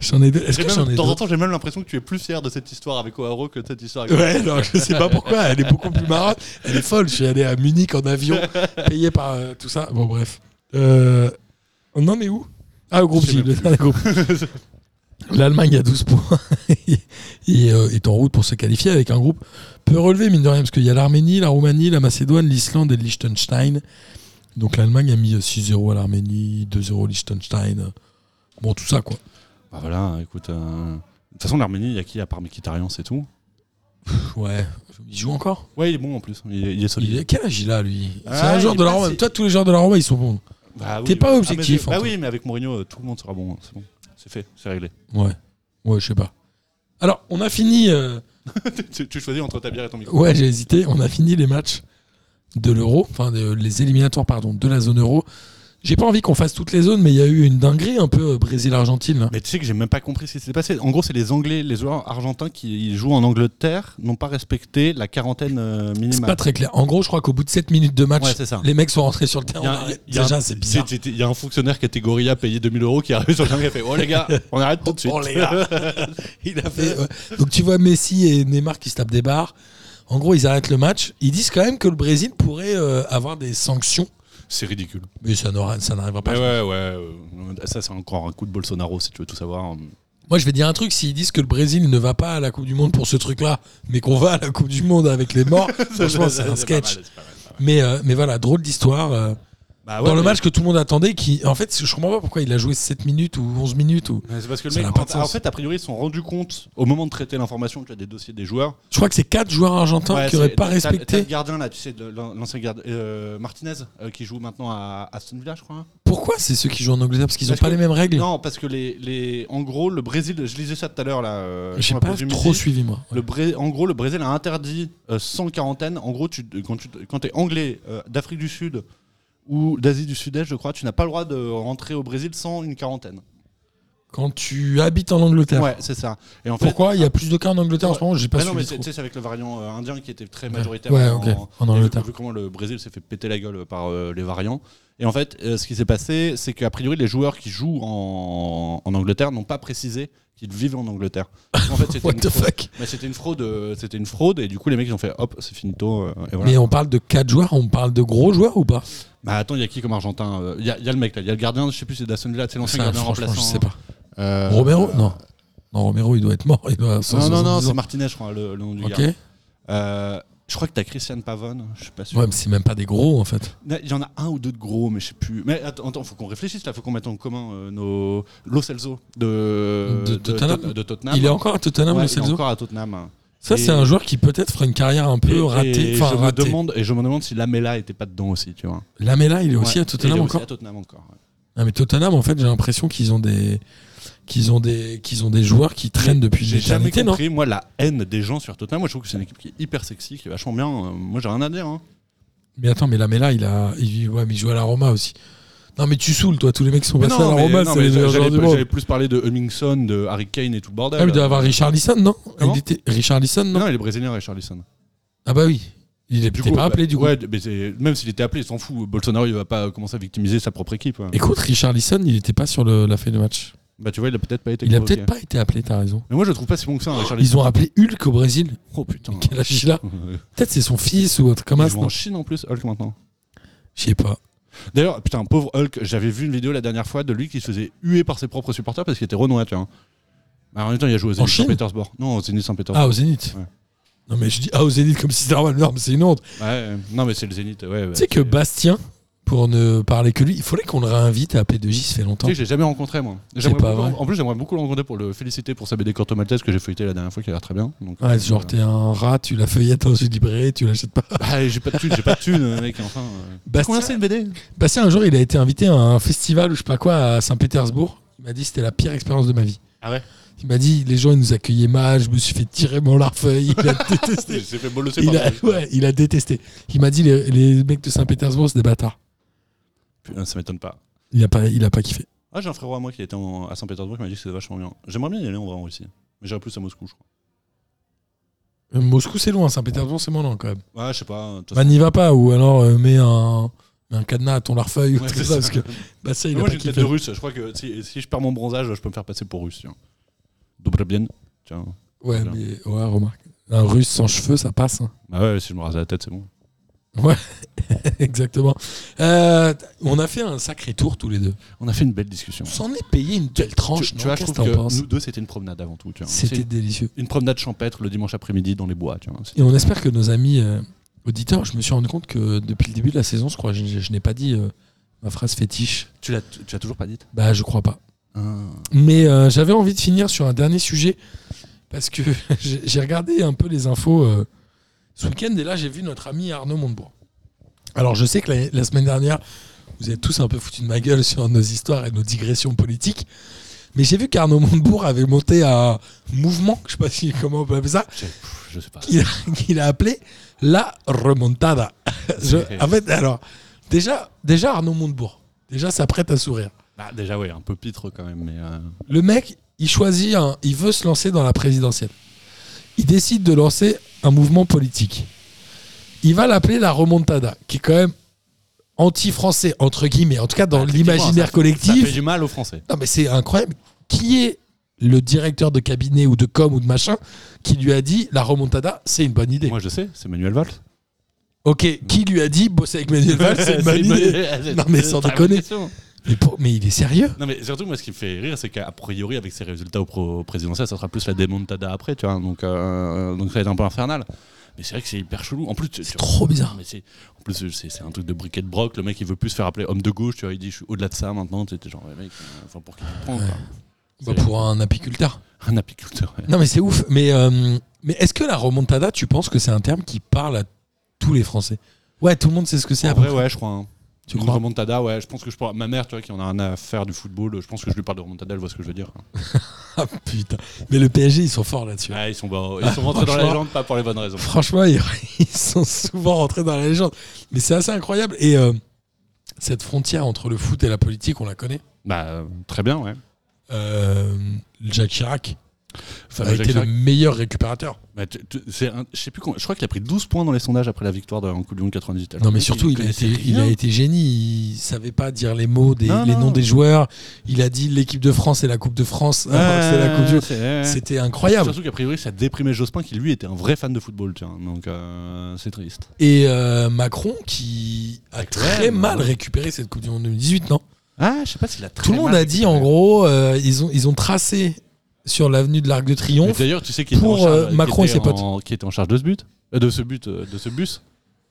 Speaker 4: J'en ai deux. Est-ce
Speaker 5: J'ai
Speaker 4: que
Speaker 5: même-
Speaker 4: j'en ai
Speaker 5: de temps en
Speaker 4: deux
Speaker 5: temps, j'ai même l'impression que tu es plus fier de cette histoire avec O'Haro que de cette histoire avec.
Speaker 4: Ouais, non, je sais pas pourquoi. Elle est beaucoup plus marrante. Elle est folle. Je suis allé à Munich en avion, payé par euh, tout ça. Bon, bref. Euh, on en est où Ah, au groupe
Speaker 5: Je sais
Speaker 4: J,
Speaker 5: même
Speaker 4: le
Speaker 5: plus.
Speaker 4: dernier
Speaker 5: *laughs*
Speaker 4: groupe. L'Allemagne a 12 points *laughs* et euh, est en route pour se qualifier avec un groupe peu relevé, mine de rien, parce qu'il y a l'Arménie, la Roumanie, la Macédoine, l'Islande et le Liechtenstein. Donc l'Allemagne a mis euh, 6-0 à l'Arménie, 2-0 au Liechtenstein. Bon, tout ça, quoi.
Speaker 5: Bah voilà, écoute. euh, De toute façon, l'Arménie, il y a qui à part Mkhitaryan, c'est tout
Speaker 4: Pff, Ouais. Il joue encore
Speaker 5: Ouais, il est bon en plus. Il est, il est solide.
Speaker 4: il est... Quel âge il a, lui C'est
Speaker 5: Ah,
Speaker 4: un joueur
Speaker 5: il
Speaker 4: de la
Speaker 5: passe-
Speaker 4: Roma. Toi, tous les joueurs de la Roma, ils sont bons.
Speaker 5: Bah oui,
Speaker 4: T'es pas
Speaker 5: bah-
Speaker 4: objectif,
Speaker 5: Ah, mais- bah
Speaker 4: Antoine.
Speaker 5: oui, mais avec Mourinho, euh, tout le monde sera bon. hein, C'est bon. C'est fait, c'est réglé.
Speaker 4: Ouais. Ouais, je sais pas. Alors, on a fini. euh,
Speaker 5: *laughs* tu, tu choisis entre ta bière et ton micro.
Speaker 4: Ouais, j'ai hésité. On a fini les matchs de l'euro, enfin de- les éliminatoires, pardon, de la zone euro. J'ai pas envie qu'on fasse toutes les zones, mais il y a eu une dinguerie un peu euh, Brésil-Argentine. là.
Speaker 5: Mais tu sais que j'ai même pas compris ce qui s'est passé. En gros, c'est les Anglais, les joueurs argentins qui ils jouent en Angleterre, n'ont pas respecté la quarantaine euh,
Speaker 4: C'est pas
Speaker 5: minimale.
Speaker 4: très clair. En gros, je crois qu'au bout de 7 minutes de match,
Speaker 5: Ouais, c'est ça.
Speaker 4: les mecs sont rentrés sur le
Speaker 5: Il y a-
Speaker 4: terrain.
Speaker 5: il y a-
Speaker 4: Déjà, c'est bizarre.
Speaker 5: c'était- Il y a un fonctionnaire catégorie A payé 2000 euros qui arrive sur le terrain et fait Oh les gars, on arrête tout de suite.
Speaker 4: *laughs* Oh,
Speaker 5: *laughs*
Speaker 4: les gars. Il a fait, ouais. Euh, Donc tu vois Messi et Neymar qui se tapent des barres. En gros, ils arrêtent le match. Ils disent quand même que le Brésil pourrait euh, avoir des sanctions,
Speaker 5: c'est ridicule.
Speaker 4: mais ça n'aura- ça n'arrivera pas.
Speaker 5: Ouais, ouais, ouais. euh, Ça, c'est encore un coup de Bolsonaro si tu veux tout savoir.
Speaker 4: Moi, je vais dire un truc. S'ils disent que le Brésil ne va pas à la Coupe du Monde pour ce truc-là, mais qu'on va à la Coupe du Monde avec
Speaker 5: *laughs*
Speaker 4: les morts, franchement, c'est un
Speaker 5: pas
Speaker 4: sketch.
Speaker 5: mal, c'est pas mal, c'est pas mal.
Speaker 4: Mais, euh, mais voilà, drôle d'histoire. euh,
Speaker 5: Bah
Speaker 4: dans
Speaker 5: ouais,
Speaker 4: le
Speaker 5: mais-
Speaker 4: match que tout le monde attendait, qui, en fait, je comprends pas pourquoi il a joué 7 minutes ou 11 minutes. Ou...
Speaker 5: Mais C'est parce que le
Speaker 4: Ça
Speaker 5: mec,
Speaker 4: n'a pas de
Speaker 5: en, en
Speaker 4: sens.
Speaker 5: fait, a priori, ils se sont rendus compte au moment de traiter l'information, tu as des dossiers des joueurs.
Speaker 4: Je crois que c'est 4 joueurs argentins
Speaker 5: Ouais,
Speaker 4: qui n'auraient
Speaker 5: c'est-
Speaker 4: pas
Speaker 5: t'as- t'as le
Speaker 4: respecté.
Speaker 5: gardien là, tu sais, de l'an- l'ancien gardien euh, Martinez, euh, qui joue maintenant à Aston Villa, je crois. hein.
Speaker 4: Pourquoi c'est ceux qui jouent en Angleterre Parce qu'ils n'ont
Speaker 5: Parce
Speaker 4: pas
Speaker 5: que-
Speaker 4: les mêmes règles.
Speaker 5: Non, parce que les, les, en gros, le Brésil, je lisais ça tout à l'heure là. euh,
Speaker 4: J'ai
Speaker 5: sur la
Speaker 4: pas
Speaker 5: pause du
Speaker 4: trop
Speaker 5: midi.
Speaker 4: suivi, moi.
Speaker 5: Le Bré- En gros, le Brésil a interdit euh, sans quarantaine. En gros, tu, quand tu quand es anglais euh, d'Afrique du Sud ou d'Asie du Sud-Est, je crois, tu n'as pas le droit de rentrer au Brésil sans une quarantaine.
Speaker 4: Quand tu habites en Angleterre,
Speaker 5: Ouais, c'est ça. Et en fait,
Speaker 4: pourquoi il y a plus de cas en Angleterre en ce moment J'ai pas
Speaker 5: Ah non, mais
Speaker 4: suivi.
Speaker 5: c'est
Speaker 4: trop.
Speaker 5: tu sais, c'est avec le variant euh, indien qui était très
Speaker 4: Ouais.
Speaker 5: majoritaire
Speaker 4: Ouais,
Speaker 5: en,
Speaker 4: ok, en
Speaker 5: et vu-
Speaker 4: Angleterre.
Speaker 5: Vu, comment le Brésil s'est fait péter la gueule par euh, les variants. Et en fait, euh, ce qui s'est passé, c'est qu'a priori, les joueurs qui jouent en, en Angleterre n'ont pas précisé qu'ils vivaient en Angleterre. En
Speaker 4: *laughs*
Speaker 5: fait, c'était
Speaker 4: What
Speaker 5: une
Speaker 4: the
Speaker 5: fraude.
Speaker 4: fuck
Speaker 5: Mais c'était une fraude, euh, c'était une fraude, et du coup, les mecs ils ont fait hop, c'est finito. euh, et voilà.
Speaker 4: Mais on parle de 4 joueurs, on parle de gros joueurs ou pas
Speaker 5: Bah attends, il y a qui comme argentin euh, Il y, a- il y a le mec là, il y a le gardien, je sais plus, c'est d'Aston Villa, c'est l'ancien
Speaker 4: Ça,
Speaker 5: gardien
Speaker 4: Franchement,
Speaker 5: remplaçant.
Speaker 4: je sais pas.
Speaker 5: Euh,
Speaker 4: Romero
Speaker 5: euh,
Speaker 4: Non. Non, Romero, il doit être mort. Il doit avoir
Speaker 5: Non, non, non,
Speaker 4: 170
Speaker 5: c'est
Speaker 4: ans.
Speaker 5: Martinez, je crois, le, le nom du
Speaker 4: Ok.
Speaker 5: gars. Euh, je crois que t'as Christian Pavone, je suis pas sûr.
Speaker 4: Ouais, mais c'est même pas des gros en fait.
Speaker 5: Il y en a un ou deux de gros, mais je sais plus. Mais attends, attends, faut qu'on réfléchisse là, faut qu'on mette en commun euh, nos Lo Celso de,
Speaker 4: De Tottenham.
Speaker 5: Tot- de Tottenham.
Speaker 4: Il est encore à Tottenham,
Speaker 5: Ouais,
Speaker 4: Lo
Speaker 5: il est
Speaker 4: Celso
Speaker 5: encore à Tottenham.
Speaker 4: Ça, c'est
Speaker 5: Et-
Speaker 4: un joueur qui peut-être fera une carrière un peu
Speaker 5: Et- et
Speaker 4: ratée. Enfin,
Speaker 5: je me
Speaker 4: ratée.
Speaker 5: demande et je me demande si Lamela était pas dedans aussi, tu vois.
Speaker 4: Lamela, il est aussi
Speaker 5: Ouais.
Speaker 4: à Tottenham
Speaker 5: Il est aussi
Speaker 4: encore.
Speaker 5: à Tottenham encore. ouais.
Speaker 4: Non, mais Tottenham, en fait, j'ai l'impression qu'ils ont des qu'ils ont des qu'ils ont des joueurs qui traînent depuis
Speaker 5: J'ai jamais
Speaker 4: l'éternité, non
Speaker 5: compris moi la haine des gens sur Tottenham. Moi je trouve que c'est une équipe qui est hyper sexy, qui est vachement bien. Euh, moi j'ai rien à dire. hein.
Speaker 4: Mais attends, mais Lamela, il a, il, ouais, mais il joue à la Roma aussi. Non, mais tu saoules, toi, tous les mecs qui sont
Speaker 5: Mais
Speaker 4: passés à la
Speaker 5: mais-
Speaker 4: Roma,
Speaker 5: non,
Speaker 4: c'est
Speaker 5: mais
Speaker 4: les meilleurs
Speaker 5: j'allais-
Speaker 4: joueurs du
Speaker 5: J'allais
Speaker 4: monde.
Speaker 5: plus parler de Hummingson, de Harry Kane et tout le bordel.
Speaker 4: Ah, mais il doit avoir Richarlison, non
Speaker 5: Comment
Speaker 4: Il était Richarlison, non
Speaker 5: non, il est brésilien, Richarlison.
Speaker 4: Ah bah oui. Il
Speaker 5: Du
Speaker 4: était
Speaker 5: coup,
Speaker 4: pas appelé
Speaker 5: bah,
Speaker 4: du coup.
Speaker 5: ouais, mais c'est- même s'il était appelé, il s'en fout. Bolsonaro, il va pas commencer à victimiser sa propre équipe. hein.
Speaker 4: Écoute, Richarlison, il était pas sur le- la feuille de match.
Speaker 5: Bah, tu vois, il a peut-être pas été.
Speaker 4: Il a
Speaker 5: convoqué.
Speaker 4: peut-être pas été appelé, t'as raison.
Speaker 5: Mais moi, je le trouve pas si bon que ça, hein, Richarlison.
Speaker 4: Ils ont appelé Hulk au Brésil.
Speaker 5: Oh *laughs* putain.
Speaker 4: Quel âge il a
Speaker 5: Euh,
Speaker 4: Peut-être c'est son fils ou un truc comme
Speaker 5: Ils
Speaker 4: ça.
Speaker 5: jouent
Speaker 4: non
Speaker 5: en Chine en plus, Hulk maintenant.
Speaker 4: Je sais pas.
Speaker 5: D'ailleurs, putain, pauvre Hulk, j'avais vu une vidéo la dernière fois de lui qui se faisait huer par ses propres supporters parce qu'il était renois, tu vois. Mais en même temps, il a joué au Zenit
Speaker 4: Chine
Speaker 5: Saint-Pétersbourg. Non, au Zenit Saint-Pétersbourg.
Speaker 4: Ah, au Zénith.
Speaker 5: Ouais.
Speaker 4: Non, mais je dis ah, au Zénith comme si c'était normal. Non, mais c'est une honte.
Speaker 5: Ouais, euh, non, mais c'est le Zenit. Ouais, ouais,
Speaker 4: Ah. tu sais que
Speaker 5: c'est-
Speaker 4: Bastien, pour ne parler que lui, il faudrait qu'on le réinvite à P2J, ça fait longtemps.
Speaker 5: Tu sais que j'ai jamais rencontré moi. J'aimerais
Speaker 4: pas
Speaker 5: beaucoup-
Speaker 4: vrai.
Speaker 5: en plus, j'aimerais beaucoup le rencontrer pour le féliciter pour sa BD Corto Maltese que j'ai feuilleté la dernière fois qui a l'air très bien. Donc,
Speaker 4: Ouais, c'est genre t'es un rat, tu la feuillettes dans une librairie, tu l'achètes pas.
Speaker 5: Bah, j'ai pas de thune, j'ai pas de thune, *laughs* euh, mec. Enfin. euh.
Speaker 4: Bastien-
Speaker 5: Combien c'est une BD
Speaker 4: Bastien, Bah, un jour, il a été invité à un festival ou je sais pas quoi à Saint-Pétersbourg. Il m'a dit c'était la pire expérience de ma vie.
Speaker 5: Ah ouais
Speaker 4: Il m'a dit les gens ils nous accueillaient mal, je me suis fait tirer mon
Speaker 5: *laughs*
Speaker 4: larfeuille, il a détesté.
Speaker 5: J'ai fait bolosser
Speaker 4: il, a, ouais, il a détesté. Il m'a dit les, les mecs de Saint-Pétersbourg c'est des bâtards.
Speaker 5: Putain, euh, ça m'étonne pas.
Speaker 4: Il a pas, il a pas kiffé.
Speaker 5: Ah, j'ai un frérot à moi qui était en- à Saint-Pétersbourg qui m'a dit que c'était vachement bien. J'aimerais bien y aller en vrai en Russie. Mais j'irais plus à Moscou, je crois.
Speaker 4: Euh, Moscou c'est loin, Saint-Pétersbourg c'est moins loin quand même.
Speaker 5: Ouais, je sais pas. de toute
Speaker 4: Bah
Speaker 5: façon-
Speaker 4: n'y va pas ou alors euh, mets un, mets un cadenas à ton larfeuille ou
Speaker 5: Ouais,
Speaker 4: tout
Speaker 5: c'est
Speaker 4: ça,
Speaker 5: ça.
Speaker 4: parce que Bastien il
Speaker 5: Mais
Speaker 4: a
Speaker 5: Moi,
Speaker 4: pas
Speaker 5: j'ai une tête de
Speaker 4: kiffé.
Speaker 5: russe. Je crois que si, si je perds mon bronzage, je peux me faire passer pour russe. tu vois. Dobre bien. Tiens.
Speaker 4: Ouais, mais ouais, remarque. Un russe sans cheveux ça passe. hein. *laughs*
Speaker 5: Bah ouais, si je me rase la tête, c'est bon.
Speaker 4: Exactement. Euh, on a fait un sacré tour tous les deux.
Speaker 5: On a fait une belle discussion.
Speaker 4: On s'en est payé une belle tranche.
Speaker 5: tu,
Speaker 4: non
Speaker 5: tu vois, je
Speaker 4: Qu'est-ce
Speaker 5: trouve
Speaker 4: t'en
Speaker 5: que
Speaker 4: penses
Speaker 5: nous deux, c'était une promenade avant tout. Tu vois. C'est
Speaker 4: C'était
Speaker 5: une,
Speaker 4: délicieux.
Speaker 5: une promenade champêtre le dimanche après-midi dans les bois. Tu vois. C'est-
Speaker 4: Et on espère que nos amis euh, auditeurs, je me suis rendu compte que depuis le début de la saison, je crois, je, je- je n'ai pas dit euh, ma phrase fétiche.
Speaker 5: Tu l'as, tu l'as toujours pas dite
Speaker 4: Bah, je crois pas.
Speaker 5: Ah,
Speaker 4: Mais euh, j'avais envie de finir sur un dernier sujet parce que *laughs* j'ai j'ai regardé un peu les infos euh, ce week-end et là j'ai vu notre ami Arnaud Montebourg. Alors je sais que la, la semaine dernière vous êtes tous un peu foutus de ma gueule sur nos histoires et nos digressions politiques, mais j'ai vu qu'Arnaud Montebourg avait monté un mouvement, je sais pas si comment on peut appeler ça,
Speaker 5: Je, pff, je sais pas.
Speaker 4: qu'il a, *laughs* qu'il a appelé la remontada. Je- en fait, alors déjà, déjà Arnaud Montebourg, déjà ça prête à sourire.
Speaker 5: Bah, déjà, ouais, un peu pitre quand même. Mais, euh,
Speaker 4: Le mec, il choisit, un- il veut se lancer dans la présidentielle. Il décide de lancer un mouvement politique. Il va l'appeler la remontada, qui est quand même anti-français, entre guillemets, en tout cas dans
Speaker 5: bah, effectivement, ça
Speaker 4: l'imaginaire
Speaker 5: fait- Ça fait
Speaker 4: collectif.
Speaker 5: du mal aux Français.
Speaker 4: Non mais c'est incroyable. Qui est le directeur de cabinet ou de com ou de machin qui lui a dit la remontada, c'est une bonne idée
Speaker 5: Moi, je sais, c'est Manuel
Speaker 4: *laughs*
Speaker 5: Valls.
Speaker 4: Ok, qui lui a dit bosser
Speaker 5: *laughs*
Speaker 4: avec Manuel Valls, c'est une bonne idée Non, mais sans
Speaker 5: C'est pas
Speaker 4: déconner.
Speaker 5: une question.
Speaker 4: mais, pour- mais il est sérieux
Speaker 5: Non mais surtout moi ce qui me fait rire c'est qu'a priori avec ces résultats au pro- présidentiel ça sera plus la démontada après tu vois donc euh, donc ça va être un peu infernal mais c'est vrai que c'est hyper chelou en plus tu- tu-
Speaker 4: Trop bizarre.
Speaker 5: mais c'est en plus c'est c'est un truc de briquet de broc le mec il veut plus se faire appeler homme de gauche tu vois il dit je suis au-delà de ça maintenant tu sais, t'es genre ouais, mec euh, enfin pour qui tu prends quoi.
Speaker 4: Bah, pour un apiculteur.
Speaker 5: un apiculteur ouais.
Speaker 4: Non mais c'est ouf. Mais, euh, mais est-ce que la remontada, tu penses que c'est un terme qui parle à tous les Français Ouais, tout le monde sait ce que c'est
Speaker 5: en
Speaker 4: après.
Speaker 5: vrai ouais je crois hein.
Speaker 4: Tu
Speaker 5: Une
Speaker 4: crois
Speaker 5: remontada ouais je pense que je pourrais ma mère tu vois qui en a un à faire du football je pense que je lui parle de remontada elle voit ce que je veux dire
Speaker 4: *laughs* Ah putain. Mais le PSG, ils sont forts là-dessus.
Speaker 5: ah, ils sont
Speaker 4: *laughs*
Speaker 5: bah, ils sont rentrés dans la
Speaker 4: franchement.
Speaker 5: légende pas pour les bonnes raisons
Speaker 4: Franchement, *laughs* ils, ils sont souvent rentrés dans la légende. Mais c'est assez incroyable. Et euh, cette frontière entre le foot et la politique, on la connaît.
Speaker 5: bah euh, très bien ouais
Speaker 4: Euh, Jacques Chirac
Speaker 5: Enfin,
Speaker 4: a
Speaker 5: Jacques
Speaker 4: été
Speaker 5: Chirac-
Speaker 4: le meilleur récupérateur.
Speaker 5: Bah, tu- tu- c'est un- je sais plus combien- Je crois qu'il a pris 12 points dans les sondages après la victoire de, en Coupe du Monde 98. Alors,
Speaker 4: Non mais
Speaker 5: mec,
Speaker 4: surtout, il a,
Speaker 5: Bah connaissait
Speaker 4: été, il
Speaker 5: rien.
Speaker 4: a été génie. Il savait pas dire les mots, des,
Speaker 5: Non,
Speaker 4: les
Speaker 5: non.
Speaker 4: noms des joueurs. Il a dit l'équipe de France et la Coupe de France. alors que *laughs* c'est la Coupe du
Speaker 5: Ouais, c'est-
Speaker 4: C'était incroyable.
Speaker 5: Surtout qu'a priori, ça déprimait Jospin, qui lui était un vrai fan de football. Tiens. Donc, euh, c'est triste.
Speaker 4: Et euh, Macron qui a
Speaker 5: Avec
Speaker 4: très
Speaker 5: l'OM,
Speaker 4: mal
Speaker 5: ouais.
Speaker 4: récupéré cette Coupe du Monde 2018, non
Speaker 5: Ah, je sais pas s'il a très
Speaker 4: Tout le monde
Speaker 5: mal
Speaker 4: a dit en
Speaker 5: récupéré.
Speaker 4: gros, euh, ils, ont, ils ont tracé sur l'avenue de l'Arc de
Speaker 5: Mais
Speaker 4: Triomphe.
Speaker 5: D'ailleurs, tu sais qui était
Speaker 4: pour,
Speaker 5: en charge,
Speaker 4: euh, Macron
Speaker 5: qui était
Speaker 4: et ses potes.
Speaker 5: en- Qui était en charge de ce but Euh, De ce but, euh, de ce bus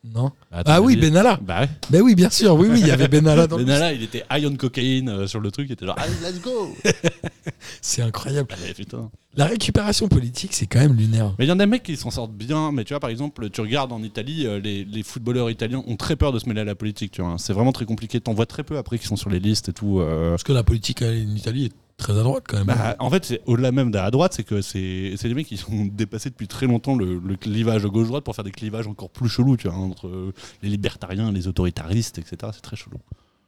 Speaker 4: Non.
Speaker 5: Attends,
Speaker 4: Ah oui,
Speaker 5: vas-y.
Speaker 4: Benalla.
Speaker 5: Bah ouais.
Speaker 4: Ben oui, bien sûr. Oui, oui, il y avait Benalla dans le-
Speaker 5: Benalla, il était high on cocaïne euh, sur le truc. Il était genre, allez, let's go
Speaker 4: C'est incroyable.
Speaker 5: Ah, mais putain.
Speaker 4: La récupération politique, c'est quand même lunaire.
Speaker 5: Mais il y en a des mecs qui s'en sortent bien, mais tu vois, par exemple, tu regardes en Italie, euh, les, les footballeurs italiens ont très peur de se mêler à la politique, tu vois. hein. C'est vraiment très compliqué, t'en vois très peu après qui sont sur les listes et tout. euh.
Speaker 4: Parce que la politique en Italie est Très à droite quand même.
Speaker 5: Bah, en fait, c'est au-delà même de la droite, c'est que c'est c'est des mecs qui sont dépassés depuis très longtemps le, le clivage gauche-droite pour faire des clivages encore plus chelous, tu vois, hein, entre euh, les libertariens, les autoritaristes, etc. C'est très chelou.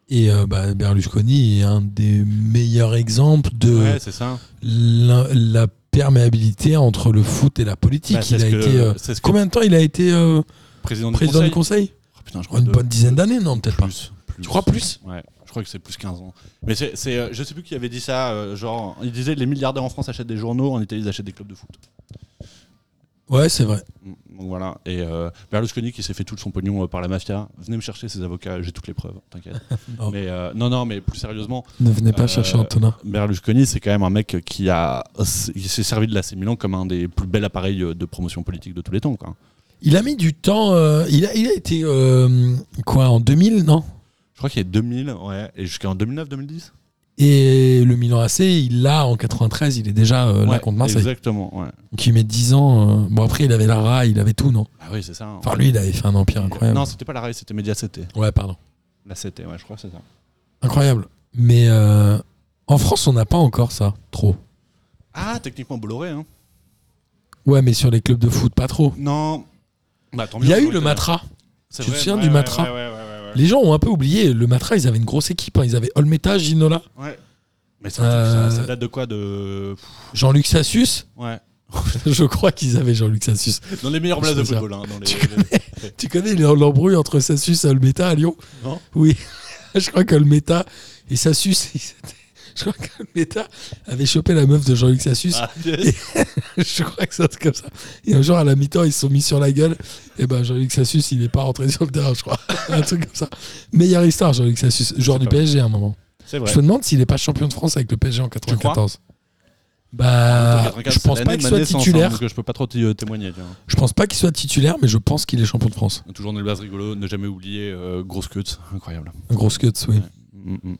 Speaker 4: Et euh, bah, Berlusconi est un des meilleurs exemples de
Speaker 5: Ouais, c'est ça.
Speaker 4: l'in- la perméabilité entre le foot et la politique.
Speaker 5: Bah, c'est
Speaker 4: il
Speaker 5: ce
Speaker 4: a
Speaker 5: que-
Speaker 4: été, euh,
Speaker 5: c'est ce que
Speaker 4: combien de temps il a été euh,
Speaker 5: président du
Speaker 4: président
Speaker 5: conseil.
Speaker 4: du conseil
Speaker 5: Oh, putain, je crois
Speaker 4: Une
Speaker 5: de-
Speaker 4: bonne dizaine d'années, non, peut-être pas.
Speaker 5: plus,
Speaker 4: Tu crois plus
Speaker 5: Ouais, je crois que c'est plus 15 ans. Mais c'est, c'est, euh, je sais plus qui avait dit ça. euh, genre, il disait les milliardaires en France achètent des journaux, en Italie ils achètent des clubs de foot.
Speaker 4: Ouais, c'est vrai.
Speaker 5: Mm, Donc voilà. Et euh, Berlusconi qui s'est fait tout son pognon euh, par la mafia. Venez me chercher ces avocats, j'ai toutes les preuves,
Speaker 4: *laughs*
Speaker 5: t'inquiète.
Speaker 4: Non.
Speaker 5: Mais euh, non, non, mais plus sérieusement,
Speaker 4: Ne venez pas
Speaker 5: Euh,
Speaker 4: chercher Antonin.
Speaker 5: Berlusconi c'est quand même un mec qui a, il s'est servi de l'AC Milan comme un des plus bels appareils euh, de promotion politique de tous les temps. Quoi.
Speaker 4: Il a mis du temps. euh, il, a, il a été euh, quoi en 2000, non
Speaker 5: Je crois qu'il est 2000, ouais, et jusqu'en 2009-2010.
Speaker 4: Et le Milan AC, il l'a en 93. Il est déjà euh, là
Speaker 5: Ouais,
Speaker 4: contre Marseille.
Speaker 5: Exactement, ouais.
Speaker 4: Donc il met 10 ans. euh, bon après, il avait la RA, il avait tout, non
Speaker 5: Ah oui, c'est ça. hein.
Speaker 4: Enfin lui, il avait fait un empire incroyable.
Speaker 5: Non, c'était pas la RAI, c'était Média CT.
Speaker 4: Ouais, pardon.
Speaker 5: La CT, ouais, je crois que c'est ça.
Speaker 4: Incroyable. Mais euh, en France, on n'a pas encore ça, trop.
Speaker 5: Ah, techniquement Bolloré, hein.
Speaker 4: Ouais, mais sur les clubs de foot, pas trop.
Speaker 5: Non. Bah, tant
Speaker 4: Il y
Speaker 5: mieux,
Speaker 4: a
Speaker 5: on
Speaker 4: eu le
Speaker 5: était-
Speaker 4: Matra.
Speaker 5: C'est
Speaker 4: Tu te
Speaker 5: vrai,
Speaker 4: souviens
Speaker 5: ouais,
Speaker 4: du
Speaker 5: ouais,
Speaker 4: Matra
Speaker 5: ouais, ouais, ouais, ouais,
Speaker 4: Les gens ont un peu oublié. Le Matra, ils avaient une grosse équipe. hein. Ils avaient Olmeta, Ginola,
Speaker 5: ouais. Ouais. Mais ça,
Speaker 4: Euh,
Speaker 5: ça- ça date de quoi de... Pff,
Speaker 4: Jean-Luc Sassus. *laughs*
Speaker 5: Ouais.
Speaker 4: Je crois qu'ils avaient Jean-Luc Sassus.
Speaker 5: Dans les meilleurs
Speaker 4: Je
Speaker 5: blagues de
Speaker 4: sais
Speaker 5: football. Hein, dans les...
Speaker 4: Tu Tu connais le- l'embrouille entre Sassus et Olmeta à Lyon
Speaker 5: *laughs* Non.
Speaker 4: Oui. *laughs* Je crois qu'Olmeta et Sassus, *laughs* ils étaient- je crois qu'Olmeta avait chopé la meuf de Jean-Luc Sassus.
Speaker 5: Ah, yes.
Speaker 4: *laughs* Je crois que ça c'est comme ça. Et un jour, à la mi-temps, ils se sont mis sur la gueule. Et ben, Jean-Luc Sassus, il n'est pas rentré sur le terrain, je crois. *laughs* un truc comme ça. Meilleure histoire, Jean-Luc Sassus. Joueur
Speaker 5: C'est
Speaker 4: du
Speaker 5: pas
Speaker 4: PSG à un moment.
Speaker 5: C'est vrai.
Speaker 4: Je me demande s'il n'est pas champion de France avec le PSG en 94.
Speaker 5: En
Speaker 4: Bah,
Speaker 5: 94,
Speaker 4: je pense
Speaker 5: c'est
Speaker 4: pas
Speaker 5: l'année
Speaker 4: qu'il
Speaker 5: de ma
Speaker 4: soit
Speaker 5: naissance, hein,
Speaker 4: titulaire.
Speaker 5: donc euh, je peux pas trop t- témoigner. tu vois.
Speaker 4: Je pense pas qu'il soit titulaire, mais je pense qu'il est champion de France.
Speaker 5: Toujours dans les blagues rigolo, ne jamais oublier euh, grosse cut, incroyable.
Speaker 4: Grosse cut, oui.
Speaker 5: Mm, mm.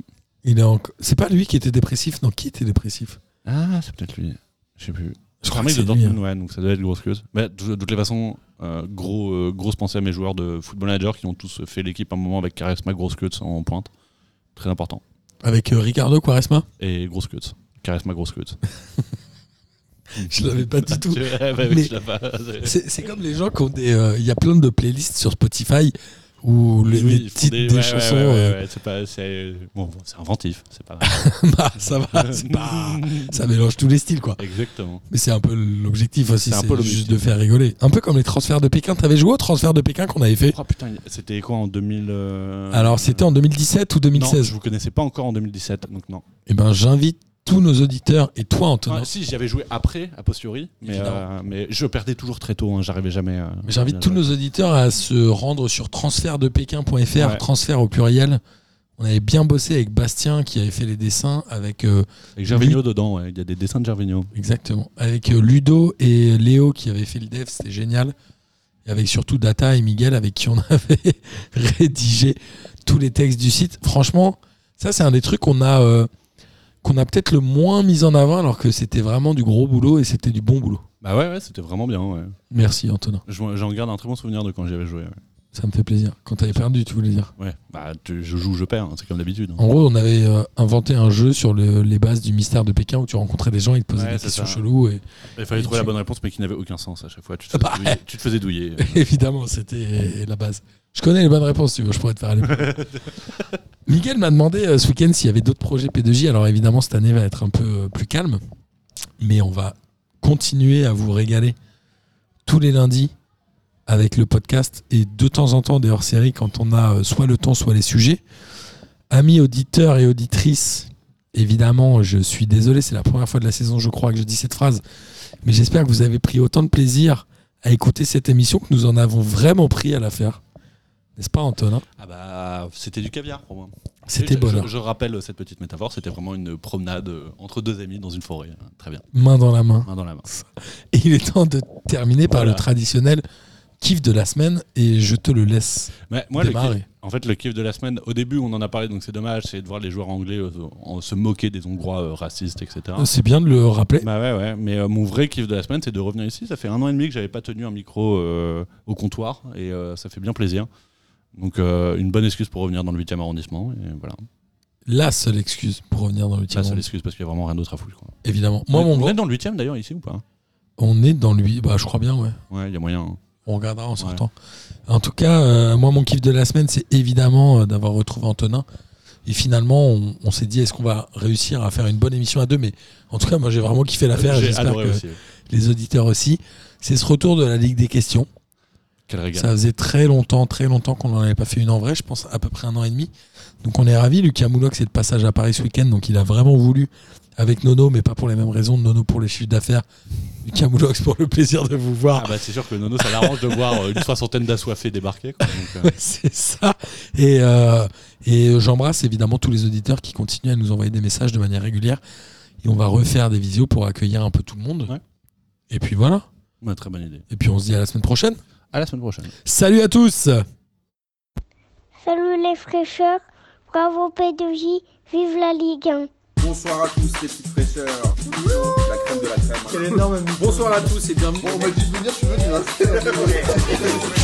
Speaker 4: Il est en- C'est pas lui qui était dépressif, non Qui était dépressif
Speaker 5: Ah, c'est peut-être lui. Je sais plus.
Speaker 4: Je
Speaker 5: C'est un
Speaker 4: crois que
Speaker 5: mec de
Speaker 4: c'est lui.
Speaker 5: Dortmund,
Speaker 4: hein.
Speaker 5: ouais, donc ça doit être grosse queue. Mais de, de toutes les façons, euh, gros, euh, grosse pensée à mes joueurs de Football Manager qui ont tous fait l'équipe à un moment avec Charisma, grosse queue en pointe. Très important.
Speaker 4: Avec euh, Ricardo Quaresma.
Speaker 5: Et grosse queue. Charisma, grosse queue.
Speaker 4: Je l'avais pas
Speaker 5: *laughs*
Speaker 4: dit tout.
Speaker 5: Tu rêves
Speaker 4: Mais-
Speaker 5: avec la base.
Speaker 4: C'est c'est comme les gens qui ont des. euh, Il y a plein de playlists sur Spotify où les, les titres des, chansons. euh,
Speaker 5: c'est pas, c'est bon, bon, c'est inventif, c'est pas.
Speaker 4: *laughs* bah, ça va, c'est pas- ça mélange tous les styles quoi.
Speaker 5: Exactement.
Speaker 4: Mais c'est un peu l'objectif aussi,
Speaker 5: C'est un peu
Speaker 4: c'est
Speaker 5: l'objectif.
Speaker 4: juste de faire rigoler. Un peu comme les transferts de Pékin. T'avais joué aux transferts de Pékin qu'on avait fait
Speaker 5: Oh putain, il- c'était quoi en 2000 euh,
Speaker 4: Alors c'était en 2017 ou
Speaker 5: Non,
Speaker 4: 2016.
Speaker 5: je vous connaissais pas encore en 2017, donc non.
Speaker 4: Eh ben j'invite tous nos auditeurs et toi Antonin.
Speaker 5: Ah, si, j'y avais joué après, a posteriori, mais,
Speaker 4: Évidemment.
Speaker 5: euh, mais je perdais toujours très tôt, hein, j'arrivais jamais. euh,
Speaker 4: Mais J'invite
Speaker 5: à
Speaker 4: tous
Speaker 5: jouer.
Speaker 4: nos auditeurs à se rendre sur transfertdepékin.fr,
Speaker 5: Ouais.
Speaker 4: transfert au pluriel. On avait bien bossé avec Bastien qui avait fait les dessins avec euh,
Speaker 5: Avec Gervinho dedans, ouais, il y a des dessins de Gervinho.
Speaker 4: exactement avec euh, Ludo et Léo qui avaient fait le dev, c'était génial. Et avec surtout Data et Miguel avec qui on *laughs* avait rédigé tous les textes du site. Franchement, ça c'est un des trucs qu'on a euh, qu'on a peut-être le moins mis en avant alors que c'était vraiment du gros boulot et c'était du bon boulot.
Speaker 5: Bah ouais, ouais, c'était vraiment bien, ouais.
Speaker 4: Merci Antonin,
Speaker 5: Je- J'en garde un très bon souvenir de quand j'y avais joué. Ouais,
Speaker 4: ça me fait plaisir. Quand t'avais perdu, tu voulais dire.
Speaker 5: Ouais, bah tu- je joue, je perds, hein, c'est comme d'habitude. hein.
Speaker 4: En gros, on avait euh, inventé un jeu sur le- les bases du mystère de Pékin où tu rencontrais des gens, ils te posaient
Speaker 5: Ouais,
Speaker 4: des
Speaker 5: c'est
Speaker 4: questions
Speaker 5: ça.
Speaker 4: cheloues. Et...
Speaker 5: Il fallait
Speaker 4: Et
Speaker 5: trouver la
Speaker 4: tu-
Speaker 5: bonne réponse, mais qui n'avait aucun sens à chaque fois. Tu te faisais
Speaker 4: Bah,
Speaker 5: douiller. Tu te faisais *laughs* douiller.
Speaker 4: *laughs* Évidemment, c'était la base. Je connais les bonnes réponses, si tu veux, je pourrais te faire aller. plus loin. Miguel m'a demandé euh, ce week-end s'il y avait d'autres projets P2J. Alors évidemment, cette année va être un peu euh, plus calme, mais on va continuer à vous régaler tous les lundis avec le podcast et de temps en temps des hors-séries quand on a euh, soit le temps, soit les sujets. Amis auditeurs et auditrices, évidemment, je suis désolé, c'est la première fois de la saison, je crois, que je dis cette phrase, mais j'espère que vous avez pris autant de plaisir à écouter cette émission que nous en avons vraiment pris à la faire. N'est-ce pas, Antonin
Speaker 5: Ah bah, c'était du caviar pour moi. Et
Speaker 4: C'était
Speaker 5: je-
Speaker 4: bonheur.
Speaker 5: Je, je rappelle cette petite métaphore, c'était vraiment une promenade euh, entre deux amis dans une forêt. hein. Très bien,
Speaker 4: Main dans la main.
Speaker 5: main dans la main.
Speaker 4: Et il est temps de terminer par
Speaker 5: Voilà.
Speaker 4: le traditionnel kiff de la semaine et je te le laisse
Speaker 5: Mais moi, le
Speaker 4: démarrer.
Speaker 5: kiff- en fait, le kiff de la semaine, au début, on en a parlé, donc c'est dommage, c'est de voir les joueurs anglais euh, en- se moquer des Hongrois euh, racistes, etc.
Speaker 4: C'est bien de le rappeler.
Speaker 5: Bah ouais, ouais. Mais euh, mon vrai kiff de la semaine, c'est de revenir ici. Ça fait un an et demi que j'avais pas tenu un micro euh, au comptoir et euh, ça fait bien plaisir. Donc euh, une bonne excuse pour revenir dans le 8e arrondissement. Et voilà.
Speaker 4: la seule excuse pour revenir dans
Speaker 5: Ça,
Speaker 4: le huitième
Speaker 5: c'est
Speaker 4: round,
Speaker 5: l'excuse parce qu'il n'y a vraiment rien d'autre à foutre. Quoi.
Speaker 4: évidemment. Moi,
Speaker 5: on,
Speaker 4: mon
Speaker 5: on
Speaker 4: vote,
Speaker 5: est dans le huitième d'ailleurs ici ou pas
Speaker 4: on est dans lui. Bah, je crois bien, ouais.
Speaker 5: Ouais, il y a moyen. hein.
Speaker 4: On regardera en
Speaker 5: Ouais.
Speaker 4: sortant. En tout cas, euh, moi, mon kiff de la semaine, c'est évidemment euh, d'avoir retrouvé Antonin. Et finalement, on, on s'est dit, est-ce qu'on va réussir à faire une bonne émission à deux Mais en tout cas, moi, j'ai vraiment kiffé l'affaire. et
Speaker 5: J'ai
Speaker 4: J'espère
Speaker 5: adoré
Speaker 4: que
Speaker 5: aussi.
Speaker 4: les auditeurs aussi. C'est ce retour de la Ligue des questions.
Speaker 5: Quel régal.
Speaker 4: Ça faisait très longtemps, très longtemps qu'on n'en avait pas fait une en vrai, je pense à peu près un an et demi. Donc on est ravis. Lucas Moulox est de passage à Paris ce week-end, donc il a vraiment voulu avec Nono, mais pas pour les mêmes raisons. Nono pour les chiffres d'affaires, Lucas Moulox pour le plaisir de vous voir.
Speaker 5: Ah bah c'est sûr que Nono, ça l'arrange de voir euh, une soixantaine d'assoiffés débarquer. quoi. Donc, euh,
Speaker 4: Ouais, *laughs* c'est ça. Et, euh, et j'embrasse évidemment tous les auditeurs qui continuent à nous envoyer des messages de manière régulière. Et on va refaire des visios pour accueillir un peu tout le monde.
Speaker 5: Ouais.
Speaker 4: Et puis voilà.
Speaker 5: euh,
Speaker 4: *laughs*
Speaker 5: ouais, très bonne idée.
Speaker 4: Et puis on se dit à la semaine prochaine.
Speaker 5: À la semaine prochaine.
Speaker 4: Salut à tous
Speaker 2: Salut les fraîcheurs, bravo P2J, vive la Ligue 1.
Speaker 1: Bonsoir à tous les petites fraîcheurs. La crème de la crème.
Speaker 6: Quel énorme
Speaker 1: Bonsoir à tous et bienvenue.
Speaker 3: Bon, on m'a dit de venir, je suis venu. hein.